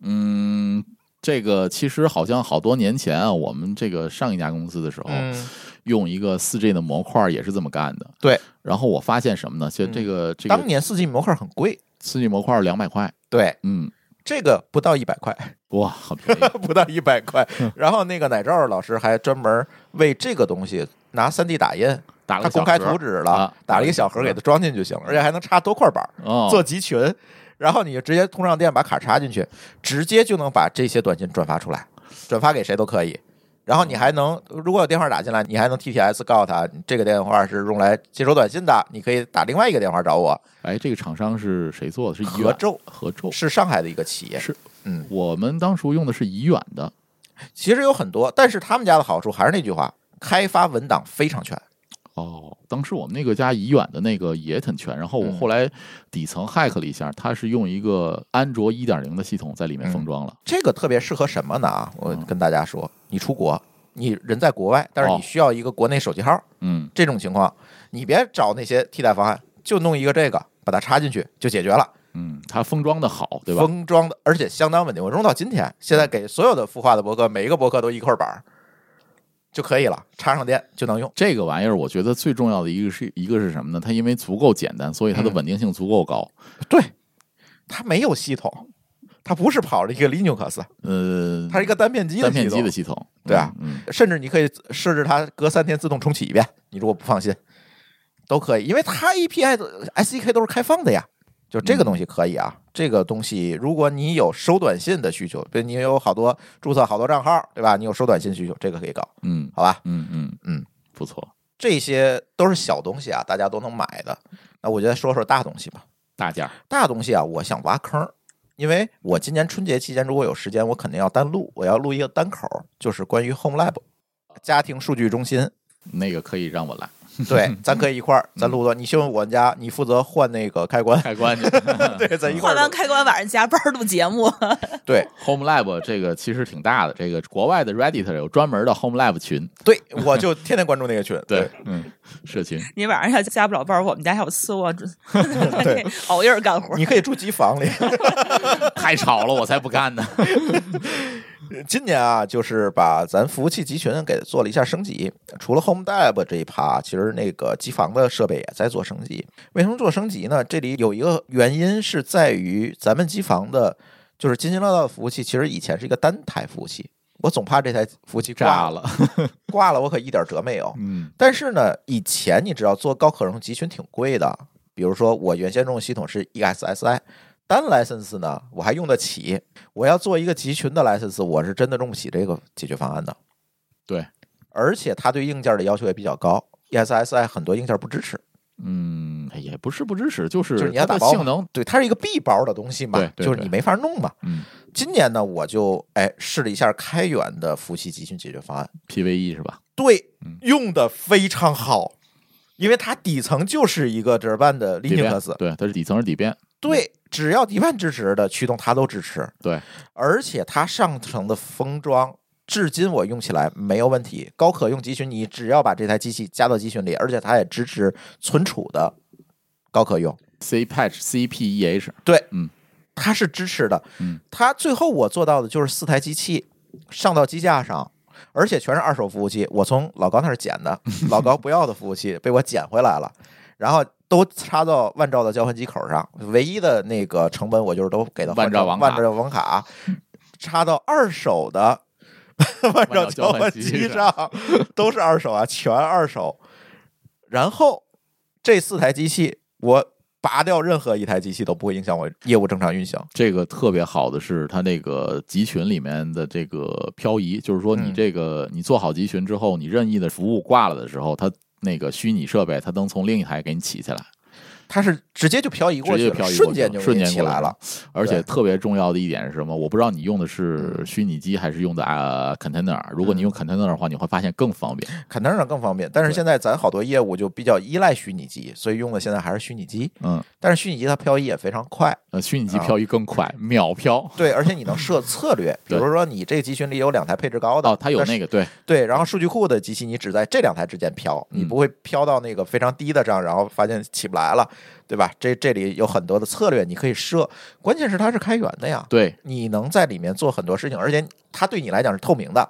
S3: 嗯，这个其实好像好多年前啊，我们这个上一家公司的时候，
S1: 嗯
S3: 用一个四 G 的模块也是这么干的。
S1: 对，
S3: 然后我发现什么呢？就
S1: 嗯
S3: 这个、这
S1: 当
S3: 个
S1: 年四 G 模块很贵，
S3: 四 G 模块两百块，
S1: 对，
S3: 嗯，
S1: 这个不到一百块，嗯
S3: 哇，好 便宜
S1: 不到一百块。然后那个奶罩老师还专门为这个东西拿三 D 打印，
S3: 打了
S1: 他
S3: 个
S1: 公开
S3: 小盒
S1: 图纸
S3: 啊
S1: 了，打了一个小盒给它装进去就行了，而且还能插多块板儿，
S3: 哦，
S1: 做集群。然后你就直接通上店把卡插进去，直接就能把这些短信转发出来，转发给谁都可以。然后你还能，如果有电话打进来，你还能 TTS 告诉他这个电话是用来接收短信的，你可以打另外一个电话找我。
S3: 哎，这个厂商是谁做的？是医
S1: 合
S3: 院
S1: 昼
S3: 合昼
S1: 是上海的一个企业，
S3: 是，
S1: 嗯，
S3: 我们当初用的是怡远的
S1: 其实有很多，但是他们家的好处还是那句话，开发文档非常全。
S3: 哦，当时我们那个家怡远的那个也很全，然后我
S1: 嗯
S3: 后来底层 hack 了一下，它是用一个安卓一点零的系统在里面
S1: 嗯
S3: 封装了。
S1: 这个特别适合什么呢？啊，我
S3: 嗯
S1: 跟大家说，你出国，你人在国外，但是
S3: 哦
S1: 你需要一个国内手机号，
S3: 嗯，
S1: 这种情况，你别找那些替代方案，就弄一个这个，把它插进去就解决了。
S3: 嗯，它封装的好，对吧？嗯
S1: 封装的，而且相当稳定，我用到今天。现在给所有的孵化的博客，每一个博客都一块板儿就可以了，插上电就能用。
S3: 这个玩意儿，我觉得最重要的一个是一个是什么呢？它因为足够简单，所以它的
S1: 嗯
S3: 稳定性足够高。
S1: 对，它没有系统，它不是跑了一个 Linux，
S3: 呃，
S1: 它是一个单片机的
S3: 单片
S1: 系
S3: 机
S1: 统
S3: 的系统，
S1: 对啊
S3: 嗯，
S1: 甚至你可以设置它隔三天自动重启一遍，你如果不放心，都可以，因为它 API 的 SDK 都是开放的呀。就这个东西可以啊，这个东西如果你有收短信的需求，比如你有好多注册好多账号，对吧？你有收短信需求，这个可以搞，
S3: 嗯
S1: 好吧？
S3: 嗯嗯嗯
S1: 嗯，
S3: 不错，
S1: 这些都是小东西啊，大家都能买的。那我就再说说大东西吧。
S3: 大件儿
S1: 大东西啊，我想挖坑儿，因为我今年春节期间如果有时间，我肯定要单录，我要录一个单口儿，就是关于 Home Lab 家庭数据中心
S3: 那个可以让我来 嗯
S1: 对，咱可以一块儿，咱录了。你修我们家，你负责换那个开关。
S3: 开关去。
S1: 对，咱一块
S2: 换
S1: 儿
S2: 完
S1: 录。
S2: 开关，晚上加班儿录节目。
S1: 对
S3: Home Lab 这个其实挺大的，这个国外的 Reddit 有专门的 Home Lab 群，
S1: 对，我就天天关注那个群。
S3: 对，嗯，社群
S2: 你晚上要加不了班儿，我们家还有次 卧，对，熬夜干活
S1: 你可以住机房里。
S3: 太吵了，我才不干呢。
S1: 今年啊，就是把咱服务器集群给做了一下升级。除了 Home Lab 这一趴，其实那个机房的设备也在做升级。为什么做升级呢？这里有一个原因是在于咱们机房的，就是津津乐道的服务器，其实以前是一个单台服务器。我总怕这台服务器
S3: 炸
S1: 了，
S3: 了，
S1: 挂了我可一点辙没有。
S3: 嗯
S1: 但是呢，以前你知道做高可容集群挺贵的，比如说我原先用的系统是 E ESSi，单 license 呢我还用得起，我要做一个集群的 license，我是真的用不起这个解决方案的。
S3: 对，
S1: 而且它对硬件的要求也比较高，ESSi ，E 很多硬件不支持，
S3: 嗯，也不是不支持，就是
S1: 就是你要打
S3: 它的
S1: 包嘛
S3: 性能，
S1: 对，它是一个 B 包的东西嘛
S3: 对，对
S1: 就是你没法弄嘛。
S3: 嗯
S1: 今年呢，我就哎试了一下开源的服务器集群解决方案，
S3: ，PVE E，是吧？
S1: 对
S3: 嗯，
S1: 用的非常好，因为它底层就是一个折半的
S3: 底边
S1: Linux，
S3: 对，它是底层是底边，
S1: 对，只要 d 万支持的驱动，它都支持。
S3: 对，
S1: 而且它上层的封装，至今我用起来没有问题。高可用集群，你只要把这台机器加到集群里，而且它也支持存储的高可用，
S3: C patch C P E H，
S1: 对，
S3: 嗯，
S1: 它是支持的。
S3: 嗯，
S1: 它最后我做到的就是四台机器上到机架上。而且全是二手服务器，我从老高那儿捡 的，老高不要的服务器被我捡回来了，然后都插到万兆的交换机口上，唯一的那个成本我就是都给到
S3: 万兆网卡
S1: 万兆网卡，插到二手 的万兆
S3: 兆交
S1: 交
S3: 换
S1: 换
S3: 机
S1: 机上，都是二手啊，全二手。然后这四台机器，我拔掉任何一台机器都不会影响我业务正常运行。
S3: 这个特别好的是它那个集群里面的这个漂移，就是说你
S1: 嗯
S3: 这个、你做好集群之后，你任意的服务挂了的时候，它那个虚拟设备它能从另一台给你起起来，
S1: 它是直接就漂移过
S3: 直接
S1: 去
S3: 就漂
S1: 了，
S3: 移
S1: 瞬
S3: 过去
S1: 间
S3: 了
S1: 就
S3: 瞬
S1: 给
S3: 间
S1: 你起
S3: 过去
S1: 来
S3: 了
S1: 了。
S3: 而且
S1: 对是
S3: 特别重要的一点是什么？我不知道你用的是
S1: 嗯
S3: 虚拟机还是用的啊 container。如果你用 container 的话，你会发现更方便。
S1: 肯定上更方便，但是
S3: 对
S1: 现在咱好多业务就比较依赖虚拟机，所以用的现在还是虚拟机。
S3: 嗯，
S1: 但是虚拟机它漂移也非常快，
S3: 呃，虚拟机
S1: 啊
S3: 漂移更快，秒漂。
S1: 对，而且你能设策略，比
S3: 对
S1: 如说你这集群里有两台配置高的，
S3: 哦，它有
S1: 但是
S3: 那个对，
S1: 对，然后数据库的机器你只在这两台之间飘，你
S3: 嗯
S1: 不会飘到那个非常低的上，然后发现起不来了，对吧？这这里有很多的策略你可以设，关键是它是开源的呀，
S3: 对，
S1: 你能在里面做很多事情，而且它对你来讲是透明的，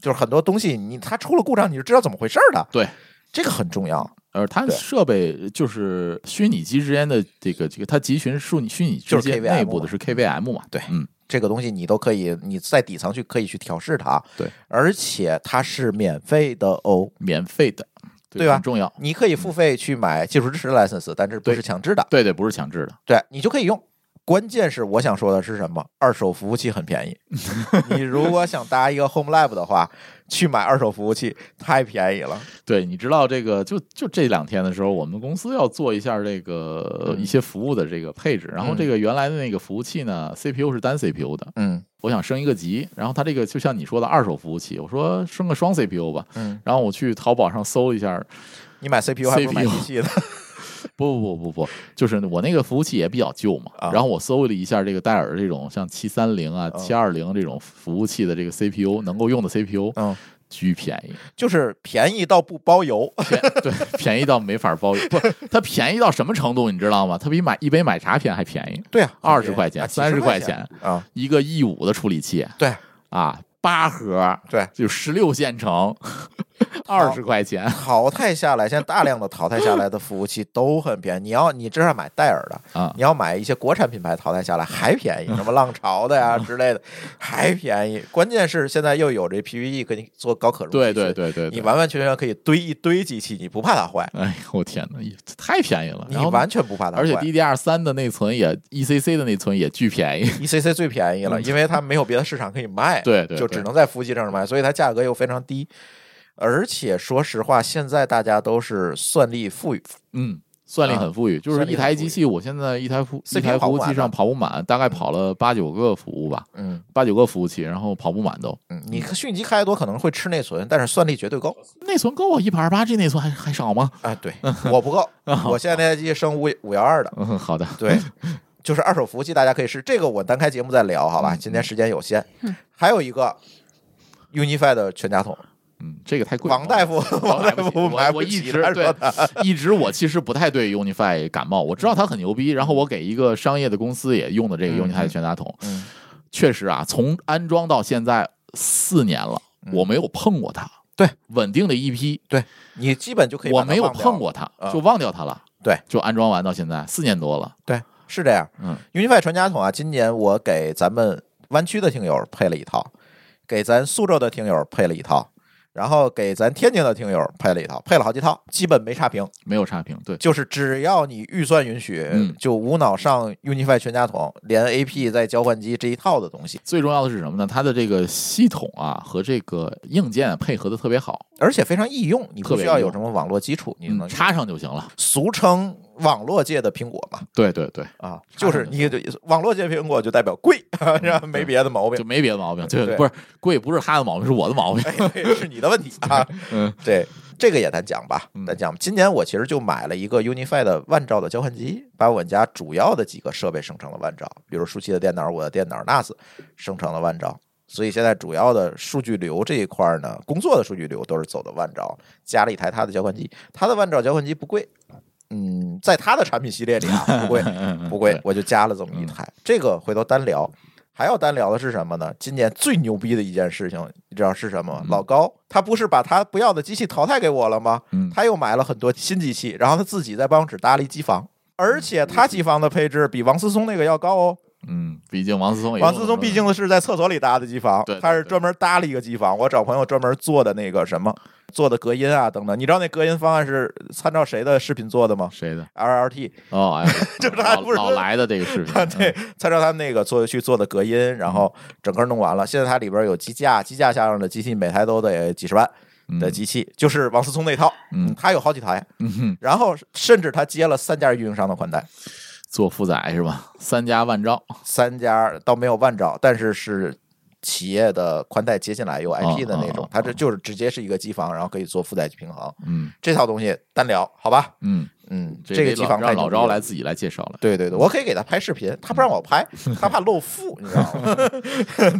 S1: 就是很多东西你它出了故障你就知道怎么回事儿的，
S3: 对，
S1: 这个很重要，
S3: 而它
S1: 对
S3: 设备就是虚拟机之间的这个这个，它集群数虚拟之
S1: 就是
S3: 间
S1: KVM
S3: 内部的是 KVM 嘛？
S1: 对
S3: 嗯，
S1: 这个东西你都可以，你在底层去可以去调试它，
S3: 对，
S1: 而且它是免费的哦，
S3: 免费的，
S1: 对吧
S3: 很重要，
S1: 你可以付费去买技术支持 license，但这不
S3: 嗯对
S1: 是强制的，
S3: 对对，不是强制的，
S1: 对你就可以用。关键是我想说的是什么？二手服务器很便宜，你如果想搭一个 Home Lab 的话，去买二手服务器太便宜了。
S3: 对，你知道这个，就就这两天的时候，我们公司要做一下这个
S1: 嗯
S3: 一些服务的这个配置，然后
S1: 嗯
S3: 这个原来的那个服务器呢，CPU 是单 CPU 的，
S1: 嗯
S3: 我想升一个级，然后它这个就像你说的二手服务器，我说升个双 CPU 吧，
S1: 嗯，
S3: 然后我去淘宝上搜一下，
S1: 你买 CPU 还不如买
S3: CPU
S1: 机器呢。
S3: 不不不不不，就是我那个服务器也比较旧嘛，
S1: 啊
S3: 然后我搜了一下这个戴尔这种像七三零啊、
S1: 嗯
S3: 七二零这种服务器的这个 CPU 能够用的 CPU，
S1: 嗯，
S3: 巨便宜，
S1: 就是便宜到不包邮。
S3: 便对便宜到没法包邮，不，它便宜到什么程度你知道吗？它比买一杯奶茶便还便宜，
S1: 对啊，
S3: 二十块钱、
S1: 啊
S3: 三
S1: 70
S3: 十块
S1: 钱
S3: 钱，
S1: 啊，
S3: 一个 E 五的处理器
S1: 对
S3: 啊，八核
S1: 对，
S3: 就十六线程，二十块钱
S1: 淘汰下来，现在大量的淘汰下来的服务器都很便宜。你要你这是买戴尔的，
S3: 啊，
S1: 你要买一些国产品牌淘汰下来还便 宜，什么浪潮的
S3: 啊
S1: 呀之类的还便宜。关键是现在又有这 PVE 给你做高可容，
S3: 对对，对对，
S1: 你
S3: 对
S1: 完完全全可以堆一堆机器，你不怕它坏，
S3: 哎呦我天哪，也太便宜了，
S1: 你
S3: 然后呢
S1: 完全不怕它坏。
S3: 而且 DDR 三的内存也 ECC 的内存也巨便 宜，
S1: ECC E 最便宜了，因为它没有别的市场可以卖，
S3: 嗯对对
S1: 就
S3: 对
S1: 只能在服务器上卖，所以它价格又非常低。而且说实话，现在大家都是算力富裕，
S3: 嗯，算力很富裕，就
S1: 啊
S3: 是
S1: 算力
S3: 一台
S1: 很富
S3: 机
S1: 裕
S3: 器，我现在一台服一
S1: CPU
S3: 台服务
S1: 跑不
S3: 器
S1: 满啊
S3: 上跑不满，大概跑了八九个服务吧，
S1: 嗯
S3: 八九个服务器，然后跑不满都。
S1: 嗯，你虚拟机开的多可能会吃内存，但是算力绝对够
S3: 内存够啊，一百二八 G 内存还还少吗？
S1: 啊。对，我不 够，
S3: 哦
S1: 我现在那台机升五五幺二的，
S3: 嗯，好的，
S1: 对，就是二手服务器，大家可以试。这个我单开节目再聊，好吧？
S3: 嗯
S1: 今天时间有限。还有一个 Unify 的全家桶，
S3: 嗯，这个太贵了。
S1: 王大夫，王大
S3: 不起
S1: 夫买
S3: 我我一
S1: 起
S3: 直
S1: 他
S3: 对
S1: 说的，
S3: 一直我其实不太对 Unify 感冒，我知道它很牛逼，然后我给一个商业的公司也用的这个
S1: 嗯
S3: Unify 全家桶，
S1: 嗯
S3: 确实啊，从安装到现在四年了，我没有碰过它。
S1: 嗯对，
S3: 稳定的一批，
S1: 你基本就可以把
S3: 我
S1: 它
S3: 没有
S1: 忘掉
S3: 碰过它，
S1: 啊
S3: 就忘掉它了。
S1: 对，
S3: 就安装完到现在四年多了。
S1: 对，是这样。
S3: 嗯
S1: ，Unify 传家桶啊，今年我给咱们湾区的听友配了一套，给咱苏州的听友配了一套，然后给咱天津的听友配了一套，配了好几套，基本没差评。
S3: 没有差评，对，
S1: 就是只要你预算允许，
S3: 嗯
S1: 就无脑上 Unify 全家桶，连 AP 在交换机这一套的东西，
S3: 最重要的是什么呢？它的这个系统啊和这个硬件配合的特别好，
S1: 而且非常易用，你
S3: 特
S1: 不
S3: 别
S1: 需要
S3: 易
S1: 有
S3: 用
S1: 什么网络基础，你能
S3: 嗯，插上就行了。
S1: 俗称网络界的苹果嘛。
S3: 对对对，
S1: 啊，
S3: 插
S1: 就
S3: 上
S1: 是
S3: 就
S1: 你网络界苹果就代表贵， 然
S3: 嗯
S1: 后没别的毛病
S3: 就。没别的毛病，
S1: 对哎
S3: 不是贵，不是他的毛病，是我的毛病。
S1: 对，是你的问题啊。
S3: 嗯，
S1: 对，这个也咱讲吧
S3: 嗯，
S1: 咱讲。今年我其实就买了一个 Unify 的万兆的交换机，把我们家主要的几个设备生成了万兆，比如舒淇的电脑、我的电脑、NAS 生成了万兆。所以现在主要的数据流这一块呢，工作的数据流都是走的万兆，加了一台它的交换机，它的万兆交换机不贵，嗯，在它的产品系列里啊不贵，
S3: 嗯
S1: 不贵
S3: 对，嗯
S1: 我就加了这么一台。这个回头单聊。还要单聊的是什么呢？今年最牛逼的一件事情，你知道是什么吗？老高他不是把他不要的机器淘汰给我了吗？
S3: 嗯
S1: 他又买了很多新机器，然后他自己在办公室搭了一机房。而且他机房的配置比王思聪那个要高哦。
S3: 嗯，毕竟王思聪也用
S1: 王
S3: 了
S1: 思聪毕竟是在厕所里搭的机房
S3: 对对，
S1: 他是专门搭了一个机房。我找朋友专门做的那个什么，做的隔音啊等等。你知道那隔音方案是参照谁的视频做的吗
S3: 谁的
S1: ？LLT
S3: 哦，哎，
S1: 就是他
S3: 老
S1: 不是啊
S3: 老来的这个视频， 嗯
S1: 对，参照他们那个做去做的隔音，然后整个弄完了。现在它里边有机架，机架下面的机器每台都得几十万
S3: 嗯
S1: 的机器，就是王思聪那套，
S3: 嗯
S1: 他有好几台，
S3: 嗯哼
S1: 然后甚至他接了三家运营商的款待，
S3: 做负载是吧？三家万兆，
S1: 三家倒没有万兆，但是是。企业的宽带接进来有 IP 的那
S3: 哦哦哦
S1: 种，它这就是直接是一个机房，然后可以做负载平衡。
S3: 嗯
S1: 这套东西单聊好吧？
S3: 嗯，
S1: 嗯，
S3: 这
S1: 这个
S3: 得
S1: 机
S3: 老
S1: 房太
S3: 让
S1: 牛
S3: 老
S1: 逼了
S3: 招来自己来介绍了。
S1: 对
S2: 嗯
S1: 对对，我可以给他拍视频，他不让我拍，他怕露富，你知道 吗？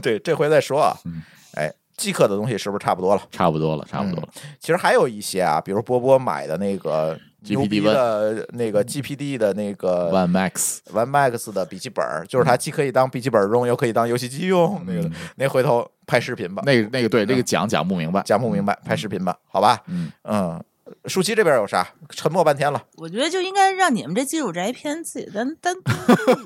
S1: 对，这回再说啊
S3: 嗯。
S1: 哎，即刻的东西是不是差不多了？
S3: 差不多了，差不多了。
S1: 其实还有一些啊，比如波波买的那个
S3: GPD
S1: 牛逼的那
S2: 嗯
S1: 个 GPD 的那个
S3: One Max，
S1: One Max 的笔记本儿，就是
S2: 嗯
S1: 它既可以当笔记本儿用，又可以当游戏机用。那个，那回头拍视频吧，嗯
S3: 那个那个对，这个讲讲不明白。
S1: 讲不明白，拍视频吧，好吧？
S3: 嗯
S1: 嗯，舒淇这边有啥？沉默半天 了。
S4: 我觉得就应该让你们这基础宅片自己单单。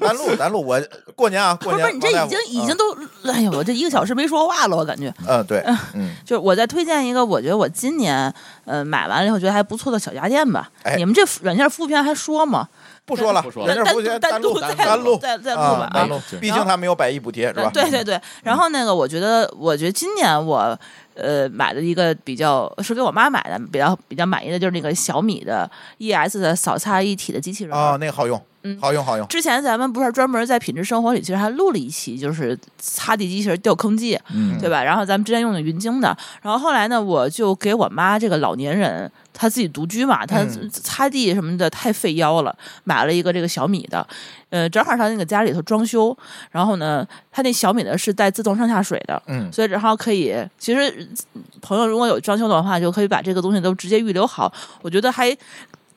S1: 咱录，咱录，我过年啊，
S2: 不
S1: 过
S2: 是
S1: 年
S2: 不是，你这已经已经都，哎呦，我这一个小时没说话了，我感觉。
S1: 嗯， 对，嗯，
S2: 就是我再推荐一个，我觉得我今年呃买完了以后觉得还不错的小家电吧。
S1: 哎
S2: 你们这软件副片还说吗？
S1: 不说了，
S3: 不说了
S1: 人家
S2: 单
S1: 不
S2: 独
S1: 学
S2: 单
S1: 录
S2: 独
S3: 单
S2: 再
S1: 单
S3: 录
S1: 录，
S2: 再再录
S1: 啊
S2: 吧
S1: 单
S2: 啊
S3: 录。
S1: 毕竟他没有百亿补贴是吧？嗯
S2: 对对对，然后那个我觉得，我觉得今年我呃买了一个比较是给我妈买的，比较比较满意的就是那个小米的 ES 的扫擦一体的机器人。
S1: 啊，那个好用，
S2: 嗯
S1: 好用，好用。
S2: 之前咱们不是专门在品质生活里，其实还录了一期，就是擦地机器人掉坑记，
S3: 嗯
S2: 对吧？然后咱们之前用的云鲸的，然后后来呢，我就给我妈这个老年人，她自己独居嘛，她
S1: 嗯
S2: 擦地什么的太费腰了，买了一个这个小米的，呃，正好她那个家里头装修，然后呢，她那小米的是带自动上下水的，
S1: 嗯，
S2: 所以然后可以，其实嗯朋友如果有装修的话，就可以把这个东西都直接预留好，我觉得还。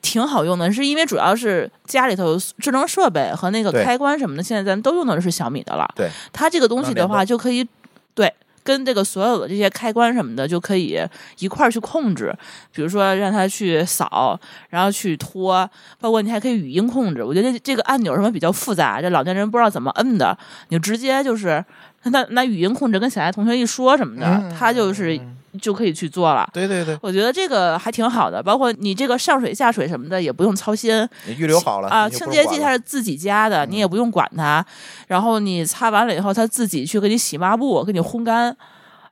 S2: 挺好用的，是因为主要是家里头智能设备和那个
S1: 对
S2: 开关什么的，现在咱们都用的是小米的了。
S1: 对，
S2: 它这个东西的
S1: 能联
S2: 话，就可以对跟这个所有的这些开关什么的，就可以一块儿去控制。比如说让它去扫，然后去拖，包括你还可以语音控制。我觉得这这个按钮什么比较复杂，这老年人不知道怎么摁的，你就直接就是那那语音控制跟小爱同学一说什么的，
S1: 嗯
S2: 他就是就可以去做了。
S1: 对对对，
S2: 我觉得这个还挺好的，包括你这个上水下水什么的也不用操心，
S1: 你预留好了
S2: 啊，
S1: 你就
S2: 清
S1: 不
S2: 洁
S1: 用
S2: 剂它
S1: 管了嗯
S2: 是自己家的，你也不用管它。然后你擦完了以后，它自己去给你洗抹布，给你烘干。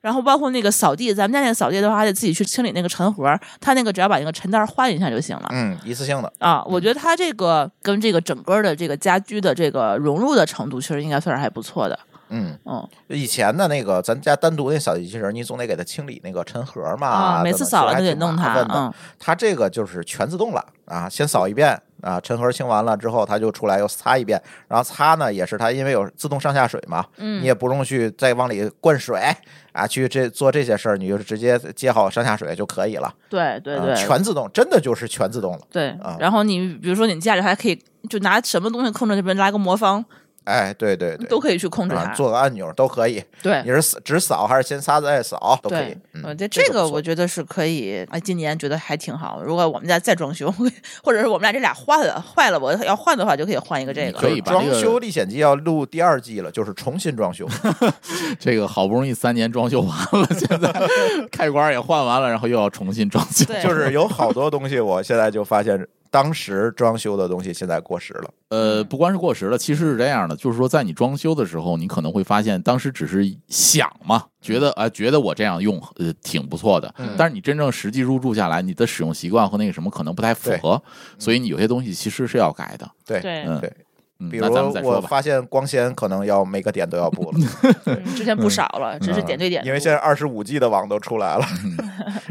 S2: 然后包括那个扫地，咱们家那个扫地的话，还得自己去清理那个尘盒儿。它那个只要把那个尘袋换一下就行了。
S1: 嗯，一次性的，
S2: 啊，我觉得它这个跟这个整个的这个家居的这个融入的程度，其实应该算是还不错的。
S1: 嗯，
S2: 嗯，
S1: 以前的那个咱家单独那扫地机器人，你总得给它清理那个尘盒嘛，
S2: 啊，每次扫了
S1: 都
S2: 都得弄它
S1: 它。，
S2: 嗯，
S1: 它这个就是全自动了啊，先扫一遍啊，尘盒清完了之后，它就出来又擦一遍，然后擦呢也是它因为有自动上下水嘛，
S2: 嗯
S1: 你也不用去再往里灌水啊，去这做这些事儿，你就是直接接好上下水就可以了，
S2: 对对
S1: 啊
S2: 对，
S1: 全自动，真的就是全自动了，
S2: 对
S1: 啊。
S2: 然后你比如说你家里还可以就拿什么东西控制这边拉个魔方，
S1: 哎，对对对，
S2: 都可以去控制
S1: 啊，
S2: 它。
S1: 做个按钮都可以，
S2: 对
S1: 你，是扫只扫还是先擦再扫都可以
S2: 对，，
S1: 嗯
S2: 呃我觉得
S1: 这个
S2: 这个
S1: 不错
S2: 我觉得是可以啊，今年觉得还挺好。如果我们家再装修， 或者是我们俩这俩换了坏了，我要换的话就可以换一个这
S3: 你
S2: 个。
S3: 可以把这
S1: 装
S3: 个
S1: 修历险记要录第二季了，就是重新装修。嗯
S3: 这个好不容易三年装修完了，现在 开关也换完了，然后又要重新装修。
S2: 对
S1: 就是有好多东西，我现在就发现当时装修的东西现在过时了。
S3: 呃，不光是过时了，其实是这样的，就是说在你装修的时候，你可能会发现当时只是想嘛，觉
S1: 嗯
S3: 得啊、觉得我这样用呃挺不错的，但是你真正实际入住下来，你的使用习惯和那个什么可能不太符合，
S1: 嗯
S3: 所以你有些东西其实是要改的。
S1: 对，
S2: 对，
S3: 嗯，
S1: 对
S3: 嗯，
S1: 比如
S3: 那咱们再
S1: 我
S3: 说吧。
S1: 发现光纤可能要每个点都要布了，
S2: 嗯之前不少了，只是点对 点。
S1: 嗯因为现在二十五 G 的网都出来了。
S3: 嗯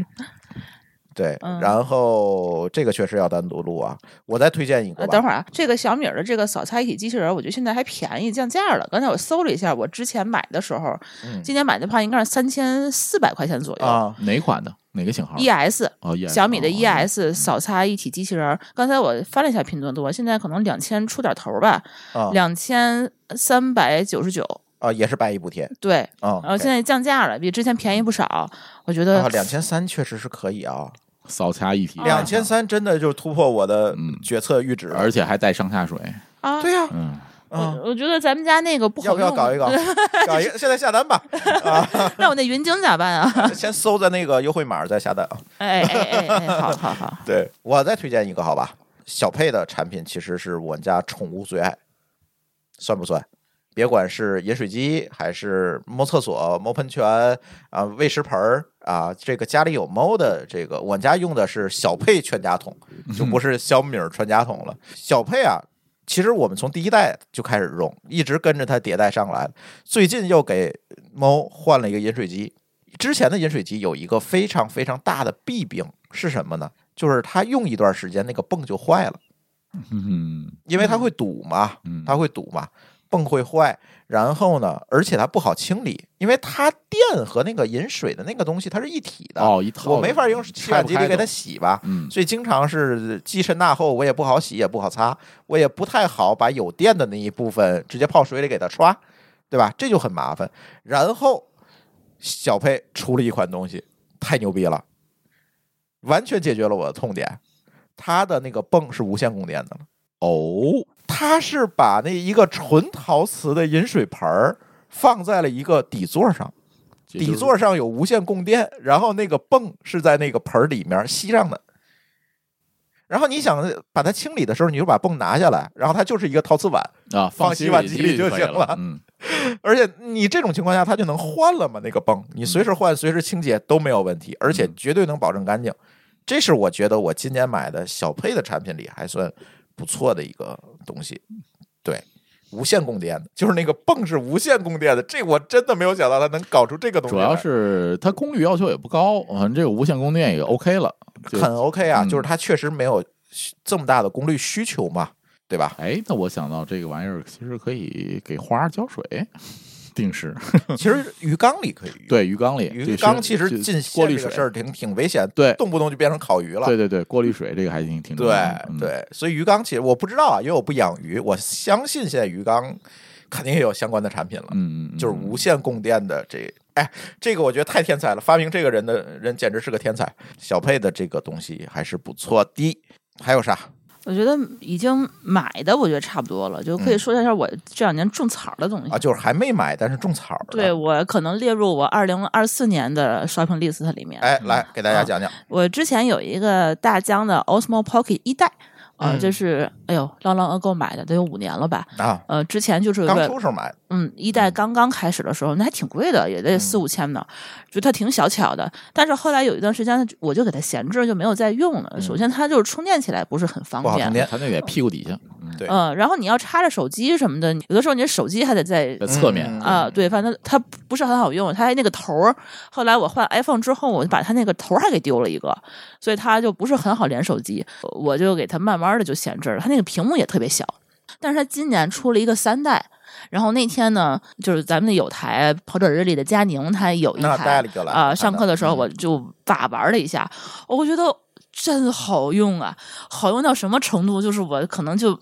S1: 对，
S2: 嗯
S1: 然后这个确实要单独录啊。我再推荐一个
S2: 呃，
S1: 吧，
S2: 等会儿啊，这个小米儿的这个扫擦一体机器人儿，我觉得现在还便宜，降价了。刚才我搜了一下，我之前买的时候，
S1: 嗯
S2: 今年买的话应该是三千四百块钱左右。
S1: 啊，，E
S3: 哪款的？哪个型号
S2: ES
S3: 哦，ES
S2: 小米的 E
S3: 哦
S2: ES 扫擦一体机器人儿，刚才我翻了一下拼多多，现在可能两千出点头儿吧，
S1: 啊
S2: 两千三百九十九。
S1: 啊，也是百亿补贴
S2: 对，
S1: 啊。
S2: 然后哦现在降价了，比之前便宜不少。我觉得
S1: 啊，两千三确实是可以
S2: 哦
S1: 啊，
S3: 扫擦一体，
S1: 两千，三真的就突破我的
S3: 嗯
S1: 决策阈值了。
S3: 而且还带上下水。
S2: 啊，
S1: 对呀，
S3: 嗯，
S1: 啊，
S2: 我我觉得咱们家那个不
S1: 要
S2: 好
S1: 不
S2: 用，
S1: 要搞一 搞？搞一个，现在下单吧，
S2: 那我那云鲸咋办啊？
S1: 先搜在那个优惠码再下单啊。
S2: 哎哎哎哎，好好好，
S1: 对我再推荐一个，好吧？小佩的产品其实是我们家宠物最爱，算不算？别管是饮水机，还是猫厕所、猫喷泉啊、喂食盆儿啊，这个家里有猫的，这个我们家用的是小佩全家桶，就不是小米儿全家桶了。小佩啊，其实我们从第一代就开始用，一直跟着它迭代上来。最近又给猫换了一个饮水机，之前的饮水机有一个非常非常大的弊病是什么呢？就是它用一段时间那个泵就坏了，
S3: 嗯
S1: 因为它会堵嘛，
S3: 嗯，
S1: 它会堵嘛，泵会坏。然后呢，而且它不好清理，因为它电和那个饮水的那个东西它是一体的，
S3: 哦一套，
S1: 我没法用洗碗机里给它
S3: 它。
S1: 洗吧。
S3: 嗯，
S1: 所以经常是机身纳后，我也不好洗，也不好擦，我也不太好把有电的那一部分直接泡水里给它刷，对吧？这就很麻烦。然后小佩出了一款东西，太牛逼了，完全解决了我的痛点。它的那个泵是无线供电的，
S3: 哦，
S1: 它是把那一个纯陶瓷的饮水盆儿放在了一个底座上，
S3: 这就
S1: 底
S3: 是
S1: 座上有无线供电，然后那个泵是在那个盆儿里面吸上的。然后你想把它清理的时候，你就把泵拿下来，然后它就是一个陶瓷碗，
S3: 啊，
S1: 放
S3: 洗
S1: 洗碗
S3: 机
S1: 机里就
S3: 可以
S1: 行
S3: 了
S1: 了。
S3: 嗯，
S1: 而且你这种情况下，它就能换了嘛？那个泵，你随
S3: 嗯
S1: 时换、随时清洁都没有问题，而且绝对能保证干净。这是我觉得我今年买的小配的产品里还算不错的一个东西。对，无线供电的，就是那个泵是无线供电的，这我真的没有想到它能搞出这个东西
S3: 主
S1: 来。
S3: 要是它功率要求也不高，反正这个无线供电也 OK 了。就
S1: 很 OK 啊，
S3: 嗯
S1: 就是它确实没有这么大的功率需求嘛，对吧？
S3: 哎，那我想到这个玩意儿其实可以给花儿浇水，定时
S1: 其实鱼缸里可以用，
S3: 对鱼缸里
S1: 鱼
S3: 这
S1: 缸
S3: 是
S1: 其实
S3: 这
S1: 进
S3: 过
S1: 线
S3: 滤
S1: 这个
S3: 水
S1: 事儿挺挺危险，
S3: 对
S1: 动不动就变成烤鱼了。
S3: 对对对，过滤水这个还挺挺重要
S1: 对
S3: 的嗯
S1: 对，所以鱼缸其实我不知道啊，因为我不养鱼，我相信现在鱼缸肯定也有相关的产品了，
S3: 嗯嗯，
S1: 就是
S3: 嗯
S1: 无线供电的这。哎，这个我觉得太天才了！发明这个人的人简直是个天才。小佩的这个东西还是不错的。还有啥？啊
S2: 我觉得已经买的，我觉得差不多了，就可以
S1: 嗯
S2: 说一下我这两年种草的东西。
S1: 啊，就是还没买，但是种草的。
S2: 嗯对，我可能列入我二零二四年的 shopping list 里面。
S1: 哎，来给
S3: 啊
S1: 大家讲讲。
S2: 我之前有一个大疆的 Osmo Pocket 一代，啊、
S1: 嗯
S2: 这是哎呦 long long ago 买的，得有五年了吧？
S1: 啊，
S2: 呃，之前就是
S1: 刚
S2: 为
S1: 出时候买的，
S2: 嗯，一代刚刚开始的时候，那还挺贵的，
S1: 嗯
S2: 也得四五千呢，就它挺小巧的。但是后来有一段时间，我就给它闲置，就没有再用了。首先，它就是充电起来不是很方
S1: 嗯不好
S2: 便
S1: 充，电。
S3: 它那个也屁股底下，嗯，
S1: 对
S2: 嗯，然后你要插着手机什么的，有的时候你的手机还得在
S3: 在侧面
S1: 嗯
S2: 啊，对，反正它不是很好用，它那个头儿。后来我换 iPhone 之后，我就把它那个头儿还给丢了一个，所以它就不是很好连手机。我就给它慢慢的就闲置了，它那个屏幕也特别小。但是它今年出了一个三代，然后那天呢，就是咱们有台跑者日里的佳宁，他有一
S1: 那带
S2: 台
S1: 了一个来
S2: 啊、
S1: 我看
S2: 上
S1: 到
S2: 课的时候
S1: 嗯
S2: 我就把玩了一下，我觉得。真好用啊！好用到什么程度？就是我可能就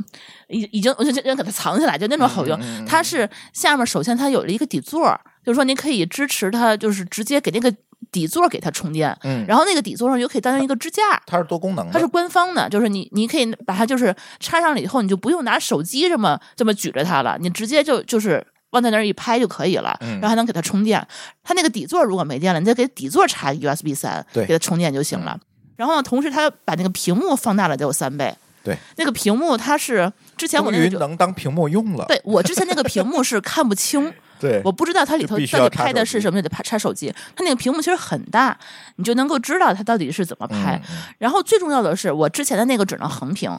S2: 已已经我就就就给它藏起来，就那种好用。
S1: 嗯嗯嗯
S2: 它是下面首先它有了一个底座儿，就是说你可以支持它，就是直接给那个底座儿给它充电，
S1: 嗯，啊
S2: 然后那个底座上又可以当成一个支架。
S1: 它是多功能的，
S2: 它是官方的，就是你，你可以把它就是插上了以后，你就不用拿手机这么这么举着它了，你直接就就是往在那儿一拍就可以了，
S1: 嗯
S2: 然后还能给它充电。它那个底座如果没电了，你再给底座插 USB 三，
S1: 对嗯
S2: 给它充电就行了。然后呢，同时它把那个屏幕放大了得有三倍，
S1: 对，
S2: 那个屏幕它是之前我
S1: 终
S2: 那个
S1: 于
S2: 就
S1: 能当屏幕用了。
S2: 对我之前那个屏幕是看不清，
S1: 对
S2: 我不知道它里头
S1: 就必须
S2: 到
S1: 要
S2: 底
S1: 插
S2: 拍的
S1: 手
S2: 是
S1: 机
S2: 什么，就得拍插手机。它那个屏幕其实很大，你就能够知道它到底是怎么拍。
S1: 嗯
S2: 然后最重要的是，我之前的那个只能横屏，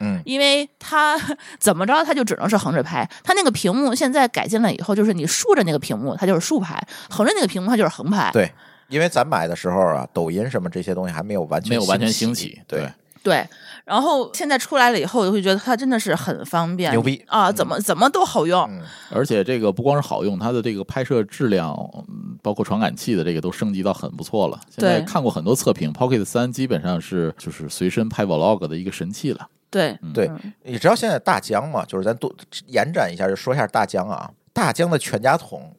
S1: 嗯，
S2: 因为它怎么着它就只能是横着拍。它那个屏幕现在改进了以后，就是你竖着那个屏幕它就是竖拍，横着那个屏幕它就是横拍。
S1: 对，因为咱买的时候啊，抖音什么这些东西还没有完全
S3: 没有完全
S1: 兴
S3: 兴起，
S1: 对，
S2: 对，然后现在出来了以后，我就会觉得它真的是很方便，
S1: 牛逼
S2: 啊！怎么怎么都好用，
S1: 嗯
S3: 而且这个不光是好用，它的这个拍摄质量，嗯包括传感器的这个都升级到很不错了。现在
S2: 对
S3: 看过很多测评，Pocket 三基本上是就是随身拍 vlog 的一个神器了。
S2: 对，
S1: 对，你知道现在大疆嘛？就是咱多延展一下，就说一下大疆啊。大疆的全家桶，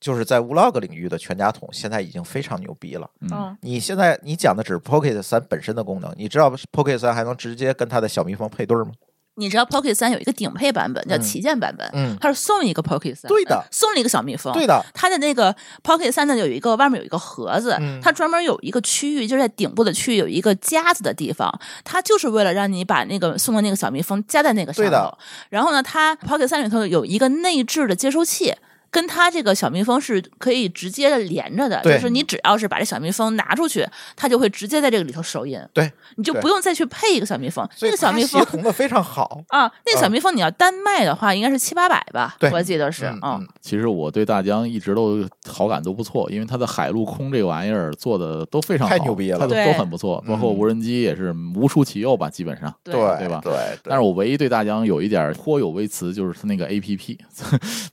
S1: 就是在 vlog 领域的全家桶，现在已经非常牛逼了。
S3: 嗯，
S1: 你现在你讲的只是 Pocket 三本身的功能，你知道 Pocket 三还能直接跟它的小蜜蜂配对吗？
S2: 你知道 Pocket 三有一个顶配版本叫
S1: 嗯
S2: 旗舰版本，
S1: 嗯
S2: 它是送一个 Pocket 三，
S1: 对的
S2: 送了一个小蜜蜂，
S1: 对的，
S2: 它的那个 Pocket 三呢，有一个外面有一个盒子，
S1: 嗯
S2: 它专门有一个区域，就是在顶部的区域有一个夹子的地方，它就是为了让你把那个送的那个小蜜蜂夹在那个上
S1: 对的
S2: 头。然后呢，它 Pocket 三里头有一个内置的接收器。跟它这个小蜜蜂是可以直接的连着的，就
S1: 对
S2: 是你只要是把这小蜜蜂拿出去，它就会直接在这个里头收音，
S1: 对，
S2: 你就
S1: 对
S2: 不用再去配一个小蜜蜂。
S1: 所
S2: 那
S1: 以
S2: 个小
S1: 它
S2: 蜜
S1: 协
S2: 蜂
S1: 同的非常好。
S2: 啊，那个
S1: 啊
S2: 小蜜蜂你要单卖的话，应该是七八百吧，
S1: 对
S2: 我记得是，
S1: 嗯
S2: 嗯，
S3: 其实我对大疆一直都好感都不错，因为它的海陆空这个玩意儿做的都非常好
S1: 太牛逼了
S3: 它都
S2: 对
S3: 都很不错，包括
S1: 嗯
S3: 无人机也是无出其右吧，基本上。
S1: 对
S3: 对吧
S1: 对，
S3: 但是我唯一对大疆有一点颇有微词，就是它那个 A P P，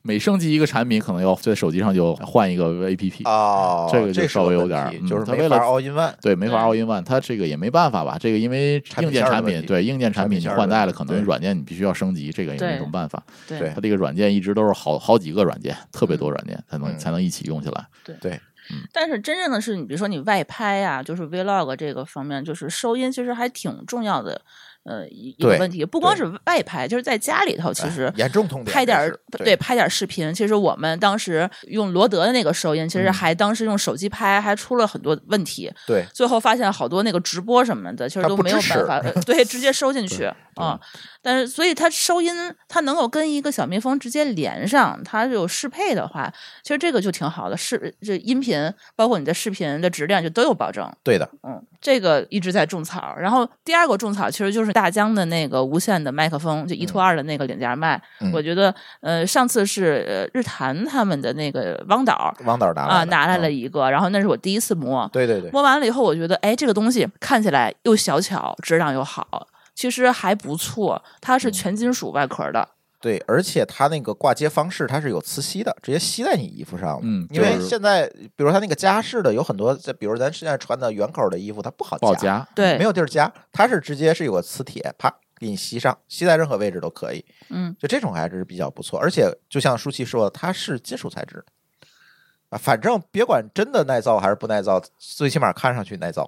S3: 每 升级一个产品，可能要在手机上就换一个 A P P。
S1: 哦，
S3: 这个就是稍微
S1: 个
S3: 有
S1: 问
S3: 点儿
S1: 题
S3: 嗯
S1: 就是
S3: 它
S1: 没
S3: 为
S1: 法
S3: 了
S1: all in one。
S3: 对，没
S2: 对
S3: 法 all in one，它这个也没办法吧？这个因为
S1: 产品
S3: 硬件
S1: 线
S3: 产
S1: 儿的
S3: 品，
S1: 问题
S3: 对硬件产
S1: 产
S3: 品
S1: 品
S3: 你
S1: 线儿
S3: 换
S1: 的
S3: 代
S1: 问
S3: 了，
S1: 题
S3: 可能
S1: 对
S3: 软件你必须要升级，这个也没
S2: 对
S3: 什么办法。
S2: 对
S1: 对
S3: 它这个软件一直都是好好几个软件，特别多软件才能
S1: 嗯
S3: 才能一起用起来。
S1: 对，
S2: 但是真正的是，你比如说你外拍啊，就是 vlog 这个方面，就是收音其实还挺重要的，呃，一一个
S1: 对
S2: 问题，不光
S1: 对
S2: 是外拍，就是在家里头，其实
S1: 哎严重痛点
S2: 拍点
S1: 这
S2: 儿
S1: 是对
S2: 对拍点儿视频。其实我们当时用罗德的那个收音，其
S1: 嗯
S2: 实还当时用手机拍，还出了很多问题。
S1: 对，
S2: 最后发现好多那个直播什么的，其实
S1: 它
S2: 都
S1: 不
S2: 没有
S1: 支持嗯
S2: 办法， 呃对，直接收进去啊。但是，所以它收音，它能够跟一个小蜜蜂直接连上，它有适配的话，其实这个就挺好的。视这音频，包括你的视频的质量，就都有保证。
S1: 对的，
S2: 嗯，这个一直在种草。然后第二个种草其实就是大疆的那个无线的麦克风，就一拖二的那个领夹麦。
S1: 嗯
S2: 我觉得，呃，上次是呃日坛他们的那个汪导
S1: 汪导拿来
S2: 啊
S1: 的
S2: 拿来
S1: 嗯
S2: 了一个，然后那是我第一次摸，
S1: 对对对，
S2: 摸完了以后，我觉得哎，这个东西看起来又小巧，质量又好，其实还不错。它
S1: 嗯
S2: 是全金属外壳的，
S1: 对，而且它那个挂接方式它是有磁吸的，直接吸在你衣服上了。
S3: 嗯
S1: 因为
S3: 就是
S1: 现在比如它那个夹式的有很多，比如咱现在穿的圆口的衣服，它不好
S3: 报价
S2: 对，
S1: 没有地儿夹，它是直接是有个磁铁，啪给你吸上，吸在任何位置都可以。
S2: 嗯，
S1: 就这种还是比较不错，而且就像舒淇说的，它是金属材质。啊，反正别管真的耐造还是不耐造，最起码看上去 耐造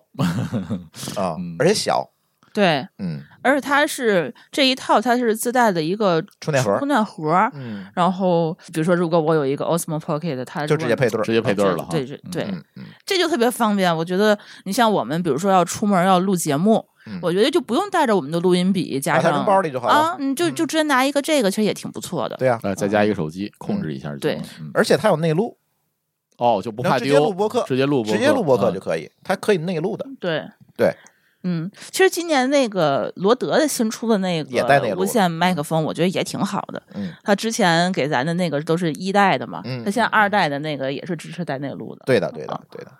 S1: 啊、
S3: 嗯
S1: 而且小，
S2: 对，
S1: 嗯，
S2: 而且它是这一套，它是自带的一个
S1: 充电盒儿
S2: 充电盒儿。
S1: 嗯，
S2: 然后，比如说，如果我有一个 Osmo Pocket，它
S1: 就
S2: 如
S1: 直
S2: 果
S1: 接配对儿，
S3: 直接配对儿
S2: 就
S3: 了哈。
S2: 对对对
S1: 嗯嗯，
S2: 这就特别方便。我觉得你像我们，比如说要出门要录节目，
S1: 嗯
S2: 我觉得就不用带着我们的录音笔，加
S1: 把它
S2: 上
S1: 扔包里就好了。嗯
S2: 啊，你就就直接拿一个这个，其实也挺不错的。
S1: 对呀、
S3: 呃，再加一个手机，控制一下就行了。嗯
S1: 而且它有内录，
S3: 哦，就不
S1: 能
S3: 怕
S1: 直
S3: 丢，
S1: 接录播客
S3: 直接录播客，
S1: 直接录播客
S3: 嗯
S1: 就可以，它可以内录的。
S2: 对
S1: 对，
S2: 嗯，其实今年那个罗德的新出的那
S1: 也带那
S2: 个
S1: 个
S2: 无线麦克风，我觉得也挺好的。
S1: 嗯，
S2: 他之前给咱的那个都是一代的嘛，
S1: 嗯
S2: 他现在二代的那个也是支持带内录的。
S1: 对的，对的，对的。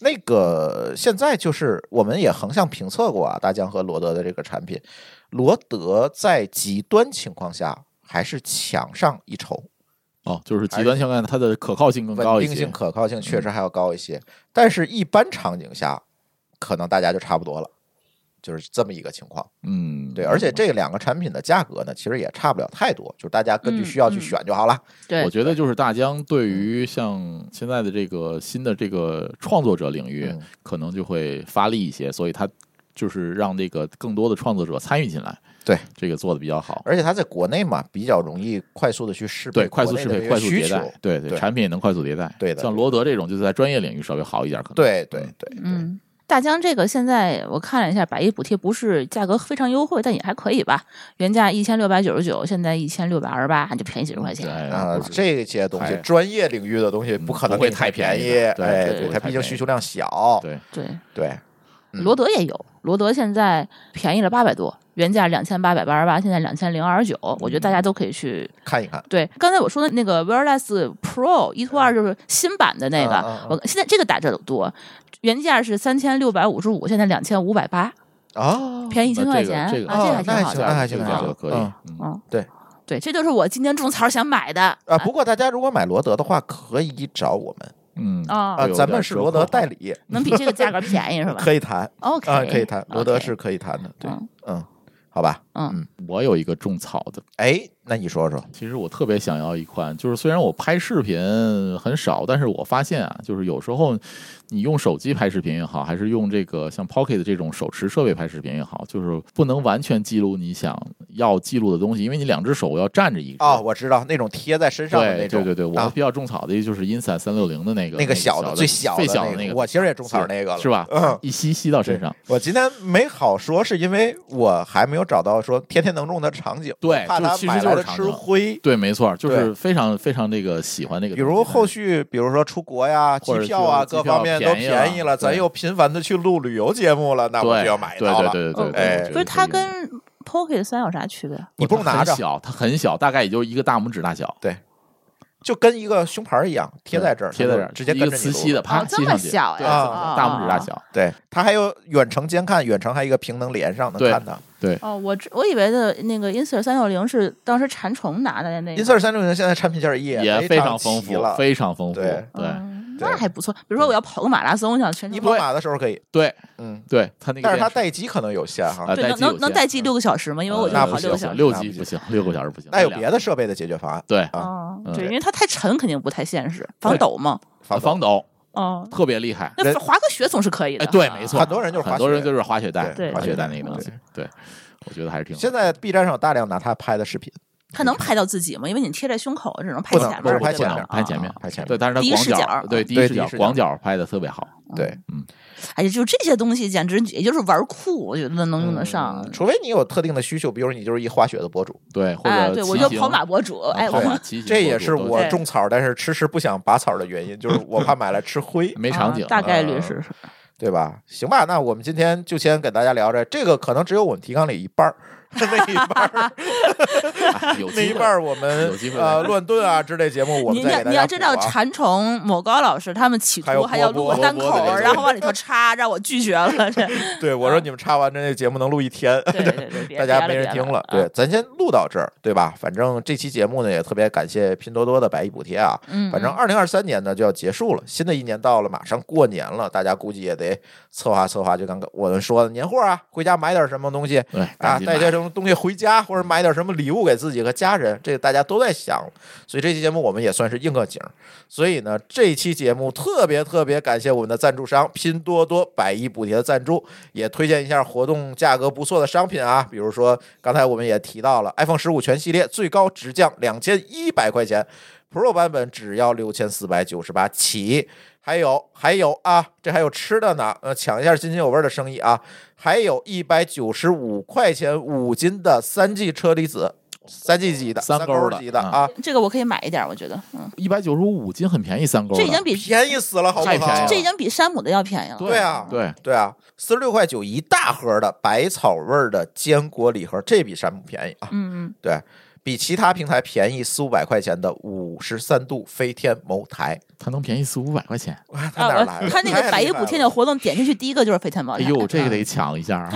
S1: 那个现在就是我们也横向评测过啊，大疆和罗德的这个产品，罗德在极端情况下还是强上一筹，
S3: 哦，就是极端情况下它的可靠性更高
S1: 稳
S3: 一
S1: 定
S3: 些
S1: 性、。可靠性确实还要高一些，但是一般场景下，可能大家就差不多了。就是这么一个情况，
S3: 嗯，
S1: 对，而且这两个产品的价格呢，其实也差不了太多，就是大家根据
S2: 嗯
S1: 需要去
S2: 嗯
S1: 选就好了。
S2: 对，
S3: 我觉得就是大疆
S1: 嗯
S3: 对于像现在的这个新的这个创作者领域，
S1: 嗯
S3: 可能就会发力一些，所以它就是让这个更多的创作者参与进来。
S1: 对，
S3: 这个做的比较好。
S1: 而且它在国内嘛，比较容易快速的去适配
S3: 对，快
S1: 国
S3: 速
S1: 内
S3: 适
S1: 的
S3: 配，
S1: 这
S3: 快
S1: 个
S3: 速
S1: 需
S3: 迭
S1: 求，
S3: 代，对对，
S1: 对
S3: 产品也能快速迭代。
S1: 对的
S3: 像罗德这种，就是在专业领域稍微好一点，可能。
S1: 对对对，
S2: 嗯，大疆这个现在我看了一下，百亿补贴不是价格非常优惠，但也还可以吧。原价一千六百九十九，现在一千六百二十八，就便宜几十块
S3: 对
S2: 钱。
S1: 啊，
S3: 哎不是
S1: 这些东西
S3: 还
S1: 专业领域的东西不可能
S3: 不会
S1: 给你
S3: 太
S1: 便
S3: 便宜的对
S1: 哎，
S3: 对不会
S1: 它
S3: 太
S1: 毕竟
S3: 便宜
S1: 需求量小，
S3: 对，
S2: 对，
S1: 对嗯
S2: 罗德也有，罗德现在便宜了八百多，原价两千八百八十八，现在两千零二十九。我觉得
S1: 嗯
S2: 大家都可以去
S1: 看一看，
S2: 对，刚才我说的那个 Wireless Pro 一拖二就是新版的那个，
S1: 嗯嗯嗯嗯
S2: 我现在这个打折有多，原价是三千六百五十五，现在两千五百八，
S1: 哦，
S2: 便宜一千
S3: 那这
S2: 块
S3: 个
S2: 钱、
S3: 这个
S2: 啊，这
S1: 哦
S2: 还挺
S1: 那
S2: 好
S1: 行那
S2: 的。
S1: 还
S3: 这
S1: 行
S3: 个
S1: 那还
S3: 价格
S1: 行
S3: 可以。
S1: 嗯
S3: 嗯
S2: 嗯，
S1: 对
S2: 对，这就是我今天种草想买的
S1: 啊，
S3: 哎
S1: 不过大家如果买罗德的话，可以找我们
S3: 嗯
S2: 啊、
S1: 啊，
S3: 有
S1: 咱
S3: 点
S1: 们是
S3: 折
S1: 罗德
S3: 扣
S1: 代理，
S2: 能比这个价格便宜是吧
S1: 可以谈
S2: ？OK，
S1: 啊，可以谈，罗德
S2: OK
S1: 是嗯可以谈的，对
S2: 嗯，
S1: 嗯，好吧，
S3: 我有一个种草的，
S1: 哎，那你说说，
S3: 其实我特别想要一款，就是虽然我拍视频很少，但是我发现啊，就是有时候你用手机拍视频也好，还是用这个像 Pocket 这种手持设备拍视频也好，就是不能完全记录你想要记录的东西，因为你两只手要站着一只。
S1: 哦，我知道那种贴在身上的那
S3: 对
S1: 种，
S3: 对对对，我
S1: 啊
S3: 比较种草的就是 Insa 三六零的那个
S1: 那个
S3: 小
S1: 的
S3: 的
S1: 最
S3: 小
S1: 小
S3: 最
S1: 的
S3: 的那
S1: 个，
S3: 个，
S1: 我其实也种草那个了，
S3: 是吧？
S1: 嗯
S3: 一吸吸到身
S1: 对
S3: 上，
S1: 我今天没好说，是因为我还没有找到说天天能用的场景，
S3: 对
S1: 怕
S3: 就
S1: 它
S3: 其实
S1: 买
S3: 就
S1: 来
S3: 是
S1: 的
S3: 场
S1: 吃
S3: 景
S1: 灰。
S3: 对，没错，就
S1: 对
S3: 是非常非常这个喜欢那个
S1: 比
S3: 东西。哎
S1: 如后
S3: 但是
S1: 续，比如说出国呀、机
S3: 或者
S1: 票啊，
S3: 是机
S1: 各
S3: 票
S1: 方面都
S3: 便宜了
S1: 便宜了，咱
S3: 对
S1: 又频繁的去录旅游节目了，那啊我
S3: 对
S1: 就要买
S3: 对
S1: 到了。
S3: 对对对
S2: 嗯
S3: 对，
S1: 哎
S3: 我觉得
S2: 不是它
S3: 应该
S2: 跟 Pocket 三有啥区别？啊
S1: 你不用拿着
S3: 它很，小，它很小，大概也就一个大拇指大小，
S1: 就跟一个胸牌一样贴在这儿，
S3: 贴在这
S1: 它
S3: 儿，
S1: 就直接
S3: 一个
S1: 跟着你
S3: 磁
S1: 录
S3: 吸的，
S1: 了。
S3: 啪
S2: 哦，这
S3: 吸
S2: 么
S3: 上去，
S2: 小
S3: 对，
S2: 呀
S1: 啊
S3: 大拇指大小，
S1: 对，它还有远程监看，远程还有一个屏能连上，能
S3: 对
S1: 看它。
S2: 哦，我知我以为的那个 Insert 三六零是当时馋虫拿的那个。
S1: 英特尔三六零现在产品线
S3: 也非
S1: 非
S3: 常丰
S1: 丰
S3: 富，
S1: 了。
S3: 非常丰富，
S1: 对
S3: 对
S2: 嗯
S1: 对
S2: 那还不错。比如说我要跑个马拉松，想全
S1: 你
S2: 程
S1: 跑马的时候可以，
S3: 对
S1: 嗯，
S3: 对，它那个
S1: 但是它
S3: 电池
S1: 待机可能有限哈。
S3: 啊
S2: 对，
S3: 待
S2: 能
S3: 机有
S2: 能能
S3: 限
S2: 待机六个小时吗？因为我
S3: 呃
S2: 就
S1: 那
S2: 跑
S1: 不
S2: 六
S1: 行
S2: 个小时。
S3: 六
S1: 那不
S3: 级
S1: 行
S3: 不行，六个小时不行，
S1: 那有
S3: 两
S1: 别的设备的解决方案，
S3: 对
S1: 啊
S2: 哦，
S3: 嗯
S2: 对，因为它太沉，肯定不太现实。防
S3: 对
S2: 抖嘛，
S1: 防抖
S3: 防抖
S4: 哦，
S3: 特别厉害。
S1: 人
S4: 那滑个雪总是可以的。
S3: 哎，对，没错，
S1: 很多人就是滑
S3: 很多人
S1: 雪
S3: 就是滑雪带
S1: 对，
S3: 滑
S1: 对
S3: 雪带那个东西。对，我觉得还是挺
S1: 现在 B 站上有大量拿它拍的视频，
S4: 他能拍到自己吗？因为你贴在胸口，啊只能拍
S1: 不能
S4: 前面，
S1: 不能
S4: 对
S1: 拍
S4: 吧
S1: 前
S3: 面
S4: 啊
S3: 拍前面
S1: 拍前面
S3: 对，但是它
S4: 第一
S3: 广
S4: 视角
S3: 角，对第一
S1: 对第
S3: 视
S1: 一
S3: 角
S1: 视角
S3: 广角拍的特别好。
S1: 对，
S4: 哎呀，就这些东西，简直也就是玩酷，我觉得能用得上。
S3: 嗯
S1: 除非你有特定的需求，比如你就是一滑雪的博主，
S3: 对，或
S4: 哎，
S3: 者
S4: 对
S3: 骑
S4: 我就
S3: 行啊
S4: 跑马博主，哎，
S3: 跑
S4: 我
S3: 马骑行博主都，，
S1: 这也是我
S4: 对
S1: 种草，但是迟迟不想拔草的原因，就是我怕买来吃灰
S3: 没场景
S4: 啊，大概率
S3: 嗯
S4: 是
S1: 对吧？行吧，那我们今天就先给大家聊着，这个可能只有我们提纲里一半儿。 那一 半儿，
S3: 哎有
S1: 那
S3: 机
S1: 一
S3: 会
S1: 半儿，我们
S3: 有机会
S1: 呃乱炖啊之类节目，我
S4: 你
S1: 们
S4: 要
S1: 再给大
S4: 你
S1: 家
S4: 要知道
S1: 补啊
S4: 馋虫某高老师他们企
S1: 还有
S4: 图还要
S1: 波
S4: 录
S1: 波
S4: 个单
S3: 波波的
S4: 口
S3: 这，个
S4: 然后往里头插，让我拒绝了。 这
S1: 对我说你们插完这节目能录一天，
S4: 对对对，别
S1: 大家没
S4: 别
S1: 人
S4: 别
S1: 听了。
S4: 啊
S1: 对，咱先录到这儿，对吧？反正这期节目呢，也特别感谢拼多多的百亿补贴啊。
S4: 嗯，
S1: 反正二零二三年呢就要结束了，新的一年到了，马上过年了，大家估计也得策划策划，就刚刚我们说的年货啊，回家买点什么东西
S3: 对
S1: 啊，带些
S3: 着
S1: 什么东西回家，或者买点什么礼物给自己和家人，这个大家都在想。所以这期节目我们也算是应个景儿。所以呢，这期节目特别特别感谢我们的赞助商拼多多百亿补贴的赞助，也推荐一下活动价格不错的商品啊，比如说刚才我们也提到了 iPhone 十五全系列最高直降两千一百块钱，Pro 版本只要六千四百九十八起。还有还有啊，这还有吃的呢，呃，抢一下津津有味的生意啊！还有一百九十五块钱五斤的三 G 车厘子，三 G 级的，
S3: 三
S1: 三
S3: 勾儿的
S1: 级的
S3: 嗯
S1: 啊，
S4: 这个我可以买一点，我觉得，嗯，
S3: 一百九十五斤，很便宜，三勾
S4: 这
S3: 的
S4: 已经比
S1: 便宜死了，好不
S3: 太便宜
S1: 好？
S3: 了
S4: 这已经比山姆的要便宜了。
S1: 对啊，
S3: 对，
S1: 对啊，四十六块九一大盒的百草味儿的坚果礼盒，这比山姆便宜啊，
S4: 嗯，
S1: 对比其他平台便宜四五百块钱的五十三度飞天茅台，
S3: 它能便宜四五百块钱。
S1: 哇，他
S4: 啊，
S1: 哪
S4: 我
S1: 儿来的？
S4: 他那
S1: 太
S4: 个百
S1: 厉
S4: 亿
S1: 害
S4: 补贴
S1: 了
S4: 的活动点进去第一个就是飞天茅
S3: 哎
S4: 台。
S3: 呦，这个得抢一下啊！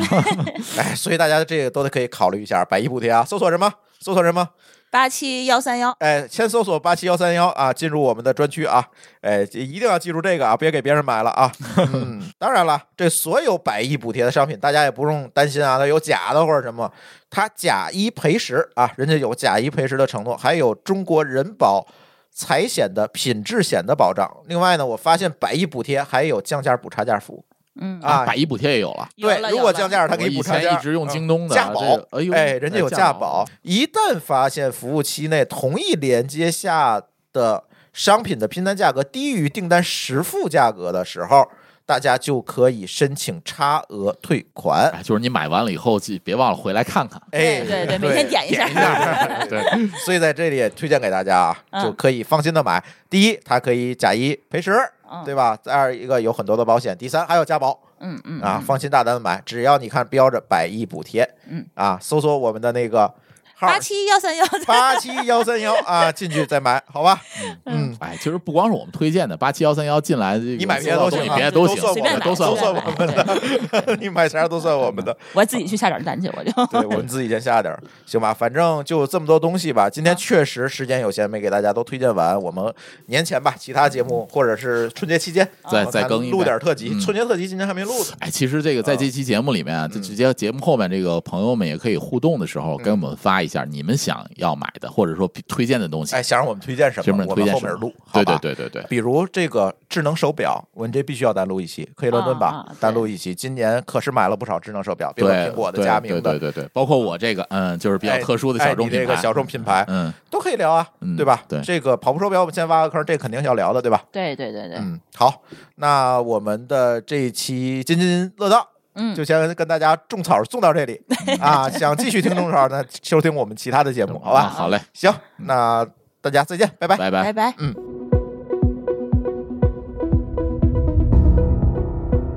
S1: 哎，所以大家这个都得可以考虑一下百亿补贴啊，搜索什么？搜索什么？
S4: 八七幺三幺，
S1: 哎，先搜索八七幺三幺啊，进入我们的专区啊，哎，一定要记住这个啊，别给别人买了 啊。嗯，当然了，这所有百亿补贴的商品，大家也不用担心啊，它有假的或者什么，它假一赔十啊，人家有假一赔十的承诺，还有中国人保。财险的品质险的保障，另外呢，我发现百亿补贴还有降价补差价服务
S4: 嗯，
S1: 啊
S3: 百，亿补贴也有了。
S4: 有了
S1: 对，如果降，价，它
S3: 我
S1: 可以
S3: 以
S1: 补差
S3: 前
S1: 价。
S3: 一直用京东的
S1: 价
S3: 这
S1: 保
S3: 个，哎呦，
S1: 哎，人家有
S3: 价
S1: 价保，，一旦发现服务期内同一连接下的商品的拼单价格低于订单实付价格的时候，大家就可以申请差额退款。
S3: 哎，就是你买完了以后，记别忘了回来看看。
S1: 哎，
S4: 对对对，每 天点一下。
S3: 对，
S1: 所以在这里也推荐给大家啊，
S4: 嗯
S1: 就可以放心的买。第一，它可以假一赔十，
S4: 嗯
S1: 对吧？再二一个有很多的保险，第三还有加保。
S4: 嗯嗯
S1: 啊，放心大胆的买，只要你看标着百亿补贴，
S4: 嗯
S1: 啊，搜索我们的那个号
S4: 八七幺三幺，
S1: 八七幺三幺啊，进去再买，好吧？嗯，
S3: 哎，其实不光是我们推荐的，八七幺三幺进来，
S1: 你
S3: 你
S1: 买别的
S3: 的
S1: 都
S3: 西
S1: 行啊
S3: 别的
S1: 都
S3: 行
S1: 算我，
S4: 随便
S1: 们
S4: 买，
S1: 的
S3: 都
S1: 算
S4: 随便
S1: 我
S4: 买
S1: 们的
S4: 对
S1: 你买啥都算我们的，
S4: 我自己去下点单去，我就。
S1: 对我们自己先下点儿，行吧？反正就这么多东西吧。今天确实时间有限，没给大家都推荐完。我们年前吧，其他节目或者是春节期间
S3: 再
S1: 我们
S3: 再
S1: 还
S3: 更一
S1: 录
S3: 遍
S1: 点特辑。
S3: 嗯
S1: 春节特辑今天还没录呢，
S3: 哎，其实这个在
S1: 嗯
S3: 这期节目里面啊，就直接节目后面这个朋友们也可以互动的时候，
S1: 嗯
S3: 跟我们发一下你们想要买的，或者说推荐的东西
S1: 哎，，想让我们推荐什
S3: 节目
S1: 么，
S3: 里
S1: 我
S3: 推
S1: 们
S3: 荐
S1: 后
S3: 什
S1: 面
S3: 么
S1: 录，好
S3: 对
S1: 吧
S3: 对？对对对，
S1: 比如这个智能手表，我们这必须要单录一期，可以乱炖吧，
S4: 啊啊对
S1: 单录一期。今年可是买了不少智能手表，别管
S3: 对
S1: 苹果的、
S3: 对
S1: 佳明的，
S3: 对对对对，包括我这个，嗯，就是比较
S1: 哎
S3: 特殊的
S1: 哎
S3: 小众
S1: 你这
S3: 品
S1: 个
S3: 牌，
S1: 小众品牌
S3: 嗯，
S1: 都可以聊啊，
S3: 嗯
S1: 对吧？
S3: 对
S1: 这个跑步手表我们先挖个坑，这肯定要聊的，对吧？
S4: 对对对对，
S1: 嗯，好，那我们的这一期津津乐道。
S4: 嗯
S1: 就先跟大家种草种 到这里啊！想继续听种草呢，收听我们其他的节目，好
S3: 啊
S1: 吧？哎
S3: 好嘞，
S1: 行，那大家再见，拜拜。
S3: 拜
S4: 拜。
S3: 拜
S4: 拜。